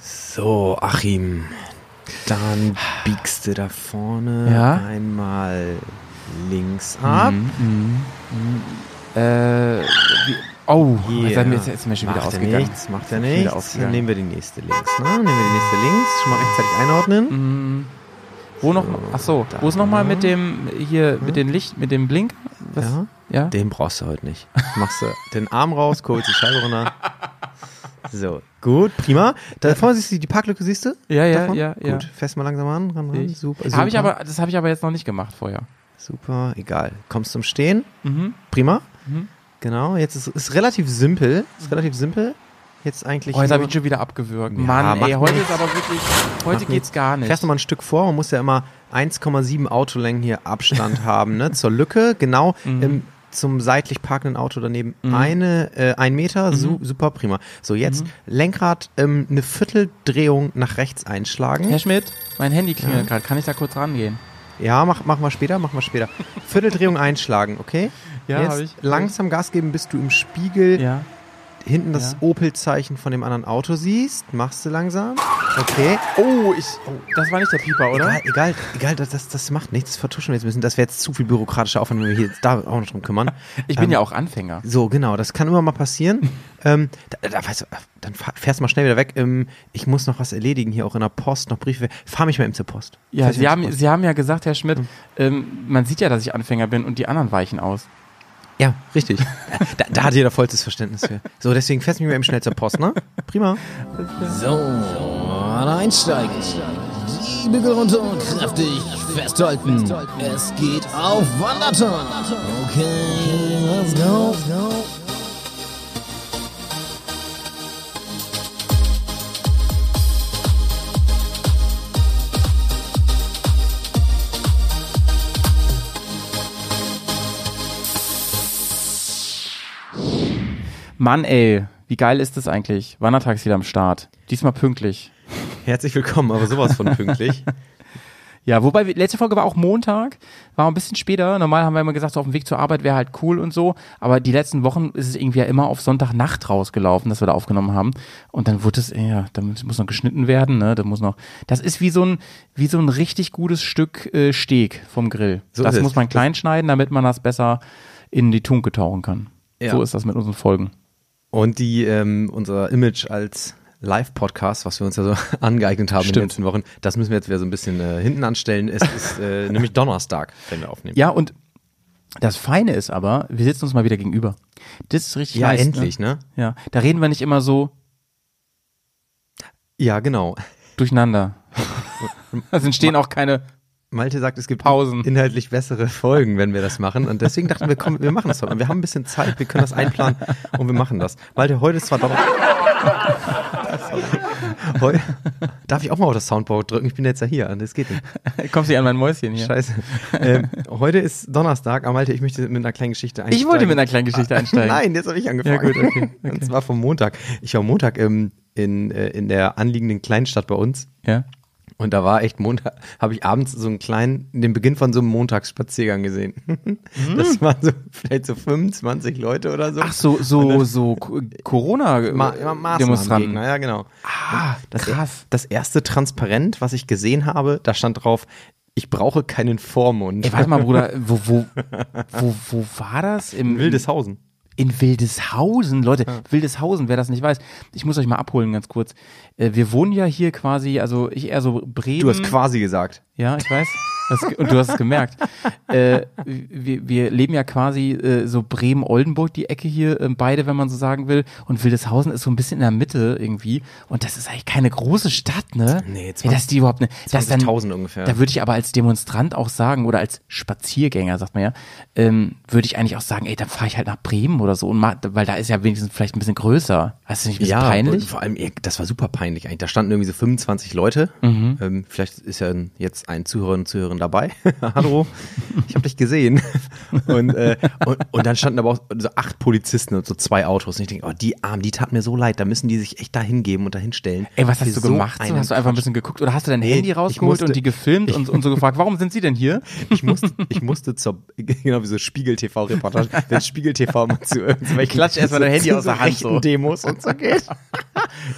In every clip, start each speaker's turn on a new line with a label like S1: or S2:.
S1: So, Achim, dann biegst du da vorne
S2: Ja? Mhm.
S1: einmal links ab.
S2: Äh, wie, oh,
S1: Hier.
S2: jetzt hat mir jetzt, jetzt ist mir schon wieder
S1: macht er
S2: ausgegangen.
S1: nichts, macht er
S2: Ist mir wieder
S1: nichts. Dann
S2: ausgegangen.
S1: nehmen wir die nächste links. Ne? Nehmen wir die nächste links, schon mal rechtzeitig einordnen.
S2: Mm, wo noch? Ach so, wo ist nochmal mit dem hier mit dem Licht, mit dem Blink? Was?
S1: Hm? Ja.
S2: Ja.
S1: Den brauchst du heute nicht. Machst du den Arm raus, kurz die Scheibe runter. So, gut, prima. Da vorne siehst du die Parklücke, siehst du?
S2: Ja, ja,
S1: Davon?
S2: ja, ja.
S1: Gut, fest mal langsam an, ran, ran.
S2: Ich-
S1: Super,
S2: Hab ich
S1: super.
S2: aber, das habe ich aber jetzt noch nicht gemacht vorher.
S1: Super, egal. Kommst zum Stehen,
S2: Mhm.
S1: prima.
S2: Mhm.
S1: Genau, jetzt ist es relativ simpel. Ist relativ simpel. Jetzt eigentlich.
S2: Oh, jetzt habe
S1: nur-
S2: ich schon wieder abgewürgt.
S1: Ja,
S2: Mann, ey,
S1: macht
S2: heute
S1: nix.
S2: ist aber wirklich, heute
S1: Macht
S2: geht's
S1: nix.
S2: gar nicht.
S1: Fährst du mal ein Stück vor, man muss ja immer 1,7 Autolängen hier Abstand haben, ne? Zur Lücke, genau
S2: Mhm.
S1: im, zum seitlich parkenden Auto daneben eine, äh, ein
S2: Mhm.
S1: Meter, su super prima. So, jetzt Lenkrad ähm, eine Vierteldrehung nach rechts einschlagen.
S2: Herr Schmidt, mein Handy klingelt gerade. Kann ich da kurz rangehen?
S1: Ja, mach, mach mal später, mach mal später. Vierteldrehung einschlagen, okay?
S2: Ja,
S1: jetzt
S2: hab ich.
S1: langsam Gas geben, bis du im Spiegel
S2: Ja.
S1: hinten das
S2: Ja.
S1: Opel-Zeichen von dem anderen Auto siehst. Machst du langsam. Okay.
S2: Oh, ich. Das war nicht der Pieper, oder?
S1: Egal, egal, egal das, das, das macht nichts. Das vertuschen wir jetzt ein bisschen. Das wäre jetzt zu viel bürokratischer Aufwand, wenn wir hier jetzt da auch noch drum kümmern.
S2: Ich bin
S1: Ähm,
S2: ja auch Anfänger.
S1: So, genau, das kann immer mal passieren. ähm, da, da, weißt du, dann fahr- fährst du mal schnell wieder weg. Ähm, ich muss noch was erledigen hier, auch in der Post, noch Briefe. Fahr mich mal eben zur Post.
S2: Ja,
S1: Fahr mich
S2: Sie
S1: mal
S2: haben,
S1: zur Post.
S2: Sie haben ja gesagt, Herr
S1: Hm.
S2: Schmidt, ähm, man sieht ja, dass ich Anfänger bin und die anderen weichen aus.
S1: Ja, richtig. da, da hat jeder vollstes Verständnis für. So, deswegen fährst du mich mal eben schnell zur Post, ne? Prima.
S3: So, einsteigen. Die Bügel runter und kräftig festhalten. Es geht auf Wanderton. Okay, let's go.
S2: Mann, ey, wie geil ist das eigentlich? Wandertag ist wieder am Start. Diesmal pünktlich.
S1: Herzlich willkommen, aber sowas von pünktlich.
S2: Ja, wobei wir- letzte Folge war auch Montag, war ein bisschen später. Normal haben wir immer gesagt, so auf dem Weg zur Arbeit wäre halt cool und so. Aber die letzten Wochen ist es irgendwie ja immer auf Sonntagnacht rausgelaufen, dass wir da aufgenommen haben. Und dann wurde es, ja, da muss muss noch geschnitten werden, ne? Da muss noch. Das ist wie so ein, wie so ein richtig gutes Stück äh, Steg vom Grill.
S1: So ist
S2: das
S1: es.
S2: muss man klein schneiden, damit man das besser in die Tunke tauchen kann.
S1: Ja.
S2: So ist das mit unseren Folgen.
S1: Und die, ähm, unser Image als Live-Podcast, was wir uns ja so angeeignet haben in den
S2: Stimmt.
S1: letzten Wochen, das müssen wir jetzt wieder so ein bisschen äh, hinten anstellen. Es ist äh, nämlich Donnerstag, wenn wir aufnehmen.
S2: Ja, und das Feine ist aber, wir sitzen uns mal wieder gegenüber. Das ist richtig
S1: Ja,
S2: nice,
S1: endlich, ne?
S2: Ja, da reden wir nicht immer so
S1: Ja, genau.
S2: durcheinander. Es entstehen auch keine.
S1: Malte sagt, es gibt
S2: Pausen.
S1: inhaltlich bessere Folgen, wenn wir das machen. Und deswegen dachten wir, komm, wir machen das heute. Und Wir haben ein bisschen Zeit, wir können das einplanen und wir machen das. Malte, heute ist zwar Donnerstag. Heu Darf ich auch mal auf das Soundboard drücken? Ich bin jetzt ja hier und das geht nicht.
S2: Kommst du hier an mein Mäuschen hier?
S1: Scheiße. Ähm, heute ist Donnerstag, aber Malte, ich möchte mit einer kleinen Geschichte einsteigen.
S2: Ich wollte mit einer kleinen Geschichte einsteigen.
S1: Nein, jetzt habe ich angefangen.
S2: Ja, gut, okay,
S1: Und zwar vom Montag. Ich war Montag ähm, in, äh, in der anliegenden Kleinstadt bei uns.
S2: Ja.
S1: Und da war echt Montag, habe ich abends so einen kleinen, den Beginn von so einem Montagsspaziergang gesehen. Das waren so vielleicht so 25 Leute oder so.
S2: Mhm. Ach so, so, so äh,
S1: Ma Ma- Maßnahmengegner,
S2: Corona-Demonstranten.
S1: ja genau.
S2: Ah,
S1: Das, e-,
S2: krass.
S1: das erste Transparent, was ich gesehen habe, da stand drauf, ich brauche keinen Vormund.
S2: Ey, warte mal, Bruder, wo, wo, wo, wo war das? Im,
S1: Wildeshausen.
S2: In Wildeshausen, Leute, Wildeshausen, wer das nicht weiß, ich muss euch mal abholen ganz kurz. Äh, Wir wohnen ja hier quasi, also ich eher so Bremen.
S1: Du hast quasi gesagt.
S2: Mhm. Ja, ich weiß. Das, und du hast es gemerkt. Äh, wir, wir leben ja quasi äh, so Bremen-Oldenburg, die Ecke hier, äh, beide, wenn man so sagen will. Und Wildeshausen ist so ein bisschen in der Mitte irgendwie. Und das ist eigentlich keine große Stadt, ne?
S1: Nee,
S2: ja, dass die überhaupt ne, dass dann,
S1: 20.000 ungefähr.
S2: Da würde ich aber als Demonstrant auch sagen, oder als Spaziergänger, sagt man ja, ähm, würde ich eigentlich auch sagen, ey, dann fahre ich halt nach Bremen oder so. Und mach, weil da ist ja wenigstens vielleicht ein bisschen größer. Weißt du nicht, ein bisschen
S1: und
S2: peinlich?
S1: vor allem, ey, das war
S2: Mhm.
S1: super peinlich eigentlich. Da standen irgendwie so 25 Leute. Ähm, vielleicht ist ja jetzt ein Zuhörer und Zuhörerin dabei. Hallo, ich habe dich gesehen. Und, äh, und, und dann standen aber auch so acht Polizisten und so zwei Autos. Und ich denke, oh, die Armen, die tat mir so leid. Da müssen die sich echt da hingeben und da hinstellen.
S2: Ey, was hast
S1: Für
S2: du gemacht?
S1: einen
S2: hast du einfach ein bisschen geguckt oder hast du dein Handy
S1: ich
S2: rausgeholt
S1: musste-
S2: und die gefilmt und, und so gefragt, warum sind sie denn hier?
S1: Ich musste, ich musste zur, genau wie so Spiegel-TV-Reportage, wenn Spiegel-TV mal zu irgendwelchen
S2: Klatsch erst mal dein Handy
S1: zu
S2: aus der Hand,
S1: rechten
S2: so.
S1: Demos und so geht.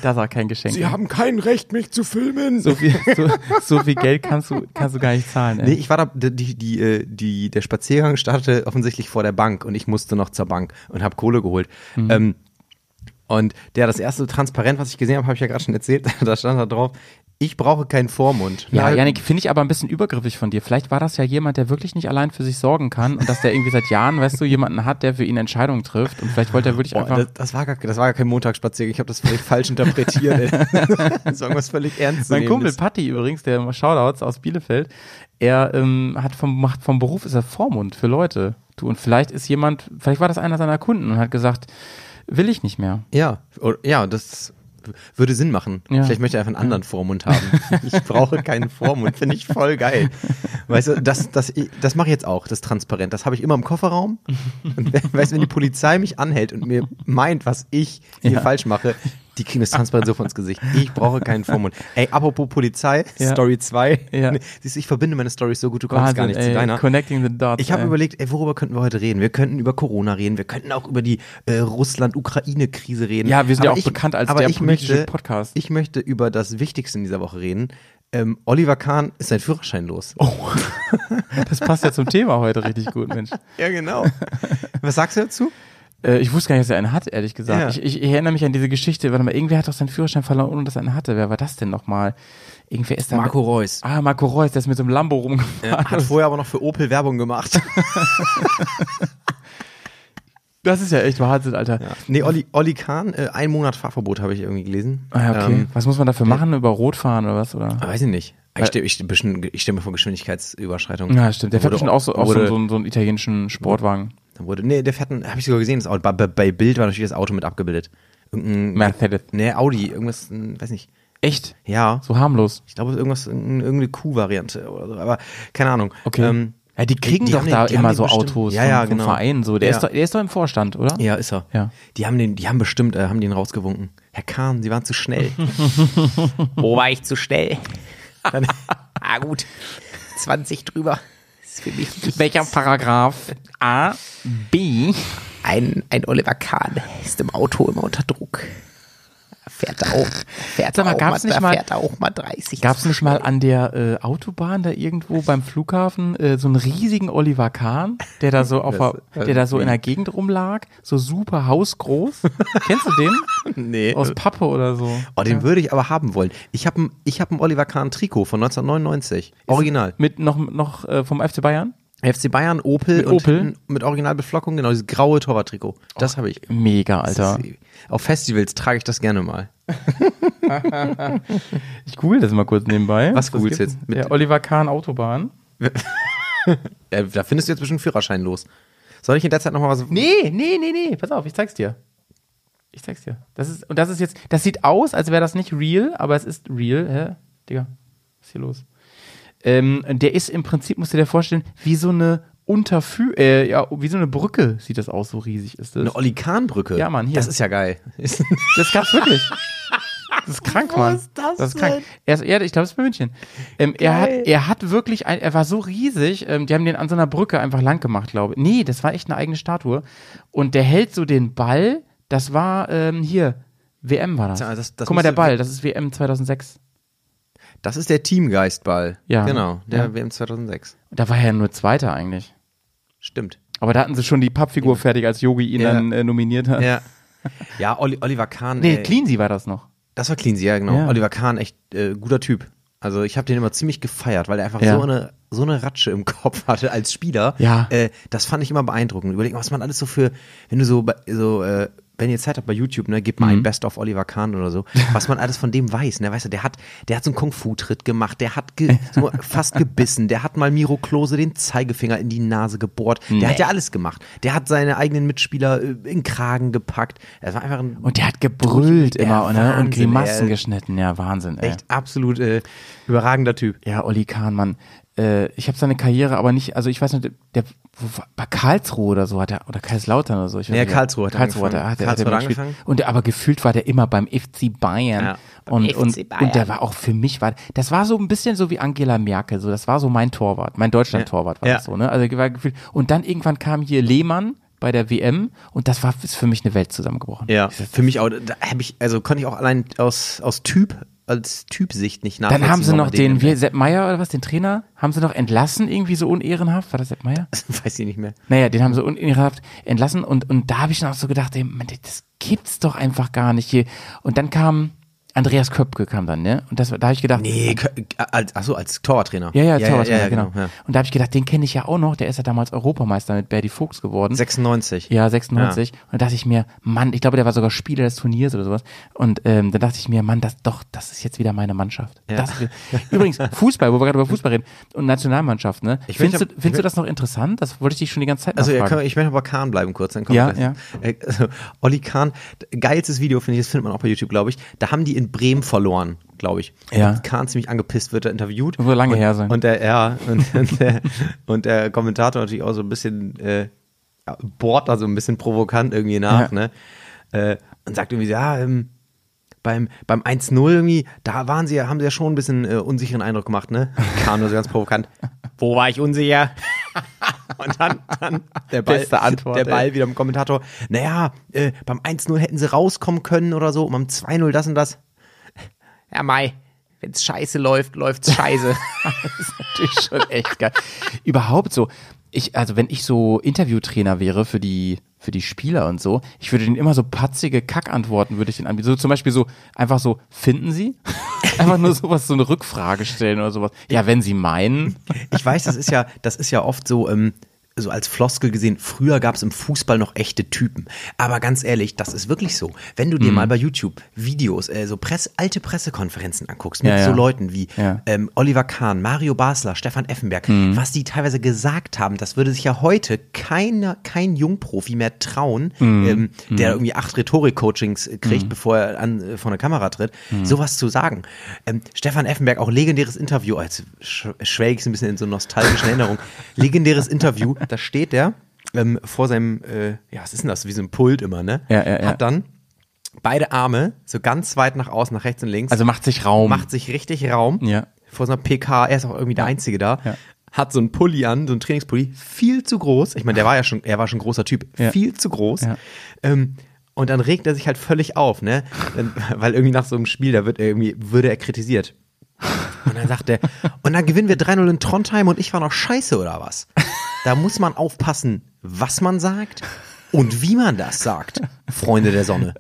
S2: Das war kein Geschenk.
S1: haben kein Recht, mich zu filmen.
S2: so, viel, so, so viel Geld kannst du, kannst du gar nicht zahlen. Ey.
S1: Nee, ich war da, die, die, die, äh, die, der Spaziergang startete offensichtlich vor der Bank und ich musste noch zur Bank und habe Kohle geholt.
S2: Mhm.
S1: Ähm, und der, das erste Transparent, was ich gesehen habe, habe ich ja gerade schon erzählt, da stand da drauf, ich brauche keinen Vormund.
S2: Ja,
S1: Na,
S2: Janik, finde ich aber ein bisschen übergriffig von dir. Vielleicht war das ja jemand, der wirklich nicht allein für sich sorgen kann und dass der irgendwie seit Jahren, weißt du, jemanden hat, der für ihn Entscheidungen trifft und vielleicht wollte er wirklich
S1: Boah,
S2: einfach.
S1: das, das, war gar, das war gar kein Montagsspaziergang, ich habe das völlig falsch interpretiert. Ey. das war irgendwas völlig ernst.
S2: mein Kumpel Patti übrigens, der Shoutouts aus Bielefeld, er ähm, hat vom, macht vom Beruf ist er Vormund für Leute. Du, und vielleicht ist jemand, vielleicht war das einer seiner Kunden und hat gesagt, will ich nicht mehr.
S1: Ja, oder- ja, das würde Sinn machen.
S2: Ja.
S1: Vielleicht möchte er einfach einen anderen Vormund haben. Ich brauche keinen Vormund, finde ich voll geil. Weißt du, das, das, das mache ich jetzt auch, das ist transparent. Das habe ich immer im Kofferraum. Und we- weißt du, wenn die Polizei mich anhält und mir meint, was ich hier
S2: Ja.
S1: falsch mache, die kriegen das transparent so ins Gesicht. Ich brauche keinen Vormund. Ey, apropos Polizei,
S2: Ja.
S1: Story 2.
S2: Ja.
S1: Nee, Siehst du, ich verbinde meine Stories so gut, du kommst gar nicht
S2: ey,
S1: zu deiner.
S2: Connecting the Dots.
S1: Ich habe
S2: ey.
S1: überlegt, ey, worüber könnten wir heute reden? Wir könnten über Corona reden, wir könnten auch über die äh, Russland-Ukraine-Krise reden.
S2: Ja, wir sind ja
S1: Aber
S2: auch bekannt als
S1: aber
S2: der
S1: ich
S2: politische
S1: möchte,
S2: Podcast.
S1: Ich möchte über das Wichtigste in dieser Woche reden. Ähm, Oliver Kahn ist sein Führerschein los.
S2: Oh, das passt ja zum Thema heute richtig gut, Mensch.
S1: Ja, genau. Was sagst du dazu?
S2: Äh, ich wusste gar nicht, dass er einen hat, ehrlich gesagt.
S1: Ja.
S2: Ich, ich, ich erinnere mich an diese Geschichte. Warte mal, irgendwer hat doch seinen Führerschein verloren, ohne dass er einen hatte. Wer war das denn nochmal? Irgendwer ist da. Mit,
S1: Reus.
S2: ah, Marco Reus, der ist mit so einem Lambo rumgefahren.
S1: Hat vorher aber noch für Opel Werbung gemacht.
S2: Das ist ja echt Wahnsinn, Alter.
S1: Nee, Olli, Olli Kahn, äh, ein Monat Fahrverbot habe ich irgendwie gelesen.
S2: Ah, ja, okay.
S1: Ähm,
S2: Was muss man dafür machen? Über Rot fahren oder was? Oder?
S1: weiß ich nicht. Ich stimme, ich, stimme, ich stimme vor Geschwindigkeitsüberschreitung.
S2: Äh. Ja, Ah, stimmt. Der fährt
S1: Äh, Wurde-
S2: bestimmt auch so, auch so,
S1: wurde-
S2: so, einen- so einen italienischen Sportwagen.
S1: Dann wurde, nee, der fährt ein, hab ich sogar gesehen, das Auto, bei, bei- bei Bild war natürlich das Auto mit abgebildet. Irgendein,
S2: Mercedes.
S1: nee, Audi, irgendwas, ein, weiß nicht.
S2: Echt?
S1: Ja,
S2: So harmlos.
S1: ich glaube, irgendwas, irgendein- irgendeine Q-Variante oder so, aber keine Ahnung.
S2: Okay.
S1: Ähm,
S2: ja, die kriegen
S1: die
S2: doch
S1: haben den-
S2: da
S1: die haben
S2: immer
S1: den
S2: so
S1: bestimmt-
S2: Autos
S1: Ja,
S2: vom,
S1: ja,
S2: vom
S1: genau.
S2: Verein. So. Der,
S1: Ja.
S2: ist doch, der ist doch im Vorstand, oder?
S1: ja, ist er.
S2: Ja.
S1: Die haben den, die haben bestimmt, äh, haben den rausgewunken. Herr Kahn, Sie waren zu schnell.
S4: Wo war ich zu schnell? Dann, ah gut, 20 drüber. Ist für mich
S2: Welcher Paragraph? A, B.
S4: ein, ein Oliver Kahn ist im Auto immer unter Druck. Er Fährt auch, fährt
S2: Sag mal,
S4: auch
S2: gab's nicht
S4: er
S2: mal-
S4: fährt auch mal 30.
S2: Gab es nicht mal an der äh, Autobahn da irgendwo beim Flughafen äh, so einen riesigen Oliver Kahn, der da so auf
S1: Das-
S2: der, der da so in der Gegend rumlag, so super hausgroß? Kennst du den?
S1: nee.
S2: Aus Pappe oder so.
S1: Oh, den würde ich aber haben wollen. Ich habe ein, ich hab ein Oliver Kahn Trikot von 1999. Original.
S2: Mit noch noch äh, vom FC Bayern?
S1: FC Bayern, Opel
S2: Mit
S1: und
S2: Opel?
S1: hinten mit Originalbeflockung, genau, dieses graue Torwarttrikot. Das habe ich.
S2: Mega, Alter.
S1: Das ist- Auf Festivals trage ich das gerne mal.
S2: Ich google das mal kurz nebenbei.
S1: Was
S2: Das
S1: googelst
S2: gibt's.
S1: du jetzt? Mit-
S2: Ja, Oliver Kahn Autobahn.
S1: Äh, da findest du jetzt bestimmt einen Führerschein los. Soll ich in der Zeit nochmal was.
S2: Nee, nee, nee, nee, pass auf, ich zeig's dir. Ich zeig's dir. Das ist und das ist jetzt, das sieht aus, als wäre das nicht real, aber es ist real, hä? Digga, was ist hier los? Ähm, der ist im Prinzip, musst du dir vorstellen, wie so eine Unterfü äh, ja, wie so eine Brücke sieht das aus, so riesig ist das.
S1: Eine Olli Kahn-Brücke.
S2: Ja, Mann, hier.
S1: Das ist ja geil. Ist-
S2: Das gab's wirklich. Das ist krank, Mann.
S4: ist das
S2: ist krank. Er ist, ja, ich glaube, es ist bei München. Ähm, er, hat, er hat wirklich, ein, er war so riesig, ähm, die haben den an so einer Brücke einfach lang gemacht, glaube ich. Nee, das war echt eine eigene Statue. Und der hält so den Ball, das war ähm, hier, WM war das.
S1: Ja, das- das
S2: Guck mal, der
S1: müsste-
S2: Ball, das ist WM 2006.
S1: Das ist der Teamgeistball.
S2: Ja.
S1: Genau, der
S2: Ja.
S1: WM 2006.
S2: Da war er ja nur Zweiter eigentlich.
S1: Stimmt.
S2: Aber da hatten sie schon die Pappfigur fertig, als Yogi ihn
S1: Ja.
S2: dann äh, nominiert hat.
S1: Ja. Ja, Oli Oliver Kahn.
S2: Nee,
S1: ey,
S2: Cleansy war das noch.
S1: Das war Cleansy, ja, genau.
S2: Ja.
S1: Oliver Kahn, echt äh, guter Typ. Also ich habe den immer ziemlich gefeiert, weil er einfach
S2: Ja.
S1: so, eine, so eine Ratsche im Kopf hatte als Spieler.
S2: Ja.
S1: Äh, das fand ich immer beeindruckend. Überleg mal, was man alles so für, wenn du so, bei- so äh, wenn ihr Zeit habt bei YouTube, ne, gebt mal
S2: Mhm.
S1: ein Best of Oliver Kahn oder so, was man alles von dem weiß. Ne? Weißt du, der hat, der hat so einen Kung-Fu-Tritt gemacht, der hat ge, so fast gebissen, der hat mal Miro Klose den Zeigefinger in die Nase gebohrt. Der hat ja alles gemacht. Der hat seine eigenen Mitspieler äh, in den Kragen gepackt. Er war einfach ein
S2: Und der hat gebrüllt
S1: Ja,
S2: immer ne?
S1: Wahnsinn,
S2: und Grimassen
S1: ey.
S2: geschnitten. Ja, Wahnsinn, ey.
S1: Echt absolut äh, überragender Typ.
S2: Ja, Olli Kahn, Mann. äh, ich habe seine Karriere aber nicht, also ich weiß nicht, der wo war- bei Karlsruhe oder so hat er oder Kaiserslautern oder so. Ich weiß
S1: Nee,
S2: nicht,
S1: Karlsruhe hat er
S2: Karlsruhe hat er,
S1: angefangen.
S2: hat er,
S1: Karlsruhe
S2: hat er
S1: hat
S2: gespielt.
S1: angefangen.
S2: Und der- aber gefühlt war der immer beim FC Bayern.
S1: Ja,
S2: und,
S4: FC
S2: und,
S4: Bayern.
S2: und der war auch für mich war das war so ein bisschen so wie Angela Merkel, so das war so mein Torwart, mein Deutschland Torwart war
S1: Ja.
S2: das so, ne? Also war gefühlt und dann irgendwann kam hier Lehmann bei der WM und das war ist für mich eine Welt zusammengebrochen.
S1: Ja, für mich auch, da habe ich, also konnte ich auch allein aus, aus Typ, als Typsicht nicht nachvollziehen.
S2: Dann haben sie
S1: warum
S2: noch
S1: er
S2: den,
S1: nimmt.
S2: wie, Sepp Meier oder was, den Trainer, haben sie noch entlassen, irgendwie so unehrenhaft? War das Sepp Meier?
S1: Weiß ich nicht mehr.
S2: Naja, den haben sie unehrenhaft entlassen und, und da habe ich dann auch so gedacht, ey, Mann, das gibt's doch einfach gar nicht hier. Und dann kam Andreas Köpke kam dann, ne? Und das, war- da habe ich gedacht,
S1: Nee, Äh, Kö- als, achso, als Torwarttrainer.
S2: ja, ja, Torwart, ja, genau.
S1: ja.
S2: Und da habe ich gedacht, den kenne ich ja auch noch, der ist ja damals Europameister mit Berdi Vogts geworden.
S1: 96.
S2: Ja, 96. Und da dachte ich mir, Mann, ich glaube, der war sogar Spieler des Turniers oder sowas. Und ähm, da dachte ich mir, Mann, das doch, das ist jetzt wieder meine Mannschaft. Das, übrigens, Fußball, wo wir gerade über Fußball reden und Nationalmannschaft, ne?
S1: Ich
S2: findest
S1: möchte-
S2: du, findest
S1: ich
S2: du das noch interessant? Das wollte ich dich schon die ganze Zeit
S1: Also ja,
S2: nachfragen.
S1: können, wir- ich möchte aber Kahn bleiben kurz, dann kommt
S2: Ja,
S1: das.
S2: ja.
S1: Äh, Also, Olli Kahn, d- geilstes Video, finde ich, das findet man auch bei YouTube, glaube ich. Da haben die in Bremen verloren, glaube ich.
S2: Ja.
S1: Und Kahn ziemlich angepisst, wird da interviewt.
S2: Muss wohl lange
S1: und,
S2: her sein.
S1: Und der, ja, und, und, der, und der Kommentator natürlich auch so ein bisschen äh, ja, bohrt da so ein bisschen provokant irgendwie nach,
S2: Ja.
S1: ne? Äh, und sagt irgendwie, so, ja, ähm, beim, beim 1-0 irgendwie, da waren sie ja, haben sie ja schon ein bisschen äh, unsicheren Eindruck gemacht, ne? Kahn nur so ganz provokant. Wo war ich unsicher? Und dann, dann der Ball,
S2: Beste Antwort,
S1: der
S2: ey.
S1: Ball wieder im Kommentator. Naja, äh, beim 1-0 hätten sie rauskommen können oder so, und beim 2-0 das und das.
S4: Ja, Mai. Wenn's scheiße läuft, läuft's scheiße.
S2: natürlich schon echt geil. Überhaupt so, ich, also wenn ich so Interviewtrainer wäre für die, für die Spieler und so, ich würde denen immer so patzige Kackantworten würde ich denen anbieten. So zum Beispiel so, einfach so, finden Sie? einfach nur sowas, so eine Rückfrage stellen oder sowas. Ja, wenn Sie meinen.
S1: Ich weiß, das ist ja, das ist ja oft so, ähm, so als Floskel gesehen, früher gab es im Fußball noch echte Typen. Aber ganz ehrlich, das ist wirklich so. Wenn du dir
S2: Mhm.
S1: mal bei YouTube Videos, äh, so Press, alte Pressekonferenzen anguckst, mit
S2: Ja, ja.
S1: so Leuten wie
S2: Ja. Mhm.
S1: ähm, Oliver Kahn, Mario Basler, Stefan Effenberg, was die teilweise gesagt haben, das würde sich ja heute keiner, kein Jungprofi mehr trauen,
S2: Mhm.
S1: ähm, der irgendwie acht Rhetorik-Coachings äh, kriegt, bevor er an, äh, vor eine Kamera tritt,
S2: Mhm.
S1: sowas zu sagen. Ähm, Stefan Effenberg, auch legendäres Interview, als sch schwelge ich ein bisschen in so nostalgischen Erinnerung, legendäres Interview, da steht der ähm, vor seinem, äh, ja, was ist denn das, wie so ein Pult immer, ne?
S2: Ja, ja, ja.
S1: Hat dann beide Arme so ganz weit nach außen, nach rechts und links
S2: Also macht sich Raum.
S1: macht sich richtig Raum.
S2: Ja.
S1: Vor so einer PK, er ist auch irgendwie der Einzige da.
S2: Ja.
S1: Hat so einen Pulli an, so einen Trainingspulli, viel zu groß. Ich meine, der war ja schon, er war schon ein großer Typ,
S2: Ja.
S1: viel zu groß.
S2: Ja.
S1: Ähm, und dann regt er sich halt völlig auf, ne? Dann, weil irgendwie nach so einem Spiel, da wird er irgendwie, würde er kritisiert. Und dann sagt er, und dann gewinnen wir 3-0 in Trondheim und ich war noch scheiße oder was? Da muss man aufpassen, was man sagt und wie man das sagt, Freunde der Sonne.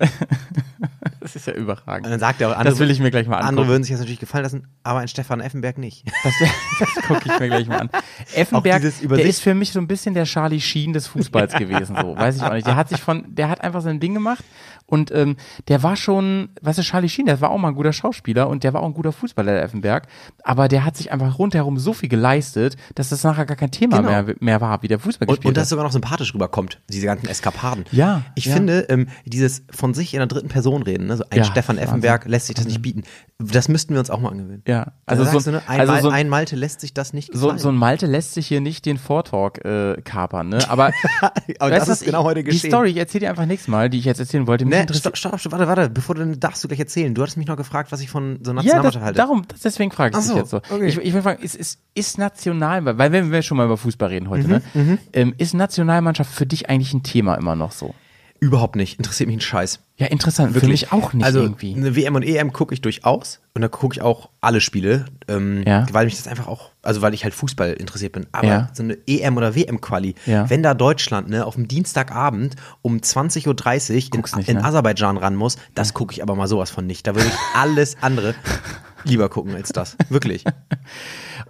S2: Das ist ja überragend.
S1: Und dann sagt er auch, andere,
S2: das will ich mir gleich mal
S1: andere
S2: angucken.
S1: würden sich das natürlich gefallen lassen, aber ein Stefan Effenberg nicht.
S2: Das, das gucke ich mir gleich mal an. Effenberg,
S1: dieses
S2: der
S1: Übersicht-
S2: ist für mich so ein bisschen der Charlie Sheen des Fußballs gewesen, so. Weiß ich auch nicht. Der hat sich von, der hat einfach sein Ding gemacht und, ähm, der war schon, weißt du, Charlie Sheen, der war auch mal ein guter Schauspieler und der war auch ein guter Fußballer, der Effenberg. Aber der hat sich einfach rundherum so viel geleistet, dass das nachher gar kein Thema
S1: Genau.
S2: mehr, mehr war, wie der Fußball
S1: Und,
S2: gespielt
S1: und das
S2: hat.
S1: sogar noch sympathisch rüberkommt, diese ganzen Eskapaden.
S2: Ja,
S1: Ich
S2: ja.
S1: finde, ähm, dieses von sich in der dritten Person reden, ne, so ein
S2: Ja,
S1: Stefan
S2: Wahnsinn. Mhm.
S1: Effenberg lässt sich das nicht bieten. Das müssten wir uns auch mal angewöhnen.
S2: Ja,
S1: Also,
S2: also
S1: sagst
S2: so,
S1: du,
S2: ein-
S1: ne, ein,
S2: also
S1: Mal,
S2: so ein
S1: ein Malte lässt sich das nicht
S2: so,
S1: gefallen.
S2: so ein Malte lässt sich hier nicht den Vortalk äh, kapern, ne? Aber,
S1: Aber
S2: weißt
S1: das ist
S2: du,
S1: genau
S2: ich,
S1: heute
S2: Die
S1: geschehen.
S2: Story, ich erzähle dir einfach nächstes Mal, die ich jetzt erzählen wollte. Mich
S1: Ne, stopp,
S2: interessiert-
S1: stopp, stopp, warte, warte, bevor du, darfst du gleich erzählen. Du hattest mich noch gefragt, was ich von so einer
S2: Ja, das,
S1: Nationalmannschaft halte.
S2: darum, das- deswegen frage ich
S1: Ach
S2: dich
S1: so,
S2: jetzt so.
S1: okay.
S2: Ich, ich will fragen, ist, ist, ist national, weil wenn wir schon mal über Fußball reden
S1: Mhm,
S2: heute, ne? Ähm, ist Nationalmannschaft für dich eigentlich ein Thema immer noch so?
S1: Überhaupt nicht. Interessiert mich ein Scheiß.
S2: Ja, interessant.
S1: Wirklich.
S2: Für mich auch nicht
S1: also,
S2: irgendwie.
S1: Eine WM und EM gucke ich durchaus und da gucke ich auch alle Spiele, ähm,
S2: Ja.
S1: weil mich das einfach auch, also weil ich halt Fußball interessiert bin. Aber
S2: Ja.
S1: so eine EM oder WM-Quali,
S2: Ja.
S1: wenn da Deutschland ne, auf dem Dienstagabend um 20.30 Uhr in,
S2: nicht,
S1: in
S2: ne?
S1: Aserbaidschan ran muss, das gucke ich aber mal sowas von nicht. Da würde ich alles andere lieber gucken als das. Wirklich.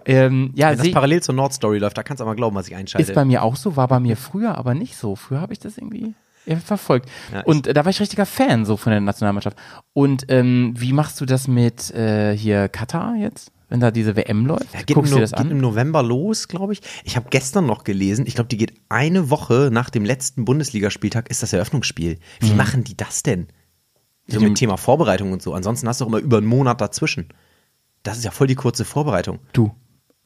S2: Ähm, ja,
S1: Wenn das
S2: seh,
S1: parallel zur Nordstory läuft, da kannst du aber glauben, was ich einschalte.
S2: ist bei mir auch so, war bei mir früher aber nicht so. Früher habe ich das irgendwie ja, verfolgt. Und äh, da war ich richtiger Fan so von der Nationalmannschaft. Und ähm, wie machst du das mit äh, hier Katar jetzt? Wenn da diese WM läuft,
S1: Geht im
S2: guckst du
S1: No-
S2: dir das an?
S1: Geht im November los, glaube ich. Ich habe gestern noch gelesen, ich glaube, die geht eine Woche nach dem letzten Bundesligaspieltag, ist das Eröffnungsspiel. Wie machen die das denn? So mit Thema Vorbereitung und so. Ansonsten hast du auch immer über einen Monat dazwischen. Das ist ja voll die kurze Vorbereitung.
S2: Du.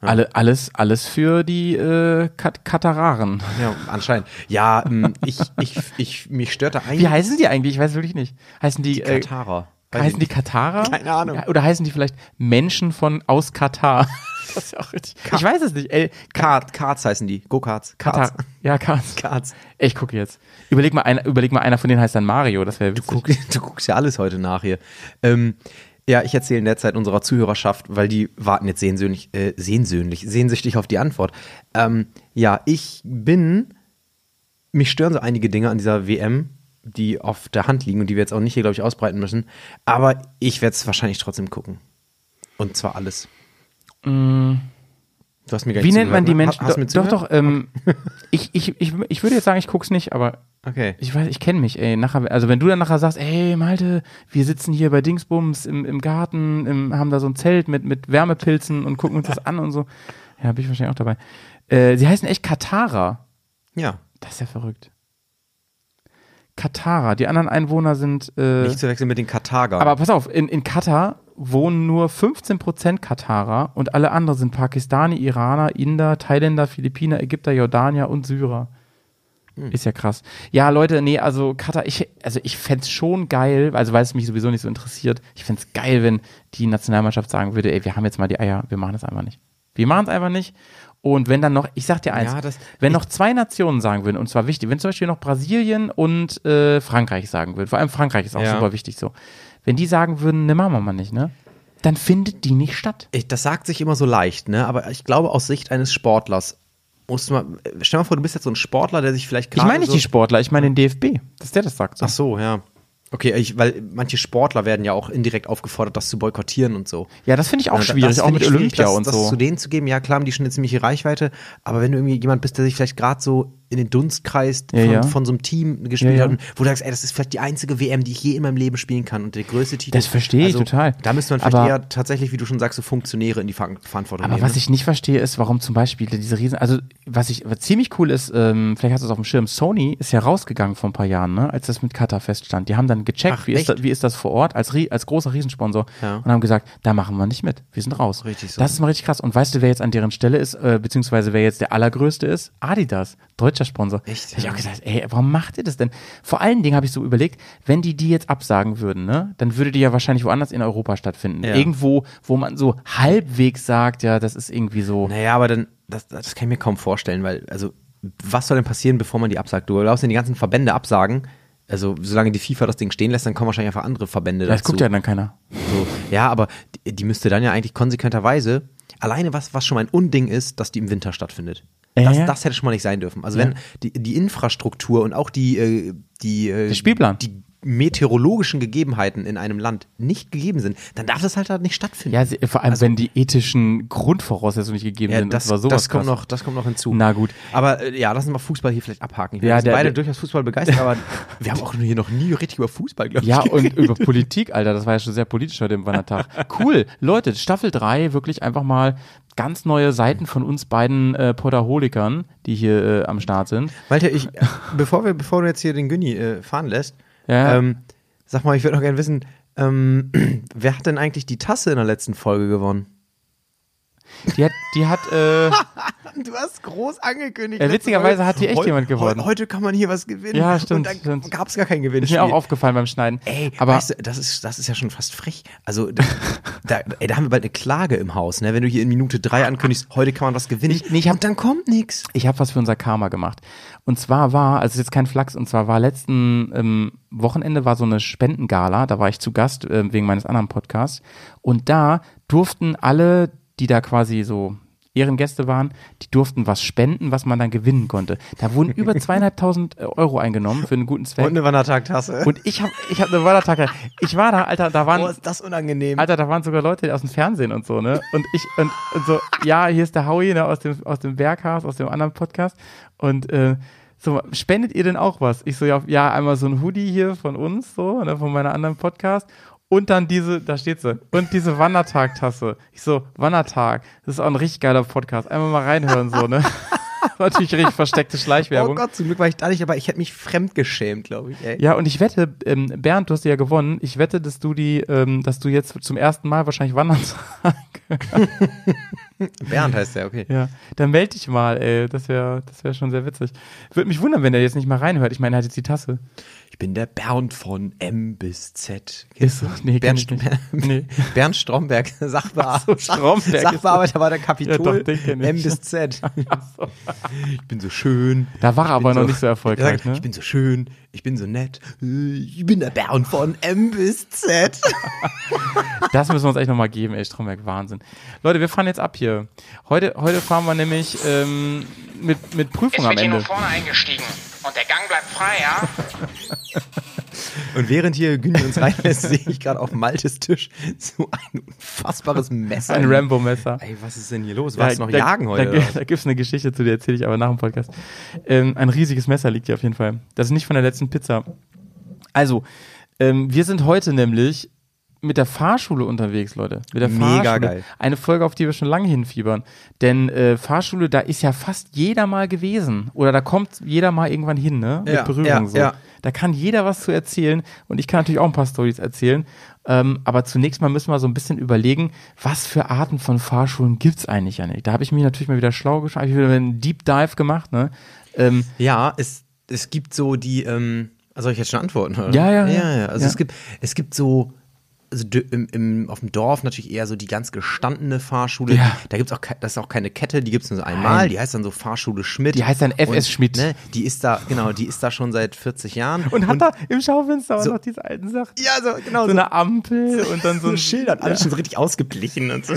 S2: Alle, alles, alles für die äh, Kat Katararen.
S1: Ja, anscheinend. Ja, ähm, ich, ich, ich, mich stört da eigentlich
S2: Wie heißen die eigentlich? Ich weiß wirklich nicht. Heißen die, äh,
S1: Katarer. Weiß
S2: heißen
S1: ich
S2: die Katarer?
S1: Keine Ahnung.
S2: Oder heißen die vielleicht Menschen von aus Katar? das ist ja auch richtig. ich weiß es nicht. Ey,
S1: nicht. Kart, Karts heißen die. Go-Karts.
S2: Katar. Ja, Karts.
S1: Karts.
S2: Ich gucke jetzt. Überleg mal, einer, überleg mal, einer von denen heißt dann Mario. Das wäre witzig.
S1: Guck, du guckst ja alles heute nach hier. Ähm, ja, ich erzähle in der Zeit unserer Zuhörerschaft, weil die warten jetzt sehnsüchtig, äh, sehnsüchtig, sehnsüchtig auf die Antwort. Ähm, ja, ich bin, mich stören so einige Dinge an dieser WM, die auf der Hand liegen und die wir jetzt auch nicht hier, glaube ich, ausbreiten müssen. Aber ich werde es wahrscheinlich trotzdem gucken. Und zwar alles. Du hast mir gar
S2: Mm. Wie
S1: nicht
S2: nennt man die
S1: zugehört, ne?
S2: Menschen?
S1: Ha- Hast du mir
S2: doch,
S1: zugehört?
S2: doch, ähm, ich, ich, ich, ich würde jetzt sagen, ich guck's nicht, aber
S1: Okay.
S2: ich weiß, ich kenne mich, ey. Nachher, also wenn du dann nachher sagst, ey, Malte, wir sitzen hier bei Dingsbums im, im Garten, im, haben da so ein Zelt mit, mit Wärmepilzen und gucken uns das an und so. Ja, bin ich wahrscheinlich auch dabei. Äh, sie heißen echt Katara.
S1: Ja.
S2: Das ist ja verrückt. Katara. Die anderen Einwohner sind. Äh,
S1: Nicht zu wechseln mit den Karthager.
S2: aber pass auf, in, in Katar wohnen nur 15% Katarer und alle anderen sind Pakistani, Iraner, Inder, Thailänder, Philippiner, Ägypter, Jordanier und Syrer.
S1: Hm.
S2: Ist ja krass. Ja, Leute, nee, also Katar, ich, also ich fänd's schon geil, also weil es mich sowieso nicht so interessiert, ich fänd's geil, wenn die Nationalmannschaft sagen würde, ey, wir haben jetzt mal die Eier, wir machen das einfach nicht. Wir machen es einfach nicht. Und wenn dann noch, ich sag dir eins,
S1: Ja, das-
S2: wenn noch zwei Nationen sagen würden, und zwar wichtig, wenn zum Beispiel noch Brasilien und äh, Frankreich sagen würden, vor allem Frankreich ist auch
S1: Ja.
S2: super wichtig so, wenn die sagen würden, ne, machen wir mal nicht, ne, dann findet die nicht statt.
S1: ich, das sagt sich immer so leicht, ne? Aber ich glaube, aus Sicht eines Sportlers musst du mal. Stell mal vor, du bist jetzt so ein Sportler, der sich vielleicht
S2: Ich
S1: gerade.
S2: meine nicht
S1: so,
S2: die Sportler, ich meine den DFB, dass der das sagt. So.
S1: Ach so, ja. Okay, ich, weil manche Sportler werden ja auch indirekt aufgefordert, das zu boykottieren und so.
S2: Ja, das finde ich auch
S1: Ja, da-
S2: schwierig,
S1: das
S2: auch
S1: find
S2: mit
S1: ich schwierig,
S2: Olympia
S1: das,
S2: und
S1: das
S2: so.
S1: zu denen zu geben, ja klar, haben die schon eine ziemliche Reichweite, aber wenn du irgendwie jemand bist, der sich vielleicht gerade so in den Dunstkreis
S2: Ja,
S1: von,
S2: ja.
S1: von so einem Team gespielt
S2: Ja, ja.
S1: hat, und wo du sagst, ey, das ist vielleicht die einzige WM, die ich je in meinem Leben spielen kann und der größte Titel. Also,
S2: Das verstehe ich total.
S1: Da müsste man vielleicht
S2: Aber-
S1: eher tatsächlich, wie du schon sagst, so Funktionäre in die Ver Verantwortung
S2: Aber
S1: nehmen. ne?
S2: was ich nicht verstehe, ist, warum zum Beispiel diese riesen, also was ich was ziemlich cool ist, ähm, vielleicht hast du es auf dem Schirm, Sony ist ja rausgegangen vor ein paar Jahren, ne, als das mit Qatar feststand. Die haben dann gecheckt,
S1: Ach,
S2: wie ist,
S1: echt?
S2: das, wie ist das vor Ort, als, rie- als großer Riesensponsor
S1: Ja.
S2: und haben gesagt, da machen wir nicht mit, wir sind raus.
S1: Richtig so.
S2: Das ist mal richtig krass. Und weißt du, wer jetzt an deren Stelle ist, äh, beziehungsweise wer jetzt der allergrößte ist? Adidas, deutscher Sponsor.
S1: Echt,
S2: Hab ich
S1: ja.
S2: auch gesagt, ey, warum macht ihr das denn? Vor allen Dingen habe ich so überlegt, wenn die die jetzt absagen würden, ne, dann würde die ja wahrscheinlich woanders in Europa stattfinden.
S1: Ja.
S2: Irgendwo, wo man so halbwegs sagt, ja, das ist irgendwie so.
S1: Naja, aber dann, das, das kann ich mir kaum vorstellen, weil, also, was soll denn passieren, bevor man die absagt? Du glaubst, wenn die ganzen Verbände absagen, also solange die FIFA das Ding stehen lässt, dann kommen wahrscheinlich einfach andere Verbände
S2: Das
S1: dazu.
S2: guckt ja dann keiner.
S1: so. ja, aber die, die müsste dann ja eigentlich konsequenterweise, alleine was, was schon mal ein Unding ist, dass die im Winter stattfindet.
S2: Ja,
S1: Das,
S2: ja.
S1: das hätte schon mal nicht sein dürfen. Also wenn die, die Infrastruktur und auch die, äh, die, äh,
S2: Der Spielplan.
S1: die meteorologischen Gegebenheiten in einem Land nicht gegeben sind, dann darf das halt da nicht stattfinden. Also,
S2: Ja, sie- vor allem, wenn die ethischen Grundvoraussetzungen nicht gegeben
S1: Ja,
S2: sind.
S1: das,
S2: war sowas
S1: das, kommt
S2: krass.
S1: noch, das kommt noch hinzu.
S2: Na gut.
S1: Aber äh, ja, lassen wir Fußball hier vielleicht abhaken. Ich meine,
S2: Ja,
S1: wir sind
S2: der-
S1: beide
S2: der-
S1: durchaus Fußball begeistert, aber wir haben auch hier noch nie richtig über Fußball, glaube ich.
S2: Ja, und
S1: geredet.
S2: über Politik, Alter, das war ja schon sehr politisch heute im Wandertag. Cool, Leute, Staffel 3, wirklich einfach mal ganz neue Seiten von uns beiden äh, Podaholikern, die hier äh, am Start sind.
S1: Malte, ich, äh, bevor, wir, bevor du jetzt hier den Günni äh, fahren lässt,
S2: Ja.
S1: ähm, sag mal, ich würde noch gerne wissen, ähm, wer hat denn eigentlich die Tasse in der letzten Folge gewonnen?
S2: Die hat, die hat, äh,
S1: Du hast groß angekündigt.
S2: Ja,
S1: letzte
S2: witzigerweise
S1: Folge,
S2: hat hier echt
S1: heu-
S2: jemand
S1: heu-
S2: gewonnen.
S1: Heute kann man hier was gewinnen.
S2: Ja, stimmt,
S1: Und
S2: stimmt.
S1: da gab es gar kein
S2: ist
S1: Gewinnspiel.
S2: mir auch aufgefallen beim Schneiden.
S1: Ey,
S2: aber
S1: weißt du, das ist, das ist ja schon fast frech. Also, da, da, ey, da haben wir bald eine Klage im Haus, ne? Wenn du hier in Minute drei ankündigst, heute kann man was gewinnen.
S2: Ich- nee, ich hab-
S1: und dann kommt nichts.
S2: ich habe was für unser Karma gemacht. Und zwar war, also ist jetzt kein Flachs, und zwar war letzten ähm, Wochenende war so eine Spendengala, da war ich zu Gast ähm, wegen meines anderen Podcasts. Und da durften alle, die da quasi so Ehrengäste waren, die durften was spenden, was man dann gewinnen konnte. Da wurden über zweieinhalbtausend Euro eingenommen für einen guten Zweck.
S1: Und eine Wandertagtasse.
S2: Und ich habe ich hab eine Wandertag. Ich war da, Alter, da waren
S1: Boah, ist das unangenehm.
S2: Alter, da waren sogar Leute aus dem Fernsehen und so, ne? Und ich, und, und so, ja, hier ist der Howie, ne, aus dem, aus dem Berghaus, aus dem anderen Podcast. Und äh, so, spendet ihr denn auch was? Ich so, ja, ja, einmal so ein Hoodie hier von uns, so, ne, von meiner anderen Podcast. Und dann diese, da steht sie, und diese Wandertag-Tasse. Ich so, Wandertag, das ist auch ein richtig geiler Podcast. Einmal mal reinhören, so, ne? Natürlich richtig versteckte
S1: oh
S2: Schleichwerbung.
S1: Gott, zum Glück war ich da nicht, aber ich hätte mich fremdgeschämt, glaube ich, ey.
S2: Ja, und ich wette, ähm, Bernd, du hast ja gewonnen. Ich wette, dass du die, ähm, dass du jetzt zum ersten Mal wahrscheinlich wandern
S1: Bernd heißt der, okay.
S2: Ja, dann melde dich mal, ey. Das wäre das wär schon sehr witzig. Würde mich wundern, wenn der jetzt nicht mal reinhört. Ich meine, er hat jetzt die Tasse.
S1: Ich bin der Bernd von M bis Z.
S2: Ist so? Nee, kenn
S1: Bernd,
S2: ich
S1: St
S2: nicht.
S1: nee. Bernd Stromberg, Sachbear
S2: Ach so, Stromberg ist-
S1: Sachbearbeiter bei der
S2: Ja,
S1: Kapitol,
S2: doch, den kenn ich.
S1: M bis Z. Ich bin so schön.
S2: Da war er
S1: Ich bin
S2: aber noch nicht so erfolgreich,
S1: Er sagt,
S2: ne?
S1: Ich bin so schön, ich bin so nett, ich bin der Bernd von M bis Z.
S2: Das müssen wir uns echt nochmal geben, ey, Stromberg, Wahnsinn. Leute, wir fahren jetzt ab hier. Heute, heute fahren wir nämlich ähm, mit, mit Prüfung
S5: Jetzt
S2: am
S5: wird hier nur
S2: Ende.
S5: vorne eingestiegen. Und der Gang bleibt frei, ja?
S1: Und während hier Günni uns reinlässt, sehe ich gerade auf Maltes Tisch so ein unfassbares Messer.
S2: Ein Rambo-Messer.
S1: Ey, was ist denn hier los? Warst du noch
S2: halt da,
S1: jagen heute?
S2: Da,
S1: oder
S2: da,
S1: was?
S2: da gibt es eine Geschichte zu, die erzähle ich aber nach dem Podcast. Ähm, ein riesiges Messer liegt hier auf jeden Fall. Das ist nicht von der letzten Pizza. Also, ähm, wir sind heute nämlich mit der Fahrschule unterwegs, Leute. Mit der
S1: Mega
S2: Fahrschule.
S1: geil.
S2: Eine Folge, auf die wir schon lange hinfiebern. Denn äh, Fahrschule, da ist ja fast jeder mal gewesen. Oder da kommt jeder mal irgendwann hin, ne? Mit
S1: Ja,
S2: Berührung
S1: ja,
S2: so.
S1: ja.
S2: Da kann jeder was zu erzählen und ich kann natürlich auch ein paar Stories erzählen. Ähm, aber zunächst mal müssen wir so ein bisschen überlegen, was für Arten von Fahrschulen gibt's eigentlich, Janik? Da habe ich mich natürlich mal wieder schlau geschaut, habe ich wieder einen Deep Dive gemacht, ne? Ähm,
S1: Ja, es, es gibt so die, ähm, soll ich jetzt schon antworten? Oder?
S2: Ja, ja,
S1: ja,
S2: ja.
S1: ja. Also
S2: Ja.
S1: es gibt, es gibt so, also dö- im, im, auf dem Dorf natürlich eher so die ganz gestandene Fahrschule.
S2: Ja.
S1: Da gibt's auch, ke- das ist auch keine Kette, die gibt's nur so einmal. Die heißt dann so Fahrschule Schmidt.
S2: Die heißt dann FS
S1: Und,
S2: Schmidt.
S1: Ne, die ist da, genau, die ist da schon seit 40 Jahren.
S2: und hat da im Schaufenster auch
S1: so-
S2: noch diese alten Sachen.
S1: ja, so, genau.
S2: So eine Ampel und dann so ein
S1: Schildern, alles schon so richtig ausgeblichen und so.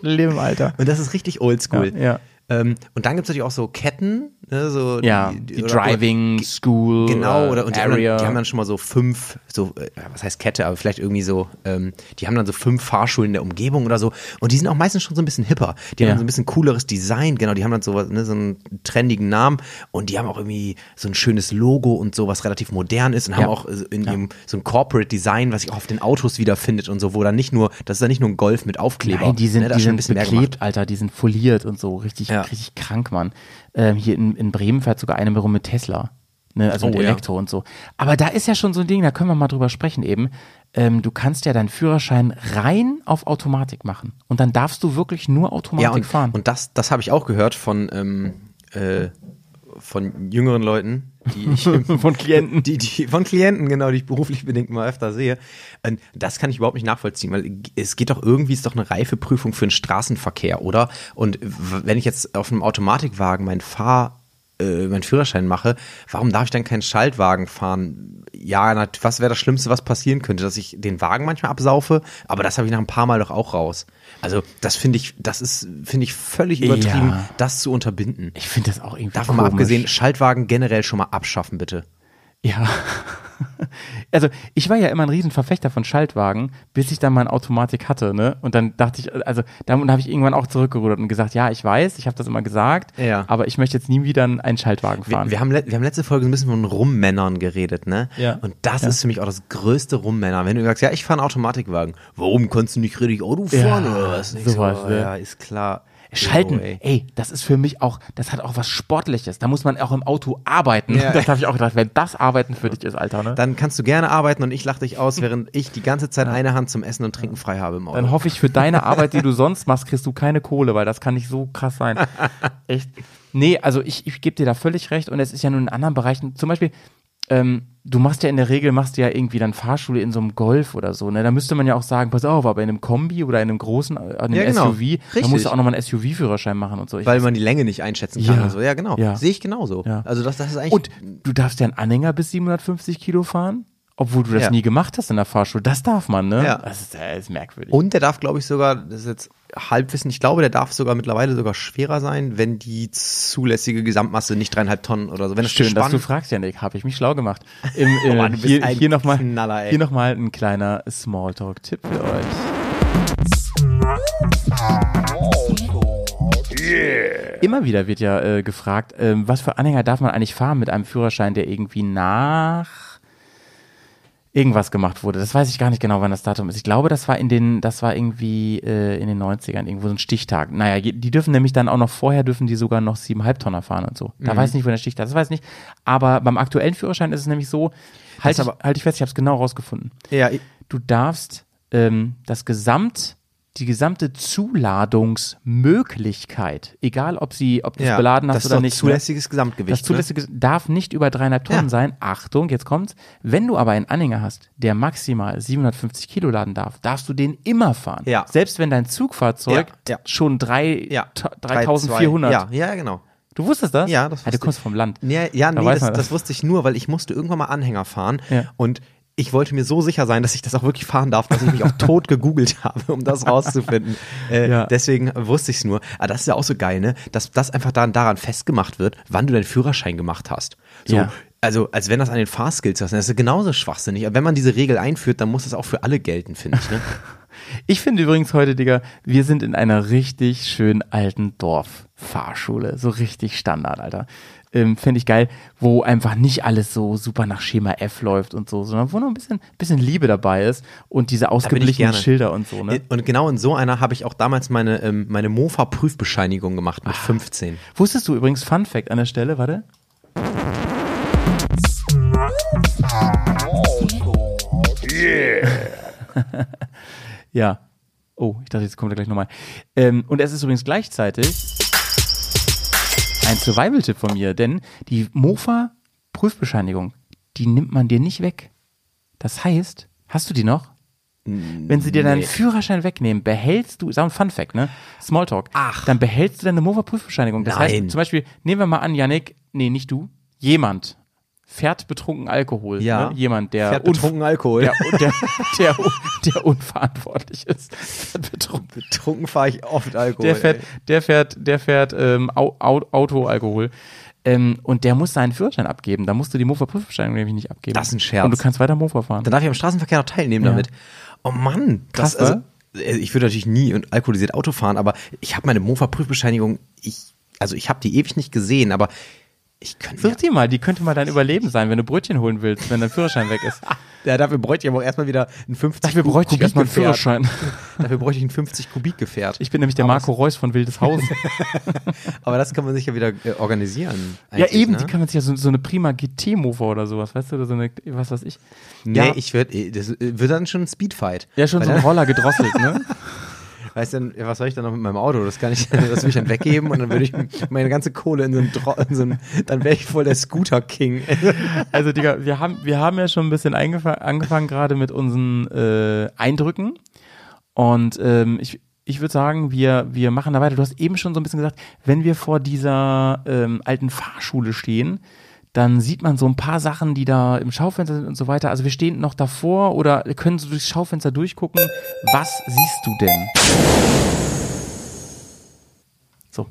S2: Schlimm, Alter.
S1: Und das ist richtig oldschool.
S2: Ja, ja.
S1: Ähm, und dann gibt es natürlich auch so Ketten, ne, so
S2: Ja, die,
S1: oder-
S2: Driving School.
S1: Genau,
S2: äh,
S1: oder und die, haben dann, die
S2: Area.
S1: haben dann schon mal so fünf, so, äh, was heißt Kette, aber vielleicht irgendwie so, ähm, die haben dann so fünf Fahrschulen in der Umgebung oder so. Und die sind auch meistens schon so ein bisschen hipper. Die
S2: Ja.
S1: haben so ein bisschen cooleres Design, genau, die haben dann so, was, ne, so einen trendigen Namen und die haben auch irgendwie so ein schönes Logo und so, was relativ modern ist und haben auch äh, in ihrem so ein Corporate Design, was sich auch auf den Autos wiederfindet und so, wo dann nicht nur, das ist dann nicht nur ein Golf mit Aufkleber.
S2: Nein, die sind,
S1: ne, da
S2: die
S1: ist schon ein
S2: sind
S1: bisschen mehr
S2: beklebt,
S1: gemacht.
S2: Alter, die sind foliert und so, richtig,
S1: Ja.
S2: richtig krank, Mann. Ähm, hier in, in Bremen fährt sogar eine rum mit Tesla. Ne, also mit
S1: Oh, ja.
S2: Elektro und so. Aber da ist ja schon so ein Ding, da können wir mal drüber sprechen eben. Ähm, du kannst ja deinen Führerschein rein auf Automatik machen. Und dann darfst du wirklich nur Automatik
S1: ja, und,
S2: fahren.
S1: Und das, das habe ich auch gehört von, ähm, äh, von jüngeren Leuten, die ich
S2: Von Klienten.
S1: Die, die, von Klienten, genau, die ich beruflich bedingt mal öfter sehe. Und das kann ich überhaupt nicht nachvollziehen, weil es geht doch irgendwie, ist doch eine Reifeprüfung für den Straßenverkehr, oder? Und w- wenn ich jetzt auf einem Automatikwagen meinen Fahr, äh, meinen Führerschein mache, warum darf ich dann keinen Schaltwagen fahren? Ja, na, was wäre das Schlimmste, was passieren könnte, dass ich den Wagen manchmal absaufe, aber das habe ich nach ein paar Mal doch auch raus. Also, das finde ich, das ist, finde ich völlig übertrieben,
S2: Ja.
S1: das zu unterbinden.
S2: ich finde das auch irgendwie
S1: Davon mal
S2: komisch.
S1: abgesehen, Schaltwagen generell schon mal abschaffen, bitte.
S2: Ja. Also ich war ja immer ein Riesenverfechter von Schaltwagen, bis ich dann mal eine Automatik hatte, ne? Und dann dachte ich, also dann habe ich irgendwann auch zurückgerudert und gesagt, ja, ich weiß, ich habe das immer gesagt,
S1: Ja.
S2: aber ich möchte jetzt nie wieder einen Schaltwagen fahren.
S1: Wir, wir, haben, le- wir haben letzte Folge so ein bisschen von Rummännern geredet, ne?
S2: Ja.
S1: Und das ist für mich auch das größte Rummänner. Wenn du sagst, ja, ich fahre einen Automatikwagen. Warum kannst du nicht richtig Auto fahren
S2: Ja,
S1: oder was? Nicht
S2: sowas,
S1: so,
S2: ne?
S1: Ja, ist klar.
S2: Schalten,
S1: Jo,
S2: ey.
S1: Oh, ey.
S2: das ist für mich auch, das hat auch was Sportliches. Da muss man auch im Auto arbeiten.
S1: Ja.
S2: Das habe ich auch gedacht, wenn das Arbeiten für dich ist, Alter, ne?
S1: Dann kannst du gerne arbeiten und ich lache dich aus, während ich die ganze Zeit eine Hand zum Essen und Trinken frei habe im Auto.
S2: Dann hoffe ich, für deine Arbeit, die du sonst machst, kriegst du keine Kohle, weil das kann nicht so krass sein. Echt. Nee, also ich, ich gebe dir da völlig recht und es ist ja nun in anderen Bereichen, zum Beispiel, ähm, du machst ja in der Regel, machst du ja irgendwie dann Fahrschule in so einem Golf oder so, ne? Da müsste man ja auch sagen, pass auf, aber in einem Kombi oder in einem großen, äh, in einem
S1: Ja, genau.
S2: SUV, da
S1: Richtig.
S2: musst du auch nochmal einen SUV-Führerschein machen und so. Ich
S1: weil man die Länge nicht einschätzen kann.
S2: Ja.
S1: Ja, und so. ja genau.
S2: Ja.
S1: Sehe ich genauso.
S2: Ja.
S1: Also das, das ist eigentlich.
S2: Und du darfst ja einen Anhänger bis 750 Kilo fahren, obwohl du das
S1: Ja.
S2: nie gemacht hast in der Fahrschule. Das darf man, ne?
S1: Ja.
S2: Das ist, das ist merkwürdig.
S1: Und der darf, glaube ich, sogar, das ist jetzt Halbwissen, ich glaube, der darf sogar mittlerweile sogar schwerer sein, wenn die zulässige Gesamtmasse nicht dreieinhalb Tonnen oder so. Wenn das
S2: Schön, dass
S1: Gespann-
S2: du fragst, Janik. Habe ich mich schlau gemacht. Im, äh,
S1: Mann, du bist
S2: hier
S1: ein
S2: hier nochmal
S1: Knaller, ey.
S2: noch mal ein kleiner Smalltalk-Tipp für euch. Immer wieder wird ja äh, gefragt, ähm, was für Anhänger darf man eigentlich fahren mit einem Führerschein, der irgendwie nach irgendwas gemacht wurde. Das weiß ich gar nicht genau, wann das Datum ist. Ich glaube, das war in den, das war irgendwie äh, in den 90ern, irgendwo so ein Stichtag. Naja, je- die dürfen nämlich dann auch noch vorher, dürfen die sogar noch siebeneinhalb Tonner fahren und so.
S1: Mhm.
S2: Da weiß ich nicht, wo der Stichtag ist, das weiß ich nicht. Aber beim aktuellen Führerschein ist es nämlich so, halt, ich, halt ich fest, ich habe es genau rausgefunden.
S1: Ja, ich-
S2: Du darfst ähm, das Gesamt, die gesamte Zuladungsmöglichkeit, egal ob sie, ob du es
S1: Ja,
S2: beladen hast
S1: das ist
S2: oder
S1: doch
S2: nicht. ne?
S1: zulässiges Gesamtgewicht.
S2: Das zulässige darf nicht über dreieinhalb Tonnen
S1: Ja.
S2: sein. Achtung, jetzt kommt's. Wenn du aber einen Anhänger hast, der maximal 750 Kilo laden darf, darfst du den immer fahren.
S1: Ja.
S2: Selbst wenn dein Zugfahrzeug
S1: Ja, ja.
S2: schon drei,
S1: ne? ja.
S2: ta- 3400.
S1: Ja, ja, genau.
S2: Du wusstest das?
S1: Ja, das
S2: ah, Du
S1: wusste
S2: kommst
S1: ich.
S2: vom Land.
S1: Ja, ja
S2: Da
S1: nee,
S2: weiß
S1: das,
S2: man
S1: das wusste ich nur, weil ich musste irgendwann mal Anhänger fahren
S2: Ja.
S1: und ich wollte mir so sicher sein, dass ich das auch wirklich fahren darf, dass ich mich auch tot gegoogelt habe, um das rauszufinden. Äh,
S2: Ja.
S1: Deswegen wusste ich es nur. Aber das ist ja auch so geil, ne? Dass das einfach dann daran festgemacht wird, wann du deinen Führerschein gemacht hast. So,
S2: Ja.
S1: also als wenn das an den Fahrskills hast. Das ist genauso schwachsinnig. Aber wenn man diese Regel einführt, dann muss das auch für alle gelten, finde ich. Ne?
S2: Ich finde übrigens heute, Digga, wir sind in einer richtig schönen alten Dorffahrschule. So richtig Standard, Alter. Ähm, Finde ich geil, wo einfach nicht alles so super nach Schema F läuft und so, sondern wo noch ein bisschen, bisschen Liebe dabei ist und diese
S1: Da bin ich
S2: ausgeblichenen
S1: gerne.
S2: Schilder und so, ne?
S1: Und genau in so einer habe ich auch damals meine, ähm, meine Mofa-Prüfbescheinigung gemacht mit 15.
S2: Wusstest du übrigens, Fun Fact an der Stelle, warte. ja. Oh, ich dachte, jetzt kommt er gleich nochmal. Ähm, und es ist übrigens gleichzeitig ein Survival-Tipp von mir, denn die Mofa-Prüfbescheinigung, die nimmt man dir nicht weg. Das heißt, hast du die noch? Wenn sie dir deinen Führerschein wegnehmen, behältst du, ist auch ein Fun-Fact, ne? Smalltalk.
S1: Ach.
S2: Dann behältst du deine Mofa-Prüfbescheinigung. Das
S1: Nein.
S2: heißt, zum Beispiel, nehmen wir mal an, Yannick, nee, nicht du, jemand fährt betrunken Alkohol.
S1: Ja.
S2: Ne? Jemand, der
S1: Fährt
S2: unf-
S1: betrunken Alkohol.
S2: Der, der, der, der unverantwortlich ist. Fährt betrunken.
S1: Trunken fahre ich oft Alkohol.
S2: Der fährt,
S1: ey.
S2: der fährt, der fährt ähm, Au- Au- Autoalkohol. Ähm, und der muss seinen Führerschein abgeben. Da musst du die Mofa-Prüfbescheinigung nämlich nicht abgeben.
S1: Das ist ein Scherz.
S2: Und du kannst weiter Mofa fahren.
S1: Dann darf ich am Straßenverkehr noch teilnehmen damit. Oh Mann,
S2: Krass,
S1: das also, äh, ich würde natürlich nie und alkoholisiert Auto fahren, aber ich habe meine Mofa-Prüfbescheinigung, ich, also ich habe die ewig nicht gesehen, aber ich könnte.
S2: Such dir mal, die könnte mal dein Überleben sein, wenn du Brötchen holen willst, wenn dein Führerschein weg ist.
S1: Ja, dafür bräuchte ich aber auch erstmal wieder einen 50
S2: Dafür bräuchte ich erstmal einen
S1: Kubikgefährt.
S2: Führerschein.
S1: Dafür bräuchte ich einen 50 Kubik Gefährt.
S2: Ich bin nämlich der Marco Reus von Wildeshausen.
S1: Aber das kann man sich ja wieder äh, organisieren.
S2: ja,
S1: eigentlich,
S2: eben,
S1: ne?
S2: die kann man sich ja so, so eine prima GT-Mofa oder sowas, weißt du, oder so eine, was weiß ich.
S1: Nee,
S2: ja,
S1: ich würde, das äh, wird dann schon ein Speedfight.
S2: ja, schon
S1: Weil
S2: so ein
S1: dann-
S2: Roller gedrosselt, ne?
S1: Weißt du, was soll ich dann noch mit meinem Auto? Das kann ich, das will ich dann weggeben und dann würde ich meine ganze Kohle in so einen, Dro- in so einen dann wäre ich voll der Scooter King.
S2: Also, Digga, wir haben, wir haben ja schon ein bisschen eingefa- angefangen gerade mit unseren äh, Eindrücken. Und ähm, ich, ich würde sagen, wir, wir machen da weiter. Du hast eben schon so ein bisschen gesagt, wenn wir vor dieser ähm, alten Fahrschule stehen, dann sieht man so ein paar Sachen, die da im Schaufenster sind und so weiter. Also wir stehen noch davor oder können so durchs Schaufenster durchgucken. Was siehst du denn? So.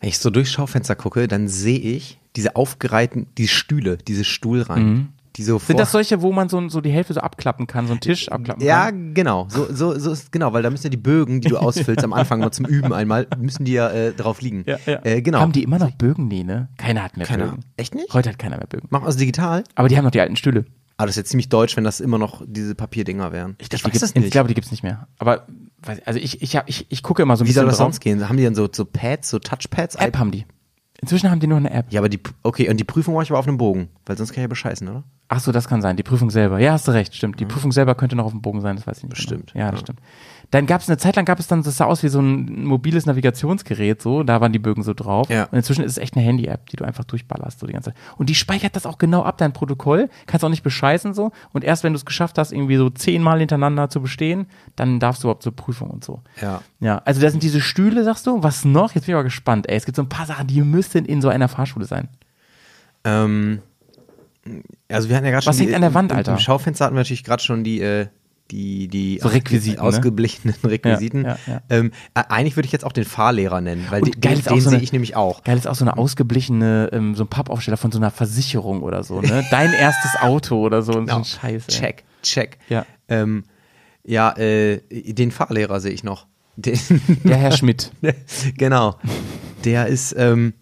S1: Wenn ich so durchs Schaufenster gucke, dann sehe ich diese aufgereihten, die Stühle, diese Stuhlreihen, die so
S2: Mhm. Sind
S1: vor-
S2: das solche, wo man so, so die Hälfte so abklappen kann, so einen Tisch abklappen
S1: ja,
S2: kann?
S1: genau. So, so, so ist genau, weil da müssen ja die Bögen, die du ausfüllst am Anfang und zum Üben einmal, müssen die ja äh, drauf liegen. Äh, genau.
S2: Haben die immer noch Bögen? Nee, ne? Keiner hat mehr
S1: Keiner.
S2: Bögen.
S1: Echt nicht?
S2: Heute hat keiner mehr Bögen.
S1: Machen wir es digital?
S2: Aber die haben noch die alten Stühle.
S1: Aber das ist ja ziemlich deutsch, wenn das immer noch diese Papierdinger wären. Ich,
S2: die gibt's- Ich glaube, die gibt's nicht mehr. Aber weiß ich- also ich, ich, hab- ich, ich gucke immer so ein
S1: Wie
S2: bisschen
S1: soll das
S2: drauf.
S1: sonst gehen? Haben die dann so, so Pads, so Touchpads?
S2: App haben die. Inzwischen haben die nur eine App.
S1: Ja, aber die, okay, und die Prüfung mache ich aber auf einem Bogen, weil sonst kann ich ja bescheißen, oder?
S2: Ach so, das kann sein. Die Prüfung selber. Ja, hast du recht. Stimmt. Die Prüfung selber könnte noch auf dem Bogen sein. Das weiß ich nicht.
S1: Bestimmt,
S2: Genau. Ja, das stimmt. Dann gab es eine Zeit lang gab es dann, das sah aus wie so ein mobiles Navigationsgerät, so, da waren die Bögen so drauf.
S1: Ja.
S2: Und inzwischen ist es echt eine Handy-App, die du einfach durchballerst, so die ganze Zeit. Und die speichert das auch genau ab, dein Protokoll. Kannst auch nicht bescheißen, so. Und erst wenn du es geschafft hast, irgendwie so zehnmal hintereinander zu bestehen, dann darfst du überhaupt zur Prüfung und so.
S1: Ja.
S2: Ja, also da sind diese Stühle, sagst du. Was noch? Jetzt bin ich mal gespannt. Ey, es gibt so ein paar Sachen, die müssen in so einer Fahrschule sein.
S1: Ähm, also wir hatten ja gerade schon.
S2: Was hängt
S1: die,
S2: an der Wand,
S1: im,
S2: Alter?
S1: Im Schaufenster hatten wir natürlich gerade schon die, äh, die, die,
S2: So Requisiten, ne?
S1: ausgeblichenen Requisiten.
S2: ja, ja.
S1: Ähm, äh, eigentlich würde ich jetzt auch den Fahrlehrer nennen, weil
S2: Und
S1: den,
S2: geil
S1: den
S2: ist auch so
S1: sehe
S2: eine-
S1: ich nämlich auch.
S2: Geil ist auch so eine ausgeblichene, ähm, so ein Pappaufsteller von so einer Versicherung oder so, ne? Dein erstes Auto oder so. So ein Scheiß. Ey.
S1: Genau. Check, check.
S2: Ja.
S1: Ähm, ja, äh, den Fahrlehrer sehe ich noch. Den,
S2: Der Herr Schmidt.
S1: genau. Der ist, ähm,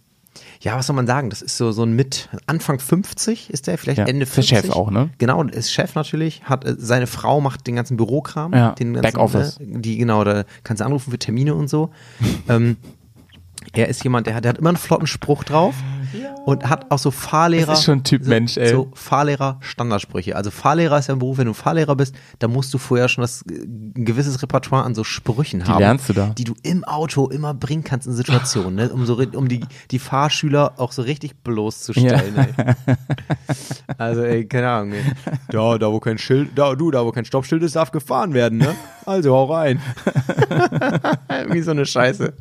S1: ja, was soll man sagen? Das ist so, so ein mit Anfang 50 ist der, vielleicht
S2: Ja,
S1: Ende
S2: ist der
S1: 50.
S2: Chef auch, ne?
S1: Genau, ist Chef natürlich, hat äh, seine Frau macht den ganzen Bürokram,
S2: Ja,
S1: den ganzen,
S2: Backoffice.
S1: äh, die genau, da kannst du anrufen für Termine und so. ähm, er ist jemand, der hat, der hat immer einen flotten Spruch drauf. und hat auch so Fahrlehrer.
S2: Das ist schon ein Typ
S1: so,
S2: Mensch, ey.
S1: So Fahrlehrer Standardsprüche. Also Fahrlehrer ist ja ein Beruf, wenn du Fahrlehrer bist, dann musst du vorher schon das, äh, ein gewisses Repertoire an so Sprüchen haben.
S2: lernst du da.
S1: Die du im Auto immer bringen kannst in Situationen, ne? um, so, ri- um die, die Fahrschüler auch so richtig bloßzustellen. Ey. Also ey, keine Ahnung. Ey. Da, da wo kein Schild, da du, da wo kein Stoppschild ist, darf gefahren werden, ne? Also hau rein. Wie so eine Scheiße.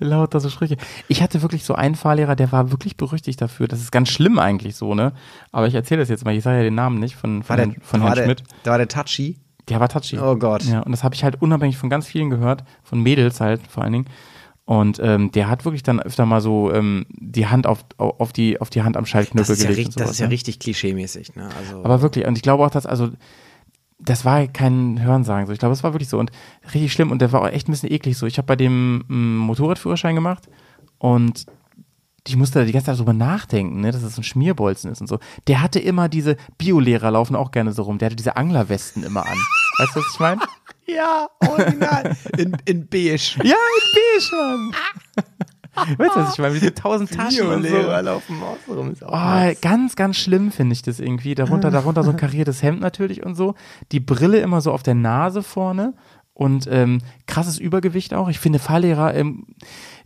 S2: Lauter so Sprüche. Ich hatte wirklich so einen Fahrlehrer, der war wirklich berüchtigt dafür. Das ist ganz schlimm eigentlich so, ne? Aber ich erzähle das jetzt mal. Ich sage ja den Namen nicht von, von, Herrn- von
S1: war
S2: Herrn
S1: der,
S2: Schmidt.
S1: da war der Touchy.
S2: Der war touchy.
S1: Oh Gott.
S2: Ja, und das habe ich halt unabhängig von ganz vielen gehört, von Mädels halt vor allen Dingen. Und ähm, der hat wirklich dann öfter mal so ähm, die Hand auf, au- auf, die, auf die Hand am Schaltknüppel
S1: Das ist, ja,
S2: gelegt.
S1: richtig-
S2: und
S1: das
S2: sowas,
S1: ist ja
S2: ne?
S1: richtig klischeemäßig, ne? Also,
S2: Aber wirklich, und ich glaube auch, dass, also, das war kein Hörensagen so. Ich glaube, es war wirklich so und richtig schlimm und der war auch echt ein bisschen eklig so. Ich habe bei dem mm, Motorradführerschein gemacht und ich musste da die ganze Zeit drüber nachdenken, ne, dass es ein Schmierbolzen ist und so. Der hatte immer diese Biolehrer laufen auch gerne so rum. Der hatte diese Anglerwesten immer an. Weißt du, was ich meine?
S1: ja, original. in, in beige.
S2: Ja, in beige, Mann. weißt du, was ich meine? Mit diesen tausend Taschen und so.
S1: Biolehrer laufen auch so rum. Ist auch
S2: Oh, ganz, ganz schlimm finde ich das irgendwie. Darunter, darunter so ein kariertes Hemd natürlich und so. Die Brille immer so auf der Nase vorne und ähm, krasses Übergewicht auch. Ich finde Fahrlehrer, ähm,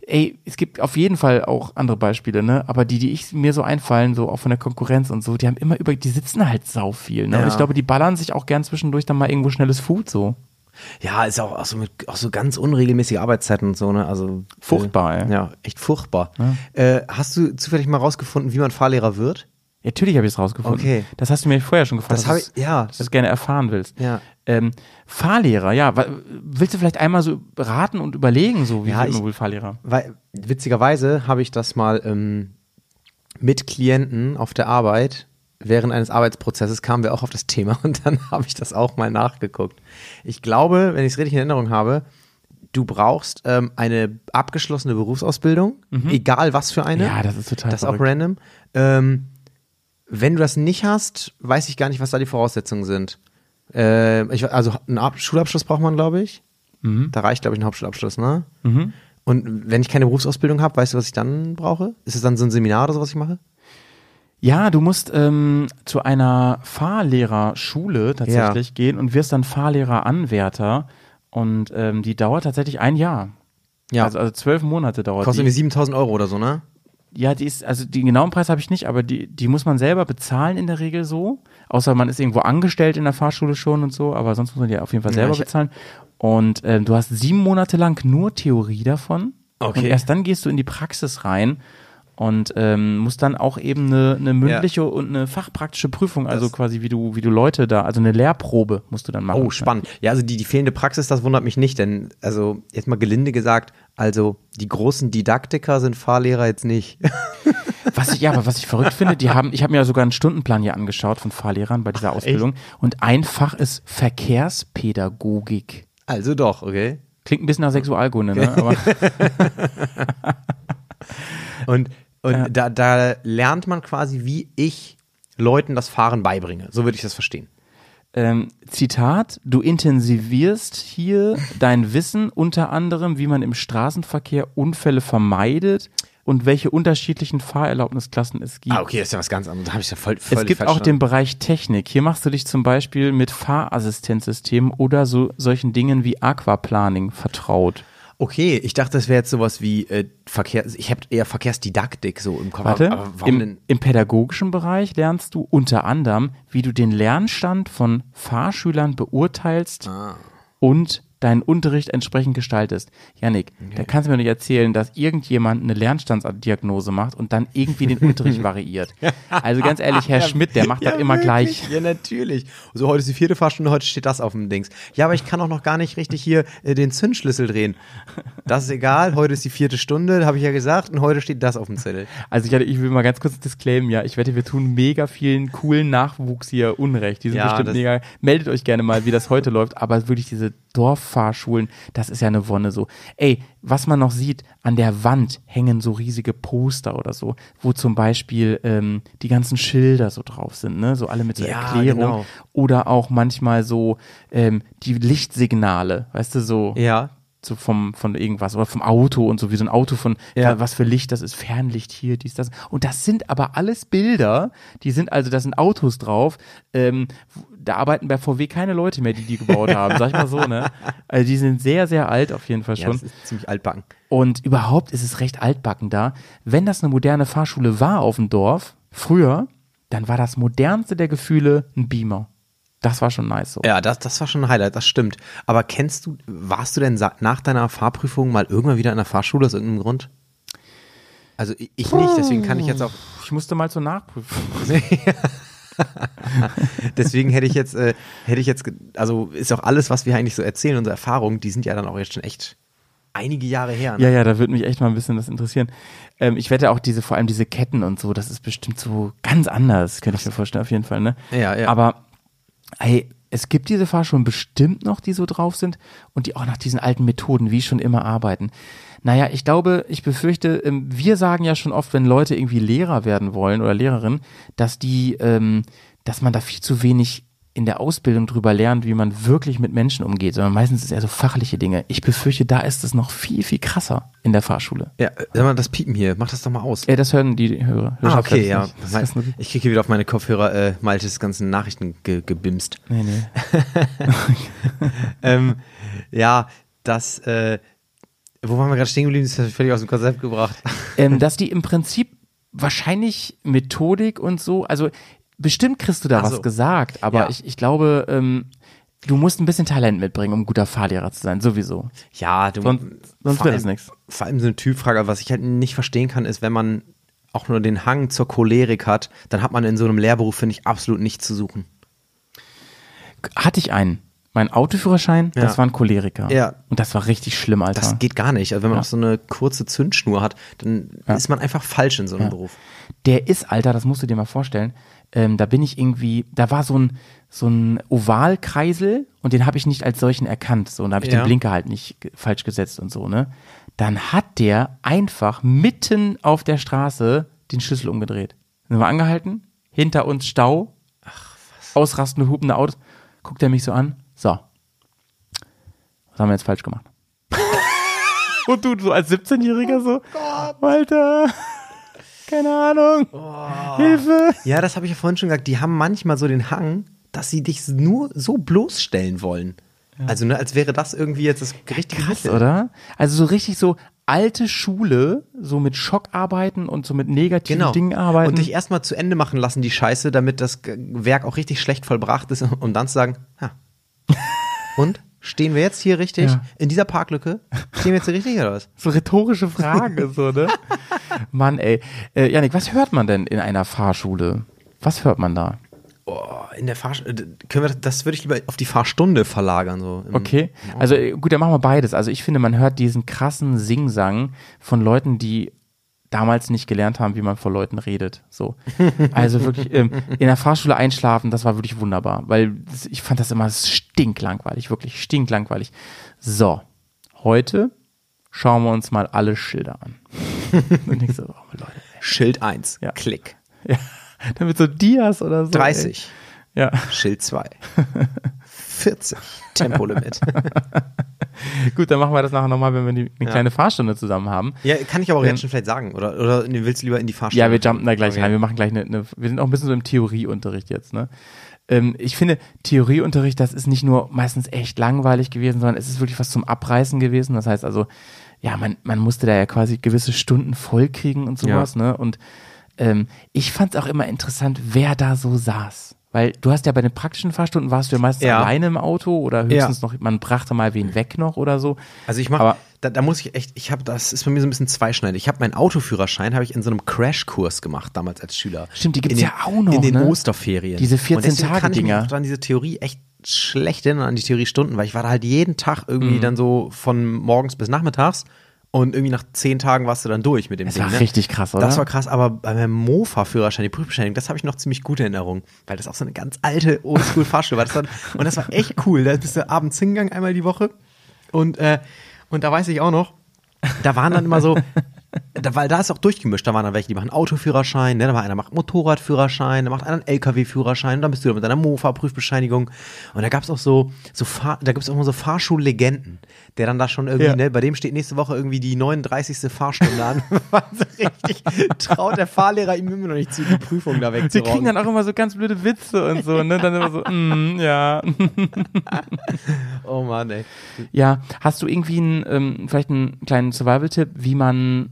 S2: ey, es gibt auf jeden Fall auch andere Beispiele, ne? Aber die, die ich mir so einfallen, so auch von der Konkurrenz und so, die haben immer über, die sitzen halt sau viel, ne? Und ich glaube, die ballern sich auch gern zwischendurch dann mal irgendwo schnelles Food so.
S1: Ja, ist auch, auch, so mit, auch so ganz unregelmäßige Arbeitszeiten und so, ne? Also,
S2: Furchtbar,
S1: äh,
S2: ey.
S1: Ja, echt furchtbar. Äh, hast du zufällig mal rausgefunden, wie man Fahrlehrer wird?
S2: Ja, natürlich habe ich es rausgefunden.
S1: Okay.
S2: Das hast du mir vorher schon gefragt.
S1: Das hab
S2: dass
S1: ich-
S2: du's-
S1: ja.
S2: Dass du es gerne erfahren willst.
S1: Ja.
S2: Ähm, Fahrlehrer, ja. wa- Willst du vielleicht einmal so raten und überlegen, so wie
S1: Ja,
S2: wird man
S1: ich-
S2: wohl Fahrlehrer?
S1: Weil, witzigerweise habe ich das mal ähm, mit Klienten auf der Arbeit, während eines Arbeitsprozesses kamen wir auch auf das Thema und dann habe ich das auch mal nachgeguckt. Ich glaube, wenn ich es richtig in Erinnerung habe, du brauchst ähm, eine abgeschlossene Berufsausbildung, egal was für eine.
S2: Mhm. Ja, das ist total
S1: Das ist auch
S2: verrückt.
S1: random. Ähm, wenn du das nicht hast, weiß ich gar nicht, was da die Voraussetzungen sind. Ähm, ich, also einen Ab Schulabschluss braucht man, glaube ich.
S2: Mhm.
S1: Da reicht, glaube ich, ein Hauptschulabschluss, ne? Und wenn ich keine Berufsausbildung habe, weißt du, was ich dann brauche? Ist es dann so ein Seminar oder so, was ich mache?
S2: Ja, du musst ähm, zu einer Fahrlehrerschule tatsächlich gehen und wirst dann Fahrlehreranwärter. Und ähm, die dauert tatsächlich ein Jahr.
S1: Ja.
S2: Also, also zwölf Monate dauert
S1: Kostet
S2: die.
S1: irgendwie 7000 Euro oder so, ne?
S2: Ja, die ist, also den genauen Preis habe ich nicht, aber die, die muss man selber bezahlen in der Regel so. Außer man ist irgendwo angestellt in der Fahrschule schon und so, aber sonst muss man die auf jeden Fall selber
S1: ich-
S2: bezahlen. Und ähm, du hast sieben Monate lang nur Theorie davon.
S1: Okay.
S2: Und erst dann gehst du in die Praxis rein und ähm, musst dann auch eben eine, eine mündliche und eine fachpraktische Prüfung, also quasi wie du, wie du Leute da, also eine Lehrprobe musst du dann machen. Ne?
S1: Oh, spannend. Ja, also die, die fehlende Praxis, das wundert mich nicht, denn, also, jetzt mal gelinde gesagt, also, die großen Didaktiker sind Fahrlehrer jetzt nicht.
S2: Was ich, ja, aber was ich verrückt finde, die haben, ich habe mir ja sogar einen Stundenplan hier angeschaut von Fahrlehrern bei dieser Ausbildung. Und ein Fach ist Verkehrspädagogik.
S1: Also doch, okay?
S2: Klingt ein bisschen nach Sexualkunde, ne? Aber
S1: Und, und da, da lernt man quasi, wie ich Leuten das Fahren beibringe. So würde ich das verstehen.
S2: ähm, Zitat, du intensivierst hier dein Wissen unter anderem, wie man im Straßenverkehr Unfälle vermeidet und welche unterschiedlichen Fahrerlaubnisklassen es gibt.
S1: Ah, okay, das ist ja was ganz anderes. Da habe ich ja voll,
S2: Hm. Es
S1: völlig
S2: gibt
S1: falsch
S2: auch den
S1: verstanden.
S2: Bereich Technik. Hier machst du dich zum Beispiel mit Fahrassistenzsystemen oder so solchen Dingen wie Aquaplaning vertraut.
S1: Okay, ich dachte, das wäre jetzt sowas wie äh, Verkehr. Ich habe eher Verkehrsdidaktik so im Kopf.
S2: Warte,
S1: aber warum
S2: im,
S1: denn?
S2: im pädagogischen Bereich lernst du unter anderem, wie du den Lernstand von Fahrschülern beurteilst
S1: Ah.
S2: und deinen Unterricht entsprechend gestaltest. Janik, da kannst du mir nicht erzählen, dass irgendjemand eine Lernstandsdiagnose macht und dann irgendwie den Unterricht variiert. Also ganz ehrlich, Herr Schmidt, der macht das immer
S1: wirklich?
S2: gleich.
S1: Ja, natürlich. So, heute ist die vierte Fahrstunde, heute steht das auf dem Dings. Ja, aber ich kann auch noch gar nicht richtig hier äh, den Zündschlüssel drehen. Das ist egal, heute ist die vierte Stunde, habe ich ja gesagt, und heute steht das auf dem Zettel.
S2: Also ich, hatte, ich will mal ganz kurz disclaimen, ja, ich wette, wir tun mega vielen coolen Nachwuchs hier Unrecht. Die sind
S1: Ja,
S2: bestimmt
S1: das-
S2: mega. Meldet euch gerne mal, wie das heute läuft. Aber wirklich diese Dorffahrschulen, das ist ja eine Wonne so. Ey, was man noch sieht, an der Wand hängen so riesige Poster oder so, wo zum Beispiel ähm, die ganzen Schilder so drauf sind, ne? So alle mit so
S1: Ja,
S2: Erklärung.
S1: genau.
S2: Oder auch manchmal so ähm, die Lichtsignale, weißt du, so
S1: Ja.
S2: so vom, von irgendwas oder vom Auto und so, wie so ein Auto von,
S1: Ja.
S2: was für Licht das ist, Fernlicht hier, dies, das. Und das sind aber alles Bilder, die sind also, da sind Autos drauf, ähm, da arbeiten bei VW keine Leute mehr, die die gebaut haben, sag ich mal so, ne? Also die sind sehr, sehr alt auf jeden Fall
S1: Ja,
S2: schon.
S1: das ist ziemlich altbacken.
S2: Und überhaupt ist es recht altbacken da. Wenn das eine moderne Fahrschule war auf dem Dorf, früher, dann war das modernste der Gefühle ein Beamer. Das war schon nice so.
S1: Ja, das, das war schon ein Highlight, das stimmt. Aber kennst du, warst du denn sa- nach deiner Fahrprüfung mal irgendwann wieder in der Fahrschule aus irgendeinem Grund? Also ich ich nicht, deswegen kann ich jetzt auch,
S2: Ich musste mal zur Nachprüfung.
S1: deswegen hätte ich jetzt, äh, hätte ich jetzt, ge- also ist auch alles, was wir eigentlich so erzählen, unsere Erfahrungen, die sind ja dann auch jetzt schon echt einige Jahre her. Ne?
S2: Ja, ja, da würde mich echt mal ein bisschen das interessieren. Ähm, ich wette auch diese, vor allem diese Ketten und so, das ist bestimmt so ganz anders, könnte ich mir vorstellen, auf jeden Fall, ne?
S1: Ja, ja.
S2: Aber, ey, es gibt diese Fahrschulen bestimmt noch, die so drauf sind und die auch nach diesen alten Methoden, wie schon immer, arbeiten. Naja, ich glaube, ich befürchte, ähm, wir sagen ja schon oft, wenn Leute irgendwie Lehrer werden wollen oder Lehrerin, dass die, ähm, dass man da viel zu wenig in der Ausbildung drüber lernt, wie man wirklich mit Menschen umgeht, sondern meistens ist es eher so fachliche Dinge. Ich befürchte, da ist es noch viel, viel krasser in der Fahrschule.
S1: Ja, äh, sag mal, das Piepen hier, mach das doch mal aus.
S2: Äh, das hören die Hörer.
S1: Ah,
S2: Hörer
S1: okay, ja.
S2: selbst nicht. Das
S1: Mein-
S2: ist nur-
S1: Ich kriege hier wieder auf meine Kopfhörer äh, Maltes ganzen Nachrichten ge gebimst.
S2: Nee, nee.
S1: ähm, ja, das, äh, wo waren wir gerade stehen geblieben? Das hat völlig aus dem Konzept gebracht.
S2: ähm, dass die im Prinzip wahrscheinlich Methodik und so, also bestimmt kriegst du da
S1: so.
S2: was gesagt, aber
S1: Ja.
S2: ich, ich glaube, ähm, du musst ein bisschen Talent mitbringen, um ein guter Fahrlehrer zu sein, sowieso.
S1: Ja, du,
S2: Sonst- sonst
S1: vor
S2: wird das
S1: allem-
S2: nix.
S1: Vor allem so eine Typfrage, was ich halt nicht verstehen kann, ist, wenn man auch nur den Hang zur Cholerik hat, dann hat man in so einem Lehrberuf, finde ich, absolut nichts zu suchen.
S2: Hatte ich einen. Mein Autoführerschein,
S1: Ja.
S2: das war ein Choleriker.
S1: Ja.
S2: Und das war richtig schlimm, Alter.
S1: Das geht gar nicht. Also wenn man auch so eine kurze Zündschnur hat, dann ist man einfach falsch in so einem Beruf.
S2: Der ist, Alter, das musst du dir mal vorstellen. Ähm, da bin ich irgendwie, da war so ein, so ein Ovalkreisel und den habe ich nicht als solchen erkannt. So, und da habe ich
S1: Ja.
S2: den Blinker halt nicht ge- falsch gesetzt und so, ne? Dann hat der einfach mitten auf der Straße den Schlüssel umgedreht. Dann sind wir angehalten, hinter uns Stau, ausrastende, hupende Autos. Guckt er mich so an, so. Was haben wir jetzt falsch gemacht? und du, so als 17-Jähriger so, Alter, keine Ahnung,
S1: Oh.
S2: Hilfe.
S1: Ja, das habe ich ja vorhin schon gesagt. Die haben manchmal so den Hang, dass sie dich nur so bloßstellen wollen. Also ne, als wäre das irgendwie jetzt das richtige
S2: Krass,
S1: Mittel.
S2: oder? Also so richtig so alte Schule, so mit Schockarbeiten und so mit negativen
S1: Genau.
S2: Dingen arbeiten.
S1: Und dich erstmal zu Ende machen lassen, die Scheiße, damit das G- Werk auch richtig schlecht vollbracht ist, um dann zu sagen, ja. Und? Stehen wir jetzt hier richtig?
S2: Ja.
S1: In dieser Parklücke? Stehen wir jetzt hier richtig oder was?
S2: so rhetorische Frage, so, ne? Mann, ey. Äh, Janik, was hört man denn in einer Fahrschule? Was hört man da?
S1: Boah, in der Fahrstunde. Können wir das, das würde ich lieber auf die Fahrstunde verlagern. So im-
S2: Okay, also äh, gut, dann machen wir beides. Also ich finde, man hört diesen krassen Singsang von Leuten, die damals nicht gelernt haben, wie man vor Leuten redet. So, also wirklich ähm, in der Fahrschule einschlafen, das war wirklich wunderbar, weil das, ich fand das immer stinklangweilig, wirklich stinklangweilig. So, heute schauen wir uns mal alle Schilder an. Und ich so, oh, Leute.
S1: Schild 1.
S2: Ja.
S1: Klick. Äh.
S2: Ja, damit so Dias oder so. ey.
S1: 30.
S2: Ja.
S1: Schild 2. 40. Tempolimit.
S2: Gut, dann machen wir das nachher nochmal, wenn wir die, eine kleine Fahrstunde zusammen haben.
S1: ja, kann ich aber auch jetzt schon vielleicht sagen. Oder, oder nee, willst du lieber in die Fahrstunde?
S2: Ja, wir jumpen da gleich
S1: Okay.
S2: rein. Wir machen gleich eine, eine, wir sind auch ein bisschen so im Theorieunterricht jetzt, ne? Ähm, ich finde, Theorieunterricht, das ist nicht nur meistens echt langweilig gewesen, sondern es ist wirklich was zum Abreißen gewesen. Das heißt also, ja, man, man musste da ja quasi gewisse Stunden vollkriegen und sowas, ne? Und ähm, ich fand es auch immer interessant, wer da so saß. Weil du hast ja bei den praktischen Fahrstunden warst du ja meistens
S1: Ja.
S2: alleine im Auto oder höchstens
S1: Ja.
S2: noch, man brachte mal wen weg noch oder so.
S1: Also ich mache,
S2: Aber-
S1: da, da muss ich echt, ich habe, das ist bei mir so ein bisschen zweischneidig. Ich habe meinen Autoführerschein habe ich in so einem Crashkurs gemacht damals als Schüler.
S2: Stimmt, die gibt's
S1: In den-
S2: ja auch noch,
S1: in den
S2: ne?
S1: Osterferien.
S2: Diese 14
S1: Und deswegen kann ich mich
S2: Tage-Dinger.
S1: auch an diese Theorie echt schlecht erinnern an die Theoriestunden, weil ich war da halt jeden Tag
S2: Mhm.
S1: irgendwie dann so von morgens bis nachmittags. Und irgendwie nach zehn Tagen warst du dann durch mit dem
S2: Das
S1: Ding.
S2: war
S1: ne?
S2: richtig krass, oder?
S1: Das war krass, aber bei meinem Mofa-Führerschein, die Prüfbescheinigung, das habe ich noch ziemlich gute Erinnerung, weil das auch so eine ganz alte Oldschool-Fahrschule war. Das war. Und das war echt cool. Da bist du abends hingegangen, einmal die Woche. Und, äh, und da weiß ich auch noch, da waren dann immer so, da, weil da ist auch durchgemischt. Da waren dann welche, die machen Autoführerschein, ne? da war einer macht Motorradführerschein, da macht einer einen LKW-Führerschein, dann bist du da mit deiner Mofa-Prüfbescheinigung. Und da gab es auch so, so Fahr da gibt's auch immer so Fahrschullegenden, der dann da schon irgendwie,
S2: Ja.
S1: ne, bei dem steht nächste Woche irgendwie die 39. Fahrstunde an. Weil so richtig traut der Fahrlehrer ihm immer noch nicht zu, die Prüfung da
S2: Die kriegen
S1: wegzuräumen.
S2: dann auch immer so ganz blöde Witze und so, ne? Dann immer so, mm, ja.
S1: Oh Mann, ey.
S2: Ja, hast du irgendwie einen, ähm, vielleicht einen kleinen Survival-Tipp, wie man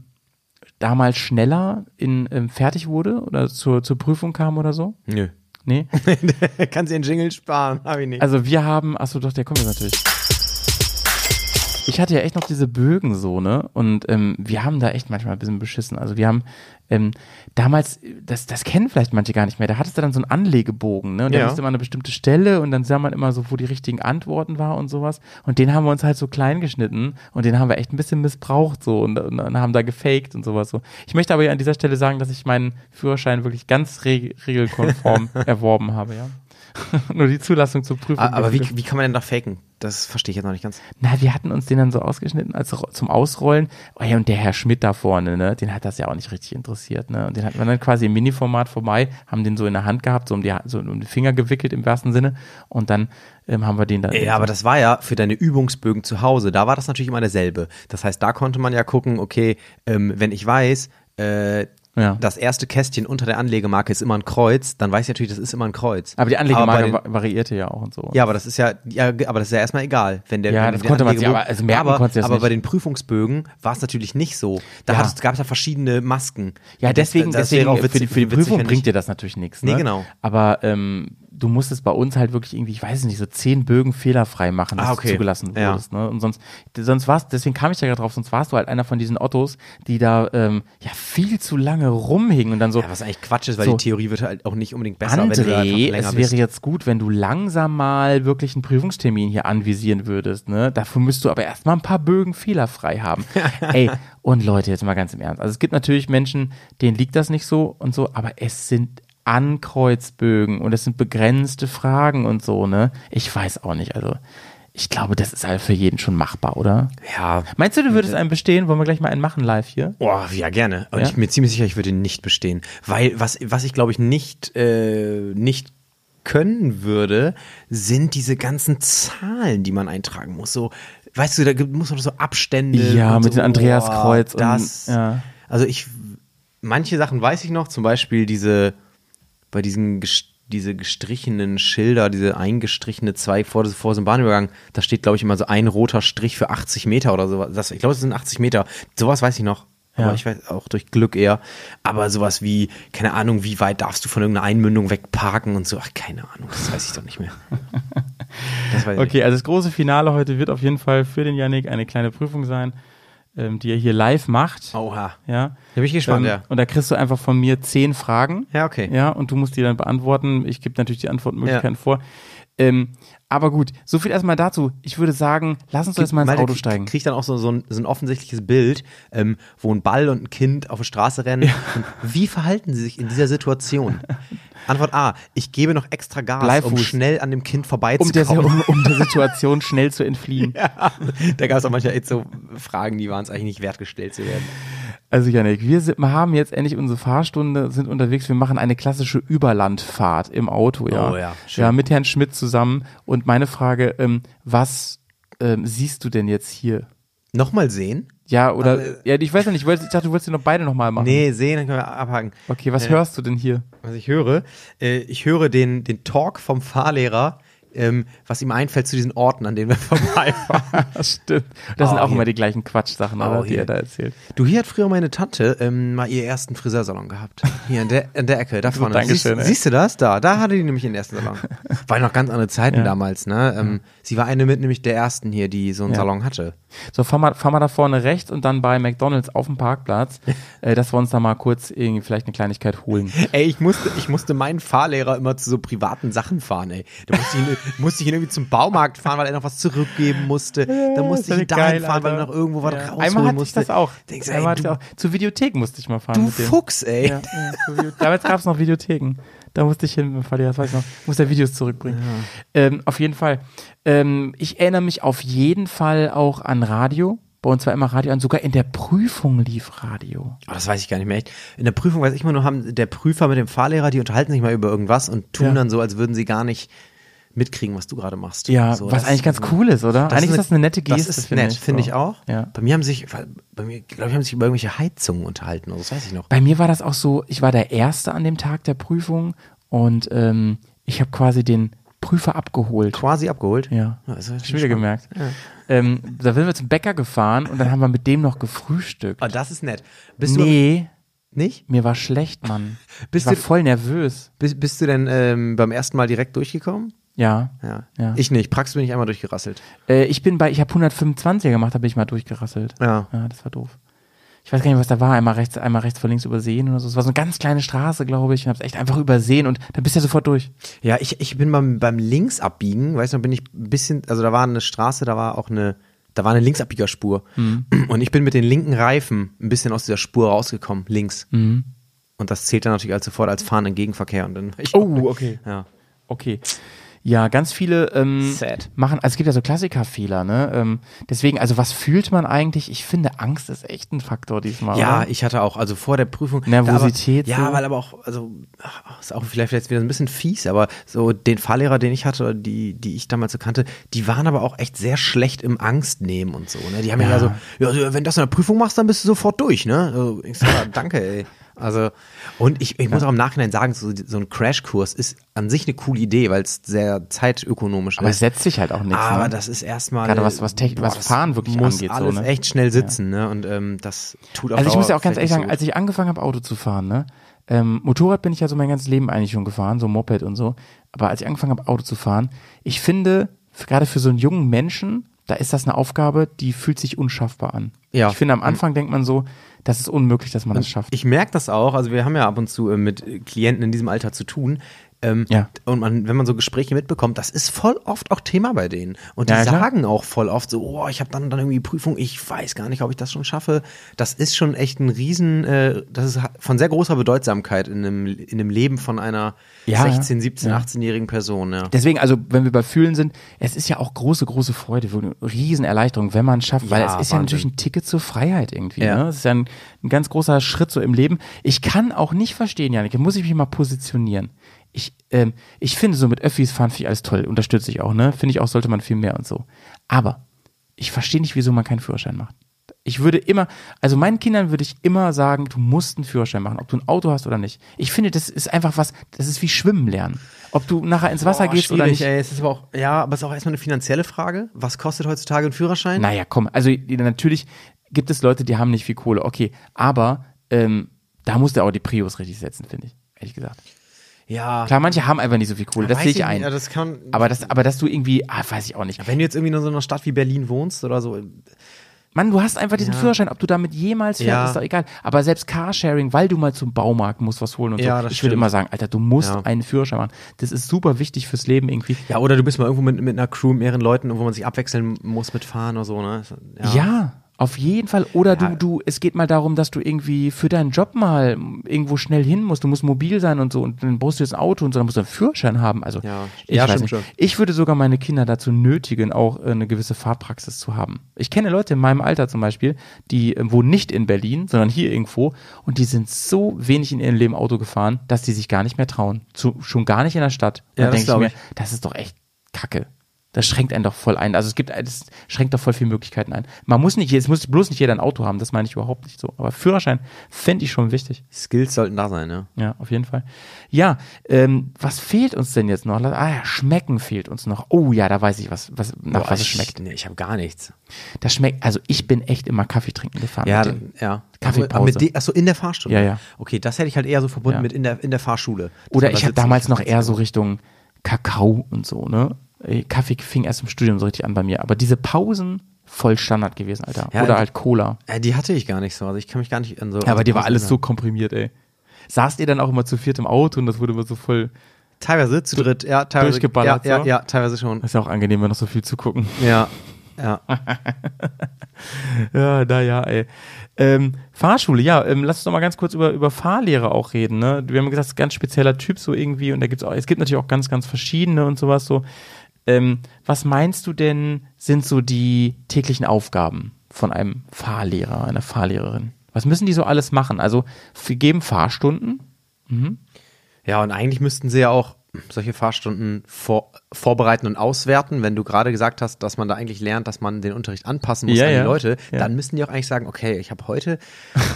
S2: damals schneller in, ähm, fertig wurde oder zur, zur Prüfung kam oder so?
S1: Nö.
S2: Nee?
S1: Kannst dir den Jingle sparen, hab ich nicht.
S2: Also wir haben, achso doch, der kommt jetzt natürlich. Ich hatte ja echt noch diese Bögen so, ne? Und ähm, wir haben da echt manchmal ein bisschen beschissen. Also wir haben ähm, damals, das, das kennen vielleicht manche gar nicht mehr, da hattest du dann so einen Anlegebogen, ne? Und der
S1: Ja.
S2: musste immer an eine bestimmte Stelle und dann sah man immer so, wo die richtigen Antworten war und sowas. Und den haben wir uns halt so klein geschnitten und den haben wir echt ein bisschen missbraucht so und, und, und haben da gefaked und sowas so. Ich möchte aber hier an dieser Stelle sagen, dass ich meinen Führerschein wirklich ganz reg regelkonform erworben habe, ja. Nur die Zulassung zur Prüfung.
S1: A- Aber wie,
S2: durfte.
S1: wie kann man denn da faken? Das verstehe ich jetzt noch nicht ganz.
S2: Na, wir hatten uns den dann so ausgeschnitten als Ro- zum Ausrollen. Oh ja, und der Herr Schmidt da vorne, ne, den hat das ja auch nicht richtig interessiert, ne. Und den hatten wir dann quasi im Mini-Format vorbei, haben den so in der Hand gehabt, so um die, Ha- so um den Finger gewickelt im wahrsten Sinne. Und dann ähm, haben wir den dann.
S1: Ja, aber das war ja für deine Übungsbögen zu Hause. Da war das natürlich immer derselbe. Das heißt, da konnte man ja gucken, okay, ähm, wenn ich weiß, äh,
S2: Ja.
S1: das erste Kästchen unter der Anlegemarke ist immer ein Kreuz, dann weiß ich natürlich, das ist immer ein Kreuz.
S2: aber die
S1: Aber bei
S2: Anlegemarke
S1: den-
S2: va- variierte ja auch und so.
S1: ja, aber das ist ja, ja, ge- aber das ist ja erstmal egal, wenn der.
S2: Ja,
S1: wenn
S2: das
S1: der
S2: konnte man sich
S1: Anlegebogen-
S2: aber- also merken
S1: aber,
S2: konntest du das
S1: aber bei
S2: nicht.
S1: den Prüfungsbögen war es natürlich nicht so. Da
S2: Ja.
S1: gab es ja verschiedene Masken.
S2: Ja,
S1: Und das-
S2: deswegen,
S1: das wäre
S2: deswegen
S1: auch
S2: äh, für die,
S1: witzig-
S2: für die
S1: witzig,
S2: Prüfung
S1: wenn ich-
S2: bringt dir das natürlich nichts. Ne?
S1: Nee, genau.
S2: Aber ähm, du musstest bei uns halt wirklich irgendwie, ich weiß nicht, so zehn Bögen fehlerfrei machen, dass
S1: Ah,
S2: du
S1: okay.
S2: zugelassen
S1: Ja.
S2: wurdest. Ne? Und sonst, sonst warst, deswegen kam ich ja gerade drauf, sonst warst du halt einer von diesen Ottos, die da ähm, ja viel zu lange rumhingen und dann so.
S1: Ja, was eigentlich Quatsch ist, weil
S2: So.
S1: die Theorie wird halt auch nicht unbedingt besser, wenn du da einfach
S2: André,
S1: länger
S2: es
S1: bist.
S2: wäre jetzt gut, wenn du langsam mal wirklich einen Prüfungstermin hier anvisieren würdest. Ne? Dafür müsst du aber erstmal ein paar Bögen fehlerfrei haben. Ey, und Leute, jetzt mal ganz im Ernst. Also es gibt natürlich Menschen, denen liegt das nicht so und so, aber es sind Ankreuzbögen und es sind begrenzte Fragen und so, ne? Ich weiß auch nicht. Also ich glaube, das ist halt für jeden schon machbar, oder?
S1: Ja.
S2: Meinst du, du würdest einen bestehen? Wollen wir gleich mal einen machen live hier?
S1: Boah, Oh, ja, gerne. Und
S2: Ja?
S1: ich bin mir ziemlich sicher, ich würde ihn nicht bestehen. Weil, was, was ich glaube ich nicht, äh, nicht können würde, sind diese ganzen Zahlen, die man eintragen muss. So, weißt du, da gibt- muss man so Abstände.
S2: Ja,
S1: und
S2: mit
S1: so,
S2: dem Andreaskreuz
S1: boah,
S2: und-
S1: Das,
S2: ja.
S1: Also ich, manche Sachen weiß ich noch, zum Beispiel diese, bei diesen ges- diese gestrichenen Schilder, diese eingestrichene zwei vor, vor so einem Bahnübergang, da steht, glaube ich, immer so ein roter Strich für 80 Meter oder sowas. Das, ich glaube, es sind 80 Meter. Sowas weiß ich noch. Aber
S2: Ja.
S1: ich weiß auch durch Glück eher. Aber sowas wie, keine Ahnung, wie weit darfst du von irgendeiner Einmündung wegparken und so. Ach, keine Ahnung, das weiß ich doch nicht mehr. Das weiß ich
S2: Okay, also das große Finale heute wird auf jeden Fall für den Yannick eine kleine Prüfung sein, ähm, die er hier live macht.
S1: nicht. Oha.
S2: Ja.
S1: Da bin ich gespannt,
S2: ähm,
S1: ja.
S2: Und da kriegst du einfach von mir zehn Fragen.
S1: Ja, okay.
S2: Ja, und du musst die dann beantworten. Ich gebe natürlich die Antwortmöglichkeiten
S1: Ja.
S2: vor. Ähm, aber gut, so viel erstmal dazu. Ich würde sagen, lass uns doch jetzt mal ins
S1: Malte,
S2: Auto
S1: krieg-
S2: steigen.
S1: Krieg ich dann auch so, so, ein, so ein offensichtliches Bild, ähm, wo ein Ball und ein Kind auf der Straße rennen. Und wie verhalten sie sich in dieser Situation? Antwort A, ich gebe noch extra Gas, um
S2: Bleifuß.
S1: schnell an dem Kind
S2: Um der,
S1: vorbeizukommen.
S2: um, um der Situation schnell zu entfliehen.
S1: da gab es auch manchmal echt so Fragen, die waren es eigentlich nicht wertgestellt zu werden.
S2: Also Janik, wir sind, haben jetzt endlich unsere Fahrstunde, sind unterwegs. Wir machen eine klassische Überlandfahrt im Auto, ja.
S1: Oh ja, schön.
S2: ja, mit Herrn Schmidt zusammen. Und meine Frage, ähm, was ähm, siehst du denn jetzt hier?
S1: Nochmal sehen?
S2: Ja, oder, ja, ich weiß ja nicht, ich, wollte, ich dachte, du wolltest dir noch beide nochmal machen.
S1: äh, Nee, sehen, dann können wir abhaken.
S2: Okay, was hörst du denn hier?
S1: was ich höre. Äh, ich höre den, den Talk vom Fahrlehrer, ähm, was ihm einfällt zu diesen Orten, an denen wir vorbeifahren.
S2: Das stimmt. Das sind
S1: Ah, Oh,
S2: auch
S1: hier.
S2: immer die gleichen Quatschsachen,
S1: Oh,
S2: oder, die
S1: hier.
S2: er da erzählt.
S1: du, hier hat früher meine Tante ähm, mal ihren ersten Friseursalon gehabt. Hier an der, an der Ecke, da vorne.
S2: Dankeschön,
S1: siehst,
S2: ey.
S1: siehst du das? Da, da hatte die nämlich ihren ersten Salon. War noch ganz andere Zeiten damals, ne? Ähm, sie war eine mit nämlich der ersten hier, die so einen Salon hatte.
S2: So, fahr mal, fahr mal da vorne rechts und dann bei McDonalds auf dem Parkplatz, äh, dass wir uns da mal kurz irgendwie vielleicht eine Kleinigkeit holen.
S1: Ey, ich musste, ich musste meinen Fahrlehrer immer zu so privaten Sachen fahren, ey. Da musste ich, ihn, musste ich ihn irgendwie zum Baumarkt fahren, weil er noch was zurückgeben musste. Da musste
S2: Das
S1: ich
S2: ist
S1: ihn dahin
S2: geil,
S1: fahren, weil er
S2: Alter.
S1: noch irgendwo was rausholen
S2: Einmal hatte ich
S1: musste.
S2: das auch.
S1: Denkst, du,
S2: Einmal
S1: ey,
S2: hatte ich
S1: du,
S2: auch. Zur Videothek musste ich mal fahren.
S1: du
S2: mit dem.
S1: Fuchs, ey.
S2: Ja, ja, zur Video- Damals gab es noch Videotheken. Da musste ich hin, Fadi, das weiß ich noch. Muss der Videos zurückbringen. Ähm, auf jeden Fall. Ähm, ich erinnere mich auf jeden Fall auch an Radio. bei uns war immer Radio an, sogar in der Prüfung lief Radio.
S1: Oh, das weiß ich gar nicht mehr echt. In der Prüfung weiß ich immer nur, haben der Prüfer mit dem Fahrlehrer, die unterhalten sich mal über irgendwas und tun
S2: Ja.
S1: dann so, als würden sie gar nicht mitkriegen, was du gerade machst.
S2: Ja,
S1: so,
S2: was
S1: das-
S2: eigentlich ganz cool ist, oder? Eigentlich ist das eine nette Geste.
S1: Das ist
S2: finde
S1: nett,
S2: ich,
S1: finde
S2: so.
S1: ich auch.
S2: Ja.
S1: Bei mir haben sich, bei mir, glaube ich, haben sich über irgendwelche Heizungen unterhalten, also das weiß ich noch.
S2: Bei mir war das auch so, ich war der Erste an dem Tag der Prüfung und ähm, ich habe quasi den Prüfer abgeholt.
S1: Quasi abgeholt.
S2: Ja,
S1: das ist
S2: schon wieder gemerkt. Ähm, da sind wir zum Bäcker gefahren und dann haben wir mit dem noch gefrühstückt.
S1: Oh, das ist nett. Bist
S2: Nee,
S1: du nicht?
S2: mir war schlecht, Mann.
S1: Bist
S2: ich war
S1: du-
S2: voll nervös.
S1: Bist, bist du denn ähm, beim ersten Mal direkt durchgekommen?
S2: Ja.
S1: Ja.
S2: Ja.
S1: Ich nicht. Prax bin ich einmal durchgerasselt.
S2: Äh, ich bin bei, ich habe 125er gemacht, da bin ich mal durchgerasselt.
S1: Ja.
S2: Ja, das war doof. Ich weiß gar nicht, was da war. Einmal rechts, einmal rechts vor links übersehen oder so. Es war so eine ganz kleine Straße, glaube ich. Und hab's echt einfach übersehen und dann bist du ja sofort durch.
S1: Ja, ich, ich bin beim, beim Linksabbiegen, weißt du, bin ich ein bisschen, also da war eine Straße, da war auch eine, da war eine Linksabbiegerspur.
S2: Mhm.
S1: Und ich bin mit den linken Reifen ein bisschen aus dieser Spur rausgekommen, links.
S2: Mhm.
S1: Und das zählt dann natürlich als sofort als Fahren im Gegenverkehr. Und dann war ich,
S2: Oh, okay.
S1: ja.
S2: Okay. Ja, ganz viele ähm,
S4: Sad.
S2: machen, also es gibt ja so Klassikerfehler, ne? Ähm, deswegen, also was fühlt man eigentlich? Ich finde, Angst ist echt ein Faktor diesmal.
S1: Ja,
S2: oder?
S1: ich hatte auch, also vor der Prüfung.
S2: Nervosität
S1: Da Aber, ja,
S2: so.
S1: weil aber auch, also, ach, ist auch vielleicht jetzt wieder ein bisschen fies, aber so den Fahrlehrer, den ich hatte, oder die, die ich damals so kannte, die waren aber auch echt sehr schlecht im Angstnehmen und so, ne? Die haben ja, so, ja, also, wenn du das in der Prüfung machst, dann bist du sofort durch, ne? Also, ich sag, ja, danke, ey. Also, und ich, ich muss auch im Nachhinein sagen, so, so ein Crashkurs ist an sich eine coole Idee, weil es sehr zeitökonomisch
S2: Aber es
S1: ist.
S2: setzt sich halt auch nichts.
S1: Aber
S2: ne?
S1: das ist erstmal.
S2: Gerade was- was Techn- was
S1: das
S2: Fahren wirklich
S1: muss
S2: angeht, so,
S1: Alles
S2: ne?
S1: echt schnell sitzen, ne? Und ähm, das tut auch
S2: Also ich muss ja auch ganz
S1: vielleicht
S2: ehrlich
S1: nicht
S2: sagen,
S1: so
S2: als ich angefangen habe, Auto zu fahren, ne? Ähm, Motorrad bin ich ja so mein ganzes Leben eigentlich schon gefahren, so Moped und so. Aber als ich angefangen habe, Auto zu fahren, ich finde, f- gerade für so einen jungen Menschen, da ist das eine Aufgabe, die fühlt sich unschaffbar an.
S1: Ja.
S2: Ich finde, am Anfang denkt man so, das ist unmöglich, dass man das schafft.
S1: Ich merke das auch. Also wir haben ja ab und zu äh, mit äh, Klienten in diesem Alter zu tun. Ähm,
S2: Ja.
S1: Und man, wenn man so Gespräche mitbekommt, das ist voll oft auch Thema bei denen. Und die
S2: Ja, ja, klar.
S1: sagen auch voll oft so, oh, ich habe dann, dann irgendwie Prüfung, ich weiß gar nicht, ob ich das schon schaffe. Das ist schon echt ein Riesen, äh, das ist ha- von sehr großer Bedeutsamkeit in einem, in einem Leben von einer
S2: Ja, ja.
S1: 16, 17, 18-jährigen Person. Ja.
S2: Deswegen, also wenn wir bei Fühlen sind, es ist ja auch große, große Freude, wirklich eine Riesenerleichterung, wenn man es schafft, weil es
S1: Ja,
S2: ist ja
S1: Wahnsinn.
S2: natürlich ein Ticket zur Freiheit irgendwie.
S1: Ja.
S2: Ne? Es ist ja ein, ein ganz großer Schritt so im Leben. Ich kann auch nicht verstehen, Janik, da muss ich mich mal positionieren. Ich, ähm, ich finde so mit Öffis fahren finde ich alles toll, unterstütze ich auch, ne? Finde ich auch, sollte man viel mehr und so. Aber ich verstehe nicht, wieso man keinen Führerschein macht. Ich würde immer, also meinen Kindern würde ich immer sagen, du musst einen Führerschein machen, ob du ein Auto hast oder nicht. Ich finde, das ist einfach was, das ist wie Schwimmen lernen. Ob du nachher ins Wasser
S1: Boah,
S2: gehst oder
S1: Oh, schwierig,
S2: nicht.
S1: Ey. Es ist aber auch, ja, aber es ist auch erstmal eine finanzielle Frage. Was kostet heutzutage ein Führerschein?
S2: Naja, komm, also natürlich gibt es Leute, die haben nicht viel Kohle, okay, aber ähm, da muss der auch die Prios richtig setzen, finde ich, ehrlich gesagt.
S1: Ja.
S2: Klar, manche haben einfach nicht so viel Kohle, das
S1: Weiß
S2: sehe ich
S1: nicht,
S2: ein.
S1: ja, das kann,
S2: aber, das, aber dass du irgendwie, ah, weiß ich auch nicht.
S1: wenn du jetzt irgendwie in so einer Stadt wie Berlin wohnst oder so,
S2: Mann, du hast einfach diesen Führerschein, ob du damit jemals fährst,
S1: Ja.
S2: ist doch egal. Aber selbst Carsharing, weil du mal zum Baumarkt musst was holen und
S1: Ja,
S2: so.
S1: das
S2: Ich würde
S1: stimmt.
S2: immer sagen, Alter, du musst
S1: Ja.
S2: einen Führerschein machen. Das ist super wichtig fürs Leben irgendwie.
S1: Ja, oder du bist mal irgendwo mit, mit einer Crew, mehreren Leuten, wo man sich abwechseln muss mit Fahren oder so, ne?
S2: Ja. auf jeden Fall. Oder du, du, es geht mal darum, dass du irgendwie für deinen Job mal irgendwo schnell hin musst. Du musst mobil sein und so. Und dann brauchst du jetzt ein Auto und so. Dann musst du einen Führerschein haben. Also,
S1: Ja.
S2: ich
S1: Ja,
S2: weiß
S1: stimmt
S2: nicht.
S1: schon.
S2: Ich würde sogar meine Kinder dazu nötigen, auch äh, eine gewisse Fahrpraxis zu haben. Ich kenne Leute in meinem Alter zum Beispiel, die äh, wohnen nicht in Berlin, sondern hier irgendwo. Und die sind so wenig in ihrem Leben Auto gefahren, dass die sich gar nicht mehr trauen. Zu, schon gar nicht in der Stadt. Und
S1: Ja,
S2: da
S1: das
S2: denke ich
S1: glaub
S2: mir,
S1: ich.
S2: das ist doch echt kacke. Das schränkt einen doch voll ein. Also es gibt, es schränkt doch voll viele Möglichkeiten ein. Man muss nicht, es muss bloß nicht jeder ein Auto haben, das meine ich überhaupt nicht so. Aber Führerschein fände ich schon wichtig.
S1: Skills sollten da sein, ne?
S2: Ja, auf jeden Fall. Ja, ähm, was fehlt uns denn jetzt noch? Ah ja, schmecken fehlt uns noch. Oh ja, da weiß ich was, was nach was es schmeckt.
S1: Ich, nee, ich habe gar nichts.
S2: Das schmeckt, also ich bin echt immer Kaffee trinken gefahren. mit dem.
S1: ja.
S2: Kaffeepause.
S1: Aber Mit de, achso, in der Fahrstunde.
S2: Ja, ja.
S1: Okay, das hätte ich halt eher so verbunden
S2: Ja.
S1: mit in der, in der Fahrschule. Dass
S2: Oder
S1: man da
S2: ich habe
S1: sitzt und
S2: damals
S1: sich
S2: noch
S1: das
S2: eher
S1: erzählt.
S2: so Richtung Kakao und so, ne? Äh, Kaffee fing erst im Studium so richtig an bei mir. Aber diese Pausen, voll Standard gewesen, Alter.
S1: Ja,
S2: Oder
S1: die-
S2: halt Cola.
S1: Äh, die hatte ich gar nicht so. Also ich kann mich gar nicht an so. also
S2: Ja, aber dir war alles so komprimiert, ey. Saßt ihr dann auch immer zu viert im Auto und das wurde immer so voll.
S1: Teilweise zu dritt, ja, teilweise.
S2: durchgeballert,
S1: ja, ja,
S2: so.
S1: ja, teilweise schon.
S2: Ist ja auch angenehm, wenn noch so viel zu gucken.
S1: Ja. Ja.
S2: Ja, naja, ey. Ähm, Fahrschule, ja, ähm, lass uns doch mal ganz kurz über, über Fahrlehrer auch reden, ne? Wir haben gesagt, es ist ein ganz spezieller Typ so irgendwie und da gibt's auch, es gibt natürlich auch ganz, ganz verschiedene und sowas so. Ähm, was meinst du denn, sind so die täglichen Aufgaben? von einem Fahrlehrer, einer Fahrlehrerin. Was müssen die so alles machen? Also wir geben Fahrstunden.
S1: Ja, und eigentlich müssten sie ja auch solche Fahrstunden vor, vorbereiten und auswerten. Wenn du gerade gesagt hast, dass man da eigentlich lernt, dass man den Unterricht anpassen muss
S2: Ja,
S1: an die
S2: ja.
S1: Leute,
S2: Ja.
S1: dann müssen die auch eigentlich sagen, okay, ich habe heute,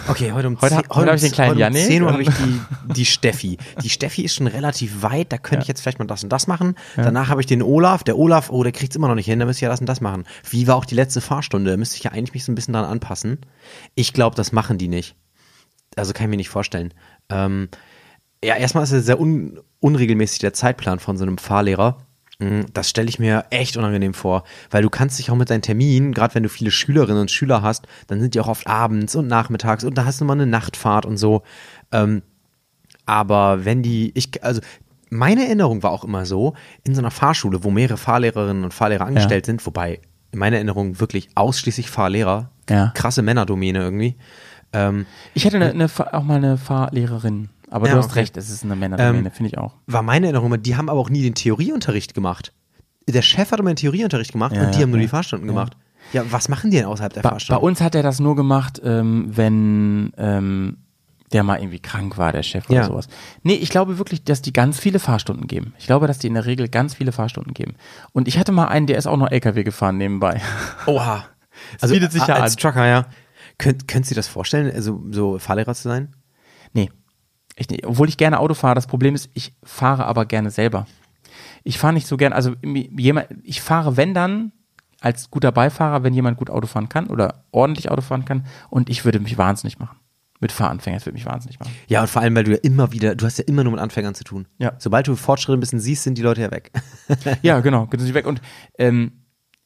S1: okay, heute um
S2: Heute
S1: zehn-
S2: hab- heute hab ich den kleinen
S1: heute um
S2: Yannick
S1: 10 Uhr habe
S2: und-
S1: ich die, die Steffi. Die Steffi ist schon relativ weit, da könnte ich jetzt vielleicht mal das und das machen. Danach habe ich den Olaf. Der Olaf, oh, der kriegt es immer noch nicht hin, da müsste ich ja das und das machen. Wie war auch die letzte Fahrstunde? Da müsste ich ja eigentlich mich so ein bisschen dran anpassen. Ich glaube, das machen die nicht. Also kann ich mir nicht vorstellen. Ähm, ja, erstmal ist es sehr un unregelmäßig der Zeitplan von so einem Fahrlehrer. Mm, Das stelle ich mir echt unangenehm vor, weil du kannst dich auch mit deinen Terminen, gerade wenn du viele Schülerinnen und Schüler hast, dann sind die auch oft abends und nachmittags und da hast du mal eine Nachtfahrt und so. Ähm, aber wenn die, ich, also meine Erinnerung war auch immer so, in so einer Fahrschule, wo mehrere Fahrlehrerinnen und Fahrlehrer angestellt sind, wobei in meiner Erinnerung wirklich ausschließlich Fahrlehrer,
S2: Ja.
S1: krasse Männerdomäne irgendwie. Ähm,
S2: Ich hätte eine, eine, Fa- auch mal eine Fahrlehrerin. Aber
S1: Ja,
S2: du hast
S1: okay. Ähm,
S2: recht, es ist eine Männerdomäne, finde ich auch.
S1: war meine Erinnerung, immer, die haben aber auch nie den Theorieunterricht gemacht. Der Chef hat immer den Theorieunterricht gemacht
S2: Ja,
S1: und die
S2: ja,
S1: haben nur
S2: ja.
S1: die Fahrstunden gemacht. Ja, was machen die denn außerhalb der
S2: Bei, bei
S1: Fahrstunden?
S2: uns hat er das nur gemacht, ähm, wenn ähm, der mal irgendwie krank war, der Chef oder
S1: Ja.
S2: sowas. Nee, ich glaube wirklich, dass die ganz viele Fahrstunden geben. Ich glaube, dass die in der Regel ganz viele Fahrstunden geben. Und ich hatte mal einen, der ist auch noch LKW gefahren nebenbei.
S1: Oha. Also
S2: bietet sich ja
S1: als
S2: an.
S1: Trucker, ja. Könnt, könnt ihr das vorstellen, also so Fahrlehrer zu sein?
S2: Nee. Ich, nicht. obwohl ich gerne Auto fahre, das Problem ist, ich fahre aber gerne selber. Ich fahre nicht so gern, also mi- jemand, ich fahre, wenn dann, als guter Beifahrer, wenn jemand gut Auto fahren kann oder ordentlich Auto fahren kann und ich würde mich wahnsinnig machen. Mit Fahranfängern, das würde mich wahnsinnig machen.
S1: Ja, und vor allem, weil du ja immer wieder, du hast ja immer nur mit Anfängern zu tun.
S2: Ja.
S1: Sobald du Fortschritte ein bisschen siehst, sind die Leute ja weg.
S2: Ja, genau, gehen sie weg. Und ähm,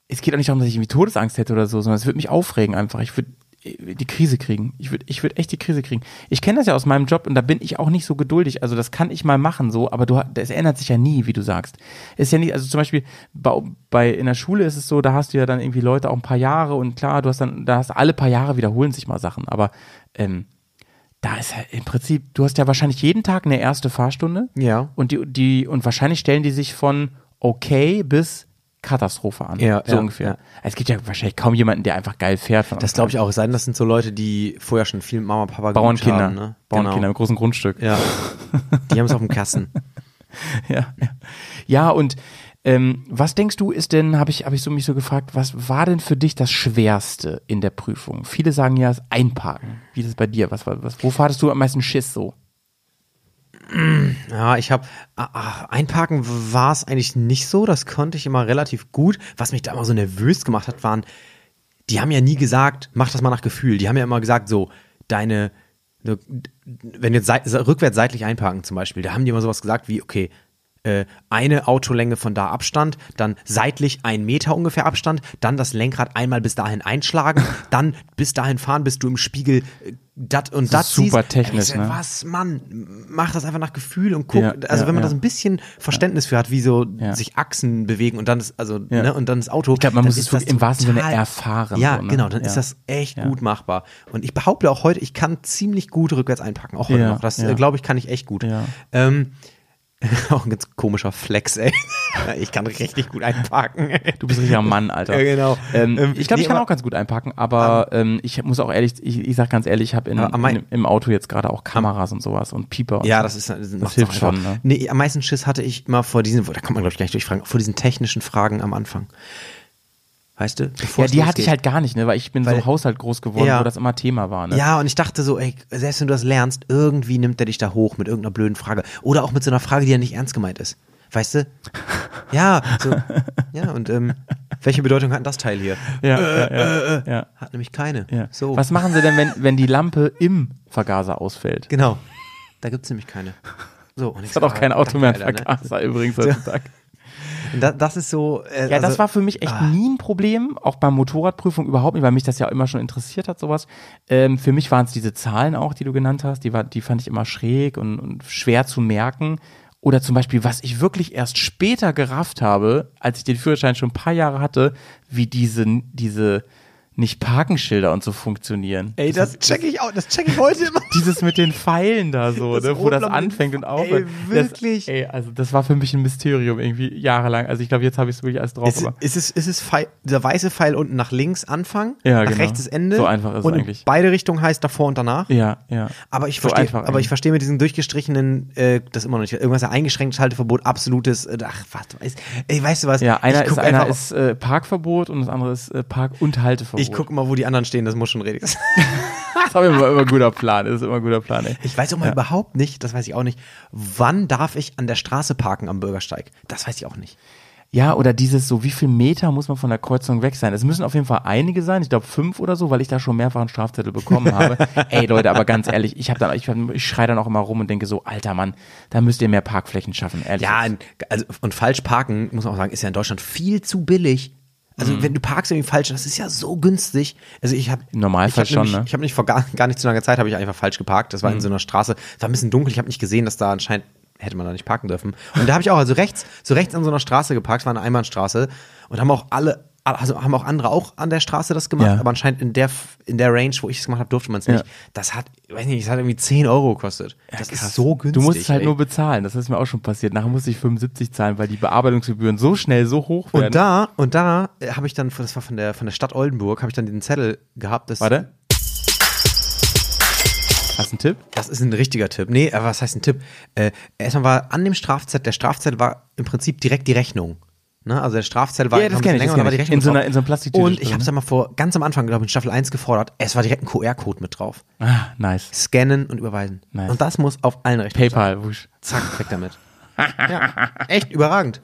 S2: es geht auch nicht darum, dass ich irgendwie Todesangst hätte oder so, sondern es würde mich aufregen einfach. Ich würde die Krise kriegen. Ich würde ich würd echt die Krise kriegen. Ich kenne das ja aus meinem Job und da bin ich auch nicht so geduldig. Also das kann ich mal machen so, aber du, ha- das ändert sich ja nie, wie du sagst. Ist ja nicht, also zum Beispiel bei, bei, in der Schule ist es so, da hast du ja dann irgendwie Leute auch ein paar Jahre und klar, du hast dann, da hast alle paar Jahre wiederholen sich mal Sachen, aber ähm, da ist ja im Prinzip, du hast ja wahrscheinlich jeden Tag eine erste Fahrstunde.
S1: Ja.
S2: Und die, die, und wahrscheinlich stellen die sich von okay bis Katastrophe an.
S1: Ja,
S2: so
S1: ja,
S2: ungefähr.
S1: ja.
S2: Es gibt ja wahrscheinlich kaum jemanden, der einfach geil fährt.
S1: Das glaube ich auch. Es sei denn, das sind so Leute, die vorher schon viel mit Mama, und Papa geübt
S2: Bauernkinder.
S1: haben. Ne?
S2: Bauernkinder
S1: Genau.
S2: mit großem Grundstück.
S1: Ja. Die haben es auf dem Kasten.
S2: ja, ja. ja und ähm, was denkst du, ist denn, habe ich, hab ich so mich so gefragt, was war denn für dich das Schwerste in der Prüfung? Viele sagen ja, das Einparken. Wie ist es bei dir? Was, war- was, wovor hattest du am meisten Schiss so?
S1: Ja, ich habe einparken war es eigentlich nicht so, das konnte ich immer relativ gut. Was mich da immer so nervös gemacht hat, waren die haben ja nie gesagt, mach das mal nach Gefühl. Die haben ja immer gesagt, so, deine, so, wenn du jetzt seit, rückwärts seitlich einparken zum Beispiel, da haben die immer sowas gesagt wie, okay, äh, eine Autolänge von da Abstand, dann seitlich ein Meter ungefähr Abstand, dann das Lenkrad einmal bis dahin einschlagen, dann bis dahin fahren, bis du im Spiegel äh, dat und dat
S2: ist super
S1: siehst. Und ich
S2: technisch,
S1: so,
S2: ne?
S1: Was, Mann, mach das einfach nach Gefühl und guck.
S2: Ja,
S1: also
S2: ja,
S1: wenn man
S2: ja.
S1: das ein bisschen Verständnis für hat, wie so
S2: Ja.
S1: sich Achsen bewegen und dann das, also
S2: Ja.
S1: ne, und dann das Auto. Ich
S2: glaub, man muss es wirklich im wahrsten Sinne erfahren,
S1: Ja,
S2: so, ne?
S1: genau, dann
S2: Ja.
S1: ist das echt
S2: Ja.
S1: gut machbar. Und ich behaupte auch heute, ich kann ziemlich gut rückwärts einpacken, auch heute
S2: Ja,
S1: noch. Das
S2: ja.
S1: äh, glaube ich, kann ich echt gut.
S2: Ja.
S1: Ähm, auch ein ganz komischer Flex, ey. Ich kann richtig gut einpacken.
S2: Du bist richtiger Mann, Alter.
S1: Ja, genau.
S2: Ähm,
S1: Ähm,
S2: ich glaube,
S1: nee,
S2: ich kann
S1: aber-
S2: auch ganz gut einpacken, aber ähm, ich muss auch ehrlich, ich, ich sag ganz ehrlich, ich habe in,
S1: Aber am mei-
S2: in, im Auto jetzt gerade auch Kameras und sowas und Pieper. Und
S1: Ja,
S2: so.
S1: das ist das macht's
S2: hilft
S1: auch einfach.
S2: schon, ne?
S1: Nee, am meisten Schiss hatte ich mal vor diesen, da kommt man glaube ich gar nicht durch Fragen, vor diesen technischen Fragen am Anfang. Weißt du? bevor
S2: Ja,
S1: es
S2: die hatte ich
S1: losgeht.
S2: halt gar nicht, ne, weil ich bin so
S1: Weil-
S2: im Haushalt groß geworden,
S1: Ja.
S2: wo das immer Thema war. Ne?
S1: Ja, und ich dachte so, ey, selbst wenn du das lernst, irgendwie nimmt er dich da hoch mit irgendeiner blöden Frage. Oder auch mit so einer Frage, die ja nicht ernst gemeint ist. Weißt du? Ja, so, ja, und ähm, welche Bedeutung hat das Teil hier?
S2: ja, ja, ja, ja,
S1: Hat nämlich keine.
S2: ja.
S1: Äh, So.
S2: Was machen sie denn, wenn, wenn die Lampe im Vergaser ausfällt?
S1: Genau. Da gibt's nämlich keine. So, und ich
S2: Das hat
S1: sag,
S2: auch kein
S1: ah, danke,
S2: Auto mehr im
S1: Alter, ne?
S2: Vergaser übrigens heutzutage.
S1: Und da, das ist so. Äh,
S2: Ja, das
S1: also-
S2: war für mich echt nie ein Problem, auch bei Motorradprüfung überhaupt nicht, weil mich das ja immer schon interessiert hat, sowas. Ähm, für mich waren es diese Zahlen auch, die du genannt hast, die, war, die fand ich immer schräg und, und schwer zu merken. Oder zum Beispiel, was ich wirklich erst später gerafft habe, als ich den Führerschein schon ein paar Jahre hatte, wie diese, diese nicht Parkenschilder und so funktionieren.
S1: Ey, das check ich auch, das check ich heute immer.
S2: Dieses mit den Pfeilen da so,
S1: Das
S2: ne, wo das
S1: Rotlamm-
S2: anfängt und aufhört.
S1: Ey, wirklich?
S2: Das, ey, also das war für mich ein Mysterium irgendwie jahrelang. Also ich glaube, jetzt habe ich es wirklich alles drauf.
S1: Ist,
S2: aber
S1: ist es, ist es Pfeil, dieser weiße Pfeil unten nach links Anfang,
S2: Ja,
S1: nach
S2: genau.
S1: rechtes Ende.
S2: So einfach ist es
S1: und in
S2: eigentlich.
S1: Beide Richtungen heißt davor und danach.
S2: ja, ja.
S1: Aber ich
S2: So
S1: verstehe,
S2: einfach
S1: aber
S2: eigentlich.
S1: ich verstehe mit diesem durchgestrichenen, äh, das immer noch nicht. Irgendwas ja eingeschränktes Halteverbot, absolutes, äh, ach, was weiß, ey, weißt du was?
S2: Ja, einer
S1: ich guck
S2: ist, einer
S1: einfach-
S2: ist äh, Parkverbot und das andere ist äh, Park- und Halteverbot.
S1: ich gucke mal, wo die anderen stehen, das muss schon richtig sein.
S2: das ist aber immer, immer ein guter Plan. Das ist immer ein guter Plan, ey.
S1: Ich weiß auch mal überhaupt nicht, das weiß ich auch nicht, wann darf ich an der Straße parken am Bürgersteig? Das weiß ich auch nicht.
S2: Ja, oder dieses so, wie viel Meter muss man von der Kreuzung weg sein? Es müssen auf jeden Fall einige sein, ich glaube fünf oder so, weil ich da schon mehrfach einen Strafzettel bekommen habe. Ey Leute, aber ganz ehrlich, ich habe dann, ich, hab- ich schreie dann auch immer rum und denke so, alter Mann, da müsst ihr mehr Parkflächen schaffen, ehrlich.
S1: Ja, n- also, und falsch parken, muss man auch sagen, ist ja in Deutschland viel zu billig. Also wenn du parkst irgendwie falsch, das ist ja so günstig. Also ich habe
S2: Mhm. Im Normalfall
S1: ich hab nämlich,
S2: schon, ne? Mhm.
S1: Ich habe nicht vor gar, gar nicht zu langer Zeit habe ich einfach falsch geparkt. Das war in so einer Straße, es war ein bisschen dunkel. Ich habe nicht gesehen, dass da anscheinend hätte man da nicht parken dürfen. Und da habe ich auch also rechts, so rechts an so einer Straße geparkt, war eine Einbahnstraße und haben auch alle also haben auch andere auch an der Straße das gemacht,
S2: Ja.
S1: aber anscheinend in der in der Range, wo ich es gemacht habe, durfte man es
S2: Ja.
S1: nicht. Das hat, weiß nicht, das hat irgendwie 10 Euro gekostet. das ist so günstig.
S2: Du musst es halt
S1: ey.
S2: nur bezahlen, das ist mir auch schon passiert. Nachher musste ich 75 zahlen, weil die Bearbeitungsgebühren so schnell so hoch werden.
S1: Und da, und da äh, habe ich dann, das war von der, von der Stadt Oldenburg, habe ich dann den Zettel gehabt. Das,
S2: Warte. Hast du einen Tipp?
S1: Das ist ein richtiger Tipp. Nee, aber was heißt ein Tipp? Äh, erstmal war an dem Strafzettel, der Strafzettel war im Prinzip direkt die Rechnung. Ne? Also der Strafzettel war
S2: Ja, das
S1: war ein
S2: kenn
S1: bisschen
S2: ich, das
S1: länger, und da
S2: kenn
S1: war die
S2: ich.
S1: Rechnung
S2: In so
S1: drauf.
S2: einer- in so einer Plastiktüte
S1: Und
S2: drin,
S1: ich habe es
S2: ne?
S1: mal vor, ganz am Anfang, glaube ich, in Staffel 1 gefordert, es war direkt ein QR-Code mit drauf.
S2: Ah, nice.
S1: Scannen und überweisen.
S2: Nice.
S1: Und das muss auf allen Rechnungen
S2: PayPal, wusch.
S1: sein. Zack, weg damit. ja, echt überragend.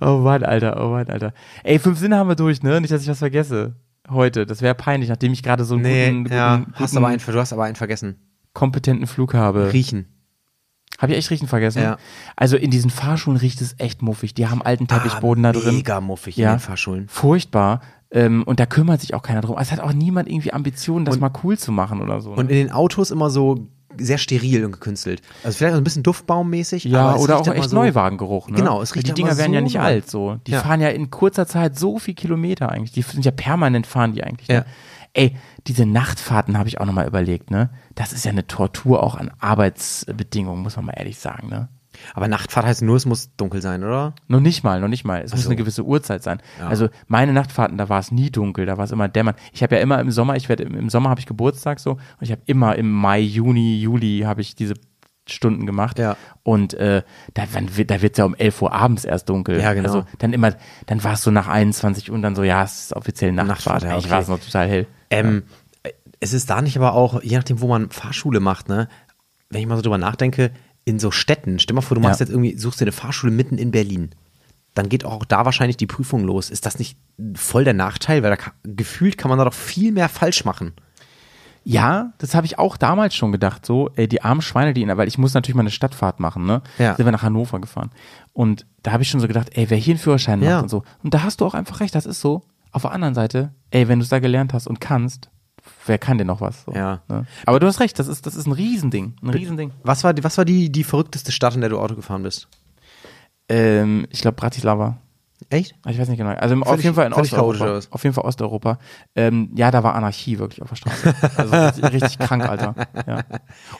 S2: Oh Mann, Alter, oh Mann, Alter. Ey, fünf Sinne haben wir durch, ne? Nicht, dass ich was vergesse. Heute. Das wäre peinlich, nachdem ich gerade so einen
S1: Nee,
S2: guten,
S1: ja,
S2: guten,
S1: hast
S2: guten
S1: aber einen, du hast aber einen vergessen.
S2: kompetenten Flug habe.
S1: Riechen.
S2: Habe ich echt riechen vergessen?
S1: Ja.
S2: Also in diesen Fahrschulen riecht es echt muffig. Die haben alten Teppichboden
S1: Ah,
S2: da drin.
S1: Mega muffig
S2: Ja.
S1: in den Fahrschulen.
S2: Furchtbar. Ähm, und da kümmert sich auch keiner drum. Es hat auch niemand irgendwie Ambitionen, das mal cool zu machen oder so. ne?
S1: Und in den Autos immer so sehr steril und gekünstelt. Also vielleicht auch ein bisschen Duftbaummäßig.
S2: Ja,
S1: aber es
S2: oder
S1: riecht
S2: auch
S1: dann mal
S2: echt
S1: so,
S2: Neuwagengeruch. Ne?
S1: Genau, es riecht
S2: Die
S1: dann
S2: Dinger
S1: immer
S2: werden
S1: so
S2: ja nicht
S1: neu.
S2: alt so. Die
S1: Ja.
S2: fahren ja in kurzer Zeit so viel Kilometer eigentlich. Die sind ja permanent fahren die eigentlich. Ne?
S1: Ja.
S2: Ey, diese Nachtfahrten habe ich auch nochmal überlegt, ne? Das ist ja eine Tortur auch an Arbeitsbedingungen, muss man mal ehrlich sagen, ne?
S1: Aber Nachtfahrt heißt nur, es muss dunkel sein, oder?
S2: Noch nicht mal, noch nicht mal. Es muss
S1: so.
S2: eine gewisse Uhrzeit sein. Also meine Nachtfahrten, da war es nie dunkel, da war es immer dämmern. Ich habe ja immer im Sommer, ich werde im, im Sommer habe ich Geburtstag so und ich habe immer im Mai, Juni, Juli habe ich diese Stunden gemacht.
S1: Ja.
S2: Und äh, da, wann wird- da wird es ja um 11 Uhr abends erst dunkel.
S1: Ja, genau.
S2: Also dann immer, dann war es so nach 21 Uhr und dann so, ja, es ist offiziell Nachtfahrt.
S1: Nachtfahrt, ja,
S2: Eigentlich
S1: okay.
S2: war es noch total hell.
S1: Ähm, es ist da nicht aber auch, je nachdem, wo man Fahrschule macht, ne? Wenn ich mal so drüber nachdenke, in so Städten, stell mal vor, du machst
S2: Ja.
S1: jetzt irgendwie, suchst dir eine Fahrschule mitten in Berlin. Dann geht auch da wahrscheinlich die Prüfung los. Ist das nicht voll der Nachteil? Weil da ka- gefühlt kann man da doch viel mehr falsch machen.
S2: Ja, das habe ich auch damals schon gedacht, so, ey, die armen Schweine, die in, weil ich muss natürlich mal eine Stadtfahrt machen, ne?
S1: Ja.
S2: Sind wir nach Hannover gefahren. Und da habe ich schon so gedacht, ey, wer hier einen Führerschein macht
S1: Ja.
S2: und so. Und da hast du auch einfach recht, das ist so. Auf der anderen Seite, ey, wenn du es da gelernt hast und kannst, wer kann dir noch was? So,
S1: Ja.
S2: Ne? Aber du hast recht, das ist, das ist ein Riesending. Ein Riesending.
S1: Was war, die- was war die, die verrückteste Stadt, in der du Auto gefahren bist?
S2: Ähm, ich glaube, Bratislava.
S1: Echt?
S2: Ich weiß nicht genau. Also im, auf
S1: Völlig-
S2: jeden Fall in
S1: völlig chaotisch
S2: Osteuropa.
S1: oder was?
S2: Auf jeden Fall Osteuropa. Ähm, ja, da war Anarchie wirklich auf der Straße. Also richtig, richtig krank, Alter. Ja.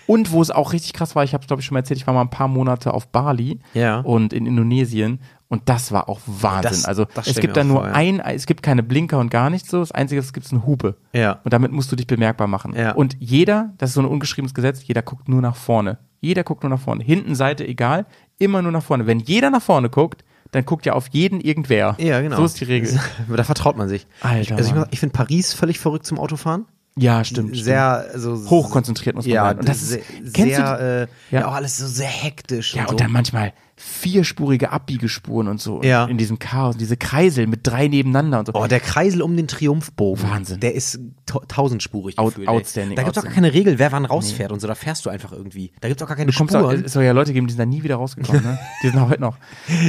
S2: Und wo es auch richtig krass war, ich habe es glaube ich schon mal erzählt, ich war mal ein paar Monate auf Bali
S1: Ja.
S2: und in Indonesien und das war auch Wahnsinn.
S1: Das-
S2: also
S1: das
S2: es
S1: stell
S2: gibt
S1: mir
S2: da
S1: auch
S2: nur
S1: vor, ja.
S2: ein, es gibt keine Blinker und gar nichts so. Das Einzige, was es gibt, ist eine Hupe.
S1: Ja.
S2: Und damit musst du dich bemerkbar machen.
S1: Ja.
S2: Und jeder, das ist so ein ungeschriebenes Gesetz, jeder guckt nur nach vorne. Jeder guckt nur nach vorne. Hinten, Seite, egal, immer nur nach vorne. Wenn jeder nach vorne guckt, dann guckt ja auf jeden irgendwer.
S1: Ja, genau.
S2: So ist die Regel.
S1: da vertraut man sich.
S2: Alter,
S1: Ich- also ich,
S2: Mann.
S1: muss- ich finde Paris völlig verrückt zum Autofahren.
S2: Ja, stimmt.
S1: Sehr, also
S2: Hochkonzentriert muss man
S1: ja,
S2: sein. Und das
S1: sehr,
S2: ist- kennst du
S1: sehr, äh,
S2: Ja.
S1: ja. auch alles so sehr hektisch.
S2: stimmt. Ja,
S1: und,
S2: und
S1: so.
S2: dann manchmal vierspurige Abbiegespuren und so. Und
S1: Ja.
S2: In diesem Chaos, diese Kreisel mit drei nebeneinander und so.
S1: Oh, der Kreisel um den Triumphbogen.
S2: Wahnsinn.
S1: Der ist to- tausendspurig.
S2: Out-
S1: ey.
S2: outstanding,
S1: Da gibt es auch gar
S2: outstanding.
S1: keine Regel, wer wann rausfährt und so. Da fährst du einfach irgendwie. Da gibt es auch gar keine
S2: Du kommst auch,
S1: Spuren.
S2: es soll ja Leute geben, die sind da nie wieder rausgekommen, ne? Die sind auch heute noch.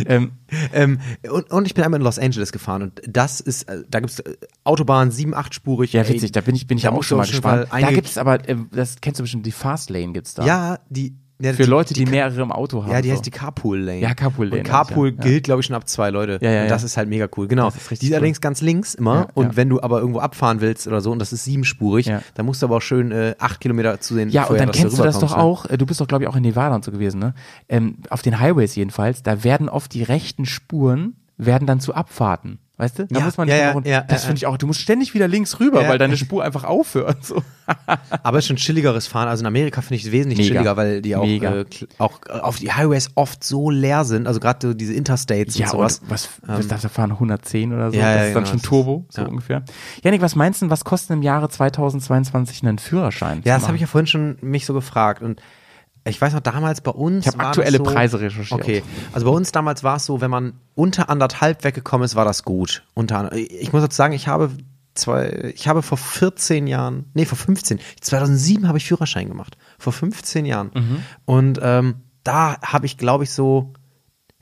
S2: Ähm,
S1: Ähm, und, und ich bin einmal in Los Angeles gefahren und das ist, äh, da gibt es Autobahn sieben, achtspurig.
S2: ja,
S1: Ey,
S2: witzig, da bin ich, bin ich
S1: da
S2: auch
S1: musst
S2: schon
S1: du
S2: mal
S1: auf jeden Fall
S2: gespannt. Da äh,
S1: einige-
S2: gibt's aber, ähm, das kennst du bestimmt, die Fastlane gibt's da.
S1: Ja, die, Ja,
S2: für
S1: die-
S2: Leute, die,
S1: die-
S2: mehrere im Auto haben.
S1: Ja, die
S2: so.
S1: heißt die Carpool Lane.
S2: Ja, Carpool Lane
S1: Und Carpool
S2: heißt, ja.
S1: gilt, glaube ich, schon ab zwei Leute.
S2: Ja, ja,
S1: und das
S2: ja.
S1: ist halt mega cool. Genau.
S2: Das ist richtig
S1: die ist
S2: cool.
S1: allerdings ganz links immer.
S2: Ja,
S1: und
S2: ja.
S1: wenn du aber irgendwo abfahren willst oder so, und das ist siebenspurig,
S2: Ja.
S1: dann musst du aber auch schön äh, acht Kilometer zu den
S2: Ja, und
S1: vorher,
S2: dann
S1: dass
S2: kennst du das doch
S1: rüberkommst, ne?
S2: auch. äh, Du bist doch, glaube ich, auch in Nevada und so gewesen, ne? Ähm, auf den Highways jedenfalls, da werden oft die rechten Spuren, werden dann zu Abfahrten. Weißt du? Da
S1: Ja,
S2: muss man
S1: ja,
S2: nicht
S1: ja,
S2: mehr runter.
S1: ja,
S2: das
S1: ja,
S2: finde ich auch. Du musst ständig wieder links rüber,
S1: Ja.
S2: weil deine Spur einfach aufhört. So.
S1: Aber es ist schon chilligeres Fahren. Also in Amerika finde ich es wesentlich
S2: Mega.
S1: chilliger, weil die auch,
S2: Mega.
S1: äh, kl- auch äh, auf die Highways oft so leer sind. Also gerade so diese Interstates
S2: Ja,
S1: und sowas. Ähm.
S2: und was, was darfst du fahren? 110 oder so?
S1: Ja, ja,
S2: das ist dann
S1: genau,
S2: schon
S1: das
S2: Turbo, so
S1: ja.
S2: ungefähr. Janik, was meinst du, denn, was kostet im Jahre 2022 einen Führerschein?
S1: Ja, das habe ich ja vorhin schon mich so gefragt und ich weiß noch damals bei uns.
S2: Ich hab
S1: war das
S2: aktuelle
S1: so,
S2: Preise recherchiert.
S1: Okay, also bei uns damals war es so, wenn man unter anderthalb weggekommen ist, war das gut. Unter, ander- ich muss dazu sagen, ich habe zwei, ich habe vor 14 Jahren, nee vor 15, 2007 habe ich Führerschein gemacht. Vor 15 Jahren
S2: Mhm.
S1: und ähm, da habe ich glaube ich so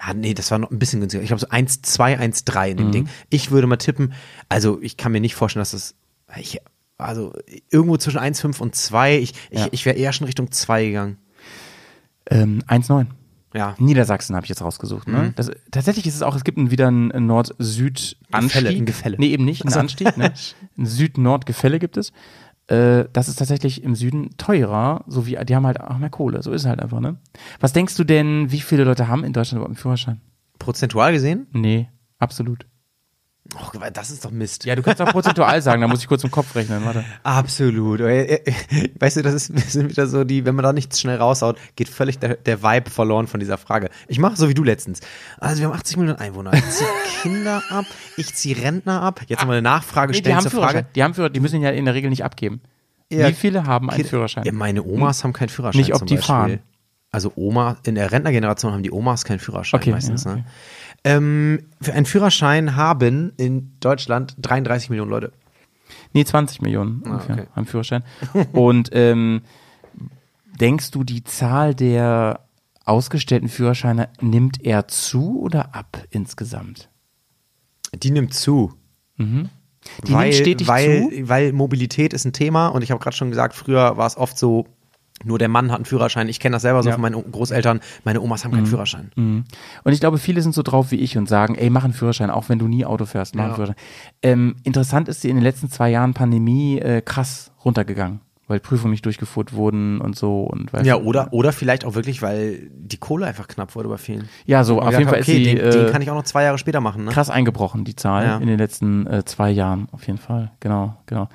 S1: ja, nee, das war noch ein bisschen günstiger. Ich glaube so 1, 2, 1, 3
S2: Mhm.
S1: in dem Ding. Ich würde mal tippen, also ich kann mir nicht vorstellen, dass das, ich, also irgendwo zwischen 1, 5 und 2, ich,
S2: Ja.
S1: ich, ich wäre eher schon Richtung 2 gegangen.
S2: Ähm, 1,9.
S1: Ja.
S2: Niedersachsen habe ich jetzt rausgesucht. Ne? Das, tatsächlich ist es auch, es gibt einen- wieder einen einen Nord-Süd-Anstieg.
S1: Gefälle, ein Gefälle.
S2: Nee, eben nicht, einen Anstieg. Ne? Ein Süd-Nord-Gefälle gibt es. Äh, das ist tatsächlich im Süden teurer, so wie, die haben halt auch mehr Kohle. So ist es halt einfach, ne? Was denkst du denn, wie viele Leute haben in Deutschland überhaupt einen Führerschein?
S1: Prozentual gesehen?
S2: Nee, absolut.
S1: Och, das ist doch Mist.
S2: Ja, du kannst auch prozentual sagen, da muss ich kurz im Kopf rechnen, warte.
S1: Absolut. Weißt du, das ist das sind wieder so die, wenn man da nichts schnell raushaut, geht völlig der, der Vibe verloren von dieser Frage. Ich mache so wie du letztens. Also wir haben 80 Millionen Einwohner. Ich ziehe Kinder ab, ich ziehe Rentner ab. Jetzt haben wir eine Nachfrage
S2: Nee,
S1: stellen
S2: die haben
S1: zur Frage.
S2: Führerschein. Die haben Führer, die müssen ihn ja in der Regel nicht abgeben.
S1: Ja,
S2: wie viele haben einen
S1: Kind-
S2: Führerschein? Hm.
S1: Ja, meine Omas haben keinen Führerschein.
S2: Nicht, ob
S1: zum
S2: die
S1: Beispiel.
S2: fahren.
S1: Also Oma, in der Rentnergeneration haben die Omas keinen Führerschein
S2: Okay,
S1: meistens.
S2: ja, okay.
S1: Ne? Ähm, für einen Führerschein haben in Deutschland 33 Millionen Leute.
S2: Nee, 20 Millionen ungefähr
S1: Ah, okay.
S2: am Führerschein. Und ähm, denkst du, die Zahl der ausgestellten Führerscheine nimmt eher zu oder ab insgesamt?
S1: Die nimmt zu.
S2: Die
S1: weil,
S2: nimmt stetig
S1: weil,
S2: zu.
S1: weil Mobilität ist ein Thema und ich habe gerade schon gesagt, früher war es oft so, nur der Mann hat einen Führerschein. Ich kenne das selber so
S2: Ja. Mhm.
S1: von meinen Großeltern. Meine Omas haben keinen Führerschein.
S2: Und ich glaube, viele sind so drauf wie ich und sagen, ey, mach einen Führerschein, auch wenn du nie Auto fährst, mach einen
S1: Ja.
S2: Führerschein. Ähm, interessant ist die in den letzten zwei Jahren Pandemie äh, krass runtergegangen, weil Prüfungen nicht durchgeführt wurden und so. Und weil
S1: Ja, oder, oder vielleicht auch wirklich, weil die Kohle einfach knapp wurde bei vielen.
S2: Ja,
S1: Und
S2: so, auf
S1: gesagt
S2: jeden Fall
S1: haben,
S2: ist
S1: okay,
S2: die,
S1: den, den
S2: äh,
S1: kann ich auch noch zwei Jahre später machen. Ne?
S2: krass eingebrochen, die Zahl
S1: Ja.
S2: in den letzten äh, zwei Jahren, auf jeden Fall. Genau, genau.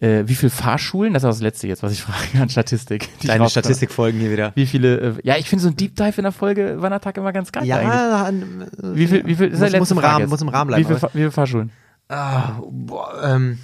S2: Äh, wie viele Fahrschulen, das ist das letzte jetzt, was ich frage an Statistik. die ich
S1: Deine
S2: raus-
S1: Statistikfolgen hier wieder.
S2: Wie viele, äh, ja, ich finde so ein Deep Dive in der Folge Wannertag immer ganz geil eigentlich.
S1: an-
S2: Wie viel, wie viel, das ist
S1: muss, muss,
S2: die letzte
S1: im
S2: Frage
S1: Rahmen,
S2: jetzt.
S1: muss im Rahmen
S2: Wie viele,
S1: bleiben.
S2: Fa- wie viele Fahrschulen?
S1: aber- äh, Boah, ähm,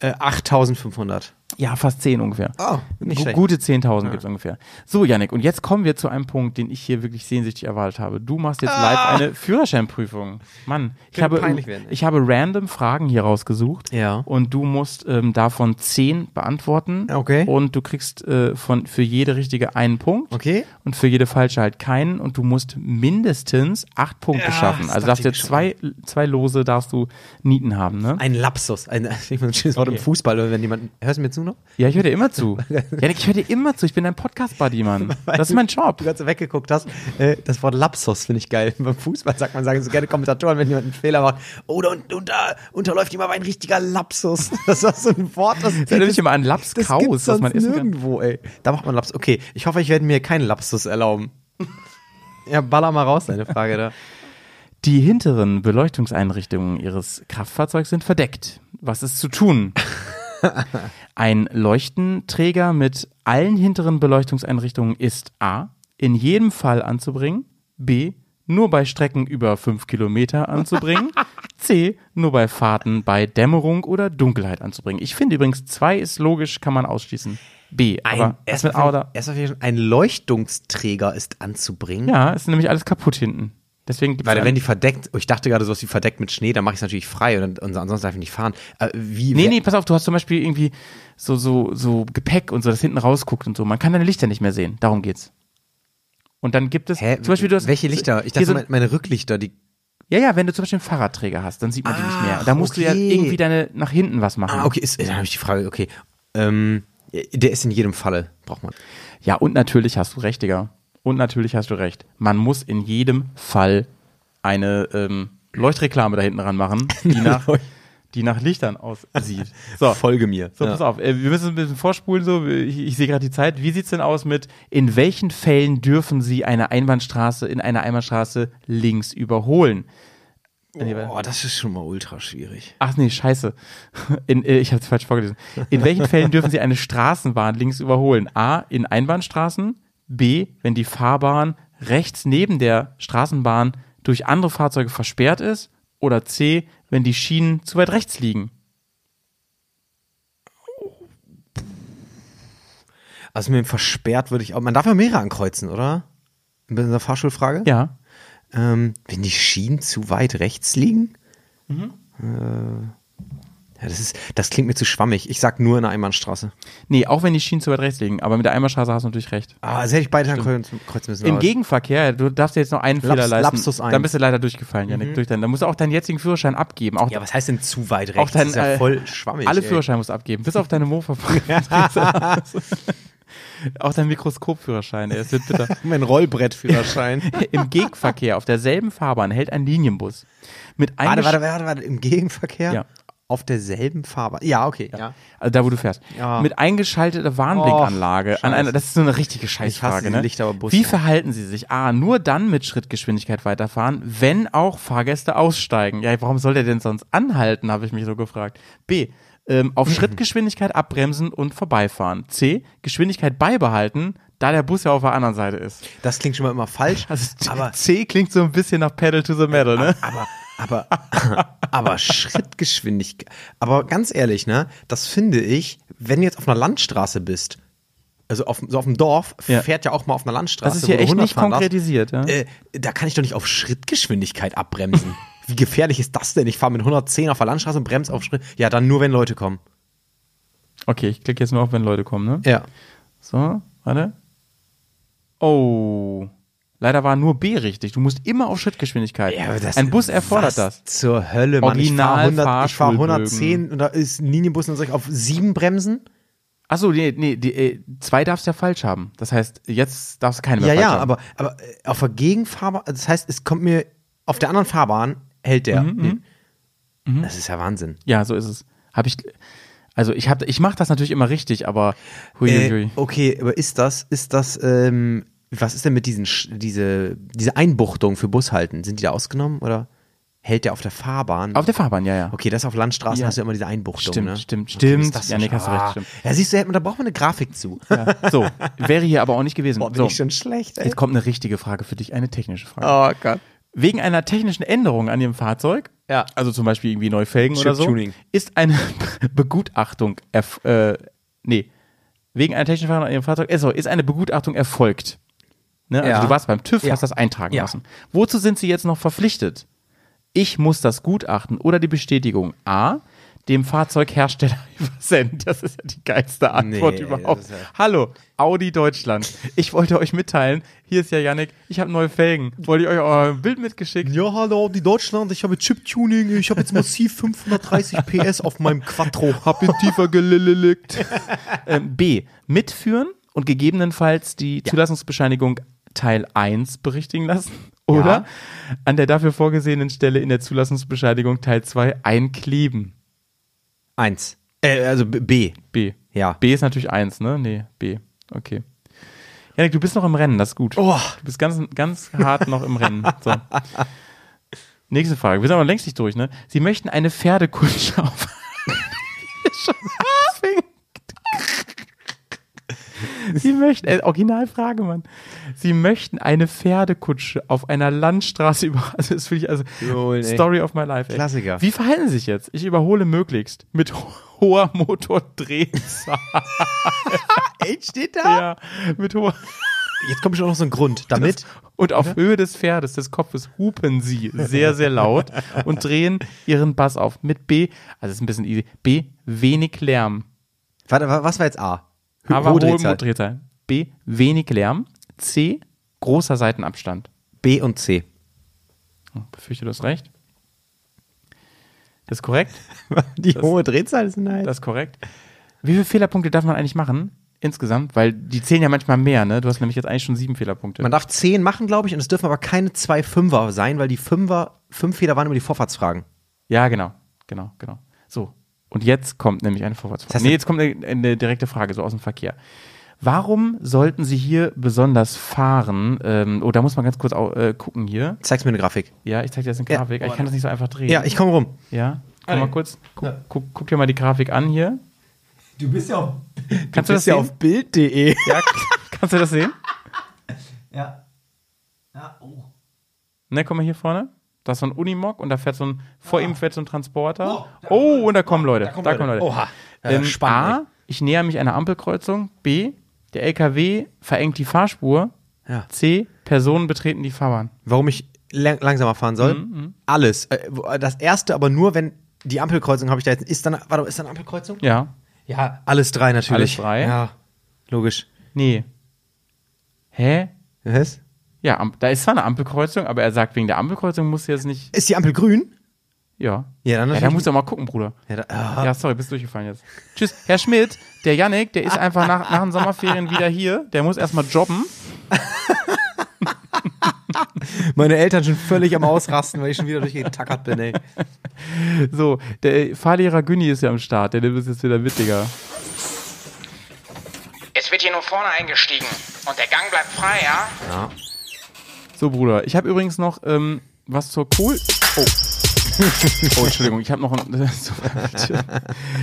S1: äh, 8500.
S2: Ja, fast zehn ungefähr.
S1: Oh, nicht
S2: Gu-
S1: schlecht.
S2: Gute 10.000 gibt's ungefähr. So, Yannick, und jetzt kommen wir zu einem Punkt, den ich hier wirklich sehnsüchtig erwartet habe. Du machst jetzt live eine Führerscheinprüfung. Mann, ich habe,
S1: Ah. peinlich werden, ey.
S2: ich habe random Fragen hier rausgesucht.
S1: Ja.
S2: Und du musst ähm, davon 10 beantworten.
S1: Okay.
S2: Und du kriegst äh, von, für jede richtige einen Punkt.
S1: Okay.
S2: Und für jede falsche halt keinen. Und du musst mindestens acht Punkte
S1: Ja,
S2: schaffen.
S1: das
S2: Also
S1: dachte
S2: darfst
S1: ich
S2: du
S1: mir
S2: jetzt
S1: schon.
S2: zwei, zwei Lose, darfst du Nieten haben, ne?
S1: Ein Lapsus. Ein, ich finde ein schönes Wort im
S2: Okay.
S1: Fußball, wenn jemand. Hörst du mir zu noch?
S2: Ja, ich höre dir immer zu. Janik, ich höre dir immer zu. Ich bin dein Podcast-Buddy, Mann. Das ist mein Job.
S1: Du gerade so weggeguckt hast. Äh, das Wort Lapsus finde ich geil. Beim Fußball sagt man, sagen so gerne Kommentatoren, wenn jemand einen Fehler macht. Oh, da, und, und da unterläuft ihm aber ein richtiger Lapsus. Das ist so ein Wort, das.
S2: Das erinnert mich immer an Lapskaus,
S1: gibt's
S2: was man
S1: sonst
S2: essen kann.
S1: nirgendwo, ey. Da macht man Lapsus. Okay, ich hoffe, ich werde mir keinen Lapsus erlauben. Ja, baller mal raus, deine Frage da.
S2: Die hinteren Beleuchtungseinrichtungen Ihres Kraftfahrzeugs sind verdeckt. Was ist zu tun? Ein Leuchtenträger mit allen hinteren Beleuchtungseinrichtungen ist A. In jedem Fall anzubringen. B. Nur bei Strecken über fünf Kilometer anzubringen. C. Nur bei Fahrten bei Dämmerung oder Dunkelheit anzubringen. Ich finde übrigens, zwei ist logisch, kann man ausschließen. B.
S1: Ein,
S2: aber was
S1: erstmal
S2: mit A oder?
S1: für- erstmal für- ein Leuchtungsträger ist anzubringen.
S2: Ja, ist nämlich alles kaputt hinten. Deswegen gibt's
S1: Weil
S2: einen-
S1: wenn die verdeckt, oh, ich dachte gerade sowas wie verdeckt mit Schnee, dann mache ich es natürlich frei und, und ansonsten darf ich nicht fahren. Äh, wie,
S2: Nee,
S1: wer-
S2: nee, pass auf, du hast zum Beispiel irgendwie so, so, so Gepäck und so, das hinten rausguckt und so. Man kann deine Lichter nicht mehr sehen. Darum geht's. Und dann gibt es
S1: Hä?
S2: zum Beispiel du hast,
S1: welche Lichter? Ich
S2: hier
S1: dachte,
S2: so,
S1: meine, meine Rücklichter, die.
S2: ja, ja, wenn du zum Beispiel einen Fahrradträger hast, dann sieht man die nicht mehr. Da musst du ja
S1: Ah, okay.
S2: irgendwie deine nach hinten was machen.
S1: Ah, okay, ist, dann habe ich die Frage, okay. Ähm, Der ist in jedem Falle, braucht man.
S2: Ja, und natürlich hast du recht, Digga. Und natürlich hast du recht. Man muss in jedem Fall eine ähm, Leuchtreklame da hinten ran machen, die nach, die nach Lichtern aussieht. So,
S1: Folge mir.
S2: so
S1: ja.
S2: pass auf. Äh, wir müssen ein bisschen vorspulen. So. Ich, ich sehe gerade die Zeit. Wie sieht es denn aus mit, in welchen Fällen dürfen Sie eine Einbahnstraße in einer Einbahnstraße links überholen?
S1: Oh, das ist schon mal ultra schwierig.
S2: Ach nee, scheiße. In, äh, ich habe es falsch vorgelesen. In welchen Fällen dürfen Sie eine Straßenbahn links überholen? A. In Einbahnstraßen. B. Wenn die Fahrbahn rechts neben der Straßenbahn durch andere Fahrzeuge versperrt ist. Oder C. Wenn die Schienen zu weit rechts liegen.
S1: Also mit dem versperrt würde ich auch. Man darf ja mehrere ankreuzen, oder? Mit einer Fahrschulfrage?
S2: Ja.
S1: Ähm, wenn die Schienen zu weit rechts liegen?
S2: Mhm.
S1: Äh, ja, das, ist, das klingt mir zu schwammig. Ich sag nur in der Einbahnstraße.
S2: Nee, auch wenn die Schienen zu weit rechts liegen. Aber mit der Einbahnstraße hast du natürlich recht.
S1: Ah, das hätte ich beide ankreuzen kreuzen müssen.
S2: Im
S1: aber-
S2: Gegenverkehr, du darfst dir jetzt noch einen
S1: Laps-
S2: Fehler leisten.
S1: Lapsus ein. Mhm.
S2: Dann bist du leider durchgefallen, Janik. Durch deinen, dann musst du auch deinen jetzigen Führerschein abgeben. Auch
S1: Ja, was heißt denn zu weit rechts?
S2: auch dein,
S1: das ist ja
S2: äh,
S1: voll schwammig.
S2: Alle
S1: ey.
S2: Führerscheine musst du abgeben, bis auf deine mofa Auch dein Mikroskopführerschein, ey, es wird bitter.
S1: Mein Rollbrettführerschein.
S2: Im Gegenverkehr auf derselben Fahrbahn hält ein Linienbus mit
S1: warte,
S2: eingesch-
S1: warte, warte, warte. Im Gegenverkehr?
S2: Ja.
S1: Auf derselben Fahrbahn. Ja, okay. Ja.
S2: also da wo du fährst,
S1: Ja.
S2: mit eingeschalteter Warnblinkanlage
S1: Och,
S2: an einer
S1: Scheiße.
S2: das ist so eine richtige
S1: Ich hasse
S2: Scheißfrage,
S1: diese
S2: ne?
S1: Lichter, aber Busse.
S2: Wie verhalten sie sich? A, nur dann mit Schrittgeschwindigkeit weiterfahren, wenn auch Fahrgäste aussteigen. Ja, warum soll der denn sonst anhalten, habe ich mich so gefragt. B, ähm, auf Schrittgeschwindigkeit abbremsen und vorbeifahren. C, Geschwindigkeit beibehalten, da der Bus ja auf der anderen Seite ist.
S1: Das klingt schon mal immer falsch.
S2: Also C,
S1: aber,
S2: C klingt so ein bisschen nach Pedal to the Metal, ne?
S1: aber, aber, aber Schrittgeschwindigkeit. Aber ganz ehrlich, ne, das finde ich, wenn du jetzt auf einer Landstraße bist, also auf, so auf dem Dorf,
S2: Ja.
S1: fährt ja auch mal auf einer Landstraße.
S2: Das ist hier
S1: wo du
S2: echt
S1: 100
S2: nicht
S1: fahren darfst.
S2: konkretisiert, ne? ja.
S1: Äh, da kann ich doch nicht auf Schrittgeschwindigkeit abbremsen. Wie gefährlich ist das denn? Ich fahre mit 110 auf der Landstraße und bremse auf Schritt. Ja, dann nur, wenn Leute kommen.
S2: Okay, ich klicke jetzt nur auf, wenn Leute kommen, ne?
S1: Ja.
S2: So, warte. Oh. Leider war nur B richtig. Du musst immer auf Schrittgeschwindigkeit. Ein Bus erfordert
S1: was
S2: das.
S1: Zur Hölle, Mann. Ich fahre
S2: Original
S1: 100, ich fahr
S2: Fahrschulbögen.
S1: 110 und da ist ein Linienbus und soll ich auf 7 bremsen?
S2: Achso, nee, nee, die, äh, zwei darfst du ja falsch haben. Das heißt, jetzt darfst du keine mehr
S1: Ja, ja,
S2: falsch haben.
S1: aber, aber äh, auf der Gegenfahrbahn, also das heißt, es kommt mir, auf der anderen Fahrbahn hält der.
S2: Mhm,
S1: den. Das ist ja Wahnsinn.
S2: Ja, so ist es. Hab ich. Also ich hab, ich mache das natürlich immer richtig, aber huiuiui.
S1: Äh, okay, aber ist das, ist das, ähm, was ist denn mit diesen, Sch- diese, diese Einbuchtung für Bushalten? Sind die da ausgenommen oder hält der auf der Fahrbahn?
S2: Auf der Fahrbahn, ja, ja.
S1: okay, das auf Landstraßen
S2: Ja.
S1: hast du immer diese Einbuchtung,
S2: Stimmt,
S1: ne?
S2: stimmt,
S1: Okay, was
S2: stimmt.
S1: ist das denn
S2: Janik,
S1: schon?
S2: hast du recht,
S1: Ah.
S2: stimmt.
S1: Ja, siehst du, hätte man- da braucht man eine Grafik zu. Ja.
S2: So, wäre hier aber auch nicht gewesen.
S1: Boah, bin
S2: so,
S1: ich schon schlecht, ey.
S2: jetzt kommt eine richtige Frage für dich, eine technische Frage.
S1: Oh Gott.
S2: wegen einer technischen Änderung an ihrem Fahrzeug,
S1: Ja.
S2: also zum Beispiel irgendwie neue Felgen oder so,
S1: Chip-Tuning.
S2: ist eine Begutachtung, erf äh, nee, wegen einer technischen Änderung an ihrem Fahrzeug, äh, so, ist eine Begutachtung erfolgt. Ne? Also
S1: Ja.
S2: du warst beim TÜV,
S1: Ja.
S2: hast das eintragen
S1: Ja.
S2: lassen. Wozu sind sie jetzt noch verpflichtet? Ich muss das Gutachten oder die Bestätigung A dem Fahrzeughersteller übersenden. Das ist ja die geilste Antwort
S1: Nee,
S2: überhaupt.
S1: das ist ja-
S2: Hallo, Audi Deutschland. Ich wollte euch mitteilen, hier ist ja Yannick, ich habe neue Felgen. Wollte ich euch auch ein Bild mitgeschickt?
S1: Ja, hallo, die Deutschland, ich habe Chip-Tuning, ich habe jetzt massiv 530 PS auf meinem Quattro.
S2: Hab ihn tiefer gelilligt. ähm, B. Mitführen und gegebenenfalls die Zulassungsbescheinigung Teil 1 berichtigen lassen. Oder an der dafür vorgesehenen Stelle in der Zulassungsbescheinigung Teil 2 einkleben.
S1: Eins. Äh, also B- B.
S2: B.
S1: Ja.
S2: B ist natürlich 1, ne? Nee, B. Okay. Janik, du bist noch im Rennen, das ist gut.
S1: Oh.
S2: Du bist ganz, ganz hart noch im Rennen. So. Nächste Frage. Wir sind aber längst nicht durch, ne? Sie möchten eine Pferdekutsche auf. Schon anfing. Sie möchten, äh, Originalfrage, Mann. Sie möchten eine Pferdekutsche auf einer Landstraße über. Also, das finde ich, also,
S1: Lol, ey.
S2: Story of my life. Ey.
S1: Klassiker.
S2: Wie verhalten Sie sich jetzt? Ich überhole möglichst mit ho hoher Motordrehzahl.
S1: Echt steht da?
S2: ja, mit hoher.
S1: Jetzt kommt schon noch so ein Grund, damit
S2: Und auf Höhe des Pferdes, des Kopfes, hupen sie sehr, sehr laut und drehen ihren Bass auf. Mit B, also ist ein bisschen easy. B, wenig Lärm.
S1: Warte, wa- was war jetzt A? Hö-
S2: Aber
S1: hohe
S2: hohe
S1: Drehzahl.
S2: Motordrehzahl. B, wenig Lärm. C, großer Seitenabstand.
S1: B und C.
S2: Oh, befürchte, du hast recht. Das ist korrekt.
S1: Die
S2: hohe
S1: Drehzahl ist nein.
S2: Das ist korrekt. Wie viele Fehlerpunkte darf man eigentlich machen? Insgesamt? Weil die zählen ja manchmal mehr, ne? Du hast nämlich jetzt eigentlich schon sieben Fehlerpunkte.
S1: Man darf zehn machen, glaube ich, und es dürfen aber keine zwei Fünfer sein, weil die Fünfer, fünf Fehler waren über die Vorfahrtsfragen.
S2: ja, genau. Genau, genau. So. Und jetzt kommt nämlich eine Vorwärtsfrage.
S1: heißt,
S2: nee, jetzt kommt eine, eine direkte Frage, so aus dem Verkehr. Warum sollten Sie hier besonders fahren? Ähm, oh, da muss man ganz kurz au- äh, gucken hier.
S1: Zeig's mir eine Grafik.
S2: Ja, ich zeig dir jetzt eine
S1: Ja.
S2: Grafik. ich kann das nicht so einfach drehen.
S1: Ja, ich komme rum.
S2: Ja, guck mal kurz. Guck,
S1: Ja.
S2: guck, guck dir mal die Grafik an hier.
S1: Du bist ja auf,
S2: Kannst du, das sehen?
S1: Bild.de.
S2: Ja, kannst du das sehen?
S1: Ja.
S2: Ne, guck mal hier vorne. Da ist so ein Unimog und da fährt so ein, vor ihm fährt so ein Transporter. Oh, und da kommen Leute. Da kommen Leute.
S1: Oha. Ja,
S2: Ähm,
S1: spannend.
S2: A, ich näher mich einer Ampelkreuzung. B, der LKW verengt die Fahrspur.
S1: ey. Ja.
S2: C, Personen betreten die Fahrbahn.
S1: Warum ich lang langsamer fahren soll? Alles. Äh, wo- äh, Das erste aber nur, wenn die Ampelkreuzung habe ich da jetzt. Ist dann, warte, ist da eine Ampelkreuzung?
S2: Ja.
S1: Ja, alles drei natürlich.
S2: Alles drei?
S1: Ja, logisch.
S2: Nee. Hä?
S1: Was?
S2: Ja, am- da ist zwar eine Ampelkreuzung, aber er sagt, wegen der Ampelkreuzung muss jetzt nicht.
S1: Ist die Ampel grün?
S2: Ja.
S1: Ja, dann
S2: ja, da
S1: natürlich-
S2: musst du mal gucken, Bruder.
S1: Ja, da, ah.
S2: Ja, sorry, bist durchgefallen jetzt. Tschüss, Herr Schmidt, der Yannick, der ist einfach nach, nach den Sommerferien wieder hier. Der muss erstmal jobben.
S1: Meine Eltern schon völlig am Ausrasten, weil ich schon wieder durchgetackert bin, ey.
S2: So, der Fahrlehrer Günni ist ja am Start. Der nimmt es jetzt wieder mit, Digga.
S5: Es wird hier nur vorne eingestiegen und der Gang bleibt frei, ja?
S2: So, Bruder, ich habe übrigens noch ähm, was zur Kohl. Oh. Oh, Entschuldigung, ich habe noch einen Survival-Tipp.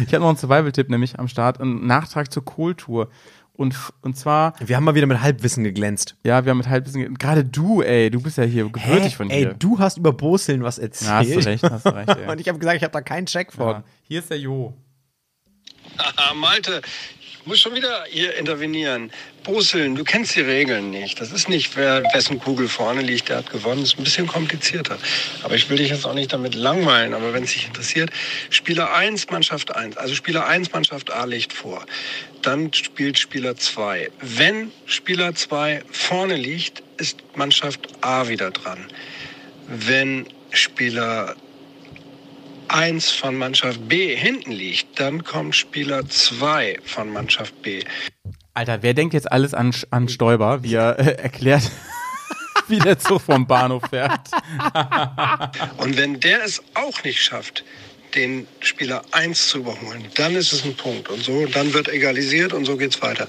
S2: Ich habe noch einen Survival-Tipp nämlich am Start, einen Nachtrag zur Kohltour. Und, f- und zwar,
S1: Wir haben mal wieder mit Halbwissen geglänzt.
S2: ja, wir haben mit halb bisschen, gerade du, ey, du bist ja hier gebürtig von hier.
S1: Ey, du hast über Boseln was
S2: ja, hast
S1: erzählt.
S2: du recht, hast du recht, ey.
S1: Und ich habe gesagt, ich habe da keinen Check von.
S2: Ja, Hier ist der Jo.
S6: Ah, Malte, ich muss schon wieder hier intervenieren. Brüsseln, du kennst die Regeln nicht. Das ist nicht, wer wessen Kugel vorne liegt, der hat gewonnen. Das ist ein bisschen komplizierter. Aber ich will dich jetzt auch nicht damit langweilen. Aber wenn es dich interessiert, Spieler 1, Mannschaft 1. Also Spieler 1, Mannschaft A legt vor. Dann spielt Spieler 2. Wenn Spieler 2 vorne liegt, ist Mannschaft A wieder dran. Wenn Spieler 1 von Mannschaft B hinten liegt, dann kommt Spieler 2 von Mannschaft B.
S2: Alter, wer denkt jetzt alles an, Sch- an Stoiber, wie er äh, erklärt, wie der Zug vom Bahnhof fährt?
S6: Und wenn der es auch nicht schafft, den Spieler 1 zu überholen, dann ist es ein Punkt. Und so, dann wird egalisiert und so geht's weiter.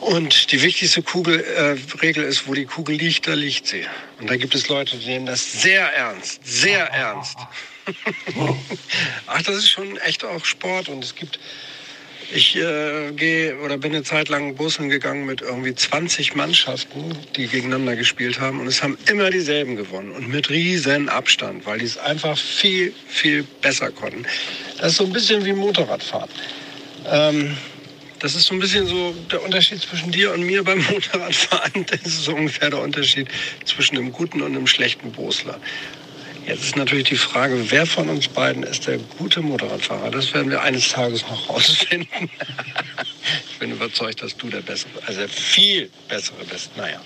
S6: Und die wichtigste Kugel, äh, Regel ist, wo die Kugel liegt, da liegt sie. Und da gibt es Leute, die nehmen das sehr ernst, sehr ernst. Ach, das ist schon echt auch Sport und es gibt Ich äh, gehe oder bin eine Zeit lang Bussen gegangen mit irgendwie 20 Mannschaften, die gegeneinander gespielt haben. Und es haben immer dieselben gewonnen und mit riesen Abstand, weil die es einfach viel, viel besser konnten. Das ist so ein bisschen wie Motorradfahren. Ähm, das ist so ein bisschen so der Unterschied zwischen dir und mir beim Motorradfahren. Das ist so ungefähr der Unterschied zwischen einem guten und einem schlechten Bosler. Jetzt ist natürlich die Frage, wer von uns beiden ist der gute Motorradfahrer? Das werden wir eines Tages noch rausfinden. ich bin überzeugt, dass du der bessere, also der viel bessere bist. Naja.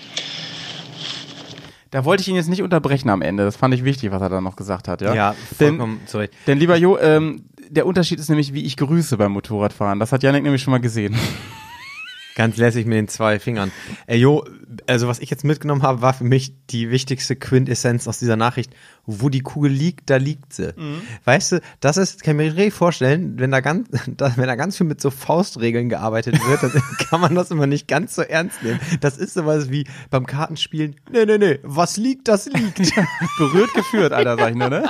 S2: Da wollte ich ihn jetzt nicht unterbrechen am Ende. Das fand ich wichtig, was er da noch gesagt hat, ja? Denn,
S1: zu Recht.
S2: denn lieber Jo, ähm, der Unterschied ist nämlich, wie ich grüße beim Motorradfahren. Das hat Janik nämlich schon mal gesehen.
S1: Ganz lässig mit den zwei Fingern. Ey, jo, also was ich jetzt mitgenommen habe, war für mich die wichtigste Quintessenz aus dieser Nachricht. Wo die Kugel liegt, da liegt sie.
S2: Mhm.
S1: Weißt du, das ist, kann ich mir richtig vorstellen, wenn da ganz, da, wenn da ganz viel mit so Faustregeln gearbeitet wird, dann kann man das immer nicht ganz so ernst nehmen. Das ist sowas wie beim Kartenspielen, nee, nee, nee, was liegt, das liegt.
S2: Berührt geführt, Alter, sag ich nur, ne?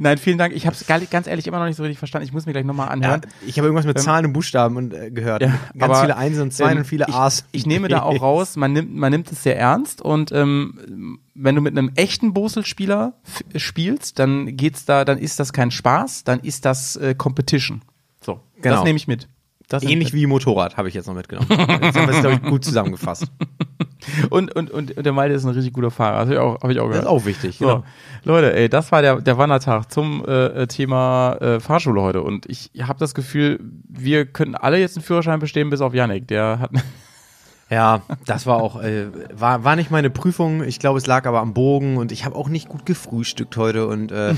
S2: Nein, vielen Dank. Ich habe es ganz ehrlich immer noch nicht so richtig verstanden. Ich muss mir gleich nochmal
S1: Ja,
S2: anhören.
S1: ich habe irgendwas mit Zahlen und Buchstaben und, äh, gehört. ganz
S2: Ähm, aber,
S1: viele Einsen und Zweien
S2: ähm,
S1: und viele
S2: ich,
S1: A's.
S2: Ich nehme da auch raus, man nimmt, man nimmt es sehr ernst und ähm, wenn du mit einem echten Boselspieler f- äh, spielst, dann geht's da, dann ist das kein Spaß, dann ist das äh, Competition. So, das
S1: Genau.
S2: nehme ich mit. Das nehme
S1: Ähnlich
S2: ich
S1: wie Motorrad habe ich jetzt noch mitgenommen. Jetzt haben wir es, glaube ich, gut zusammengefasst.
S2: mit. und, und, und, und der Malte ist ein richtig guter Fahrer, habe ich auch, hab ich auch gehört.
S1: ist auch wichtig,
S2: So,
S1: genau.
S2: Leute, ey, das war der, der Wandertag zum äh, äh, Thema äh, Fahrschule heute und ich habe das Gefühl, wir könnten alle jetzt einen Führerschein bestehen, bis auf Yannick, der hat
S1: Ja, das war auch, äh, war, war nicht meine Prüfung. Ich glaube, es lag aber am Bogen und ich habe auch nicht gut gefrühstückt heute und äh,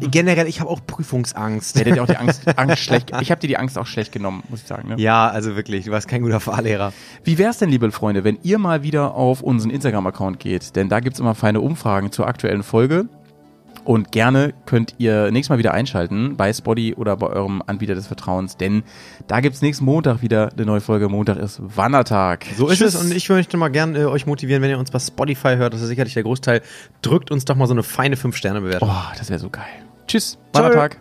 S1: generell, ich habe auch Prüfungsangst.
S2: Der hat dir auch die Angst, Angst schlecht. Ich habe dir die Angst auch schlecht genommen, muss ich sagen. Ne?
S1: Ja, also wirklich, du warst kein guter Fahrlehrer.
S2: Wie wär's denn, liebe Freunde, wenn ihr mal wieder auf unseren Instagram-Account geht? Denn da gibt's immer feine Umfragen zur aktuellen Folge. Und gerne könnt ihr nächstes Mal wieder einschalten bei Spotty oder bei eurem Anbieter des Vertrauens, denn da gibt's nächsten Montag wieder eine neue Folge. Montag ist Wandertag.
S1: So ist es und ich möchte mal gern äh, euch motivieren, wenn ihr uns bei Spotify hört, das ist sicherlich der Großteil, drückt uns doch mal so eine feine 5-Sterne-Bewertung.
S2: Oh, das wäre so geil. Tschüss, Wandertag.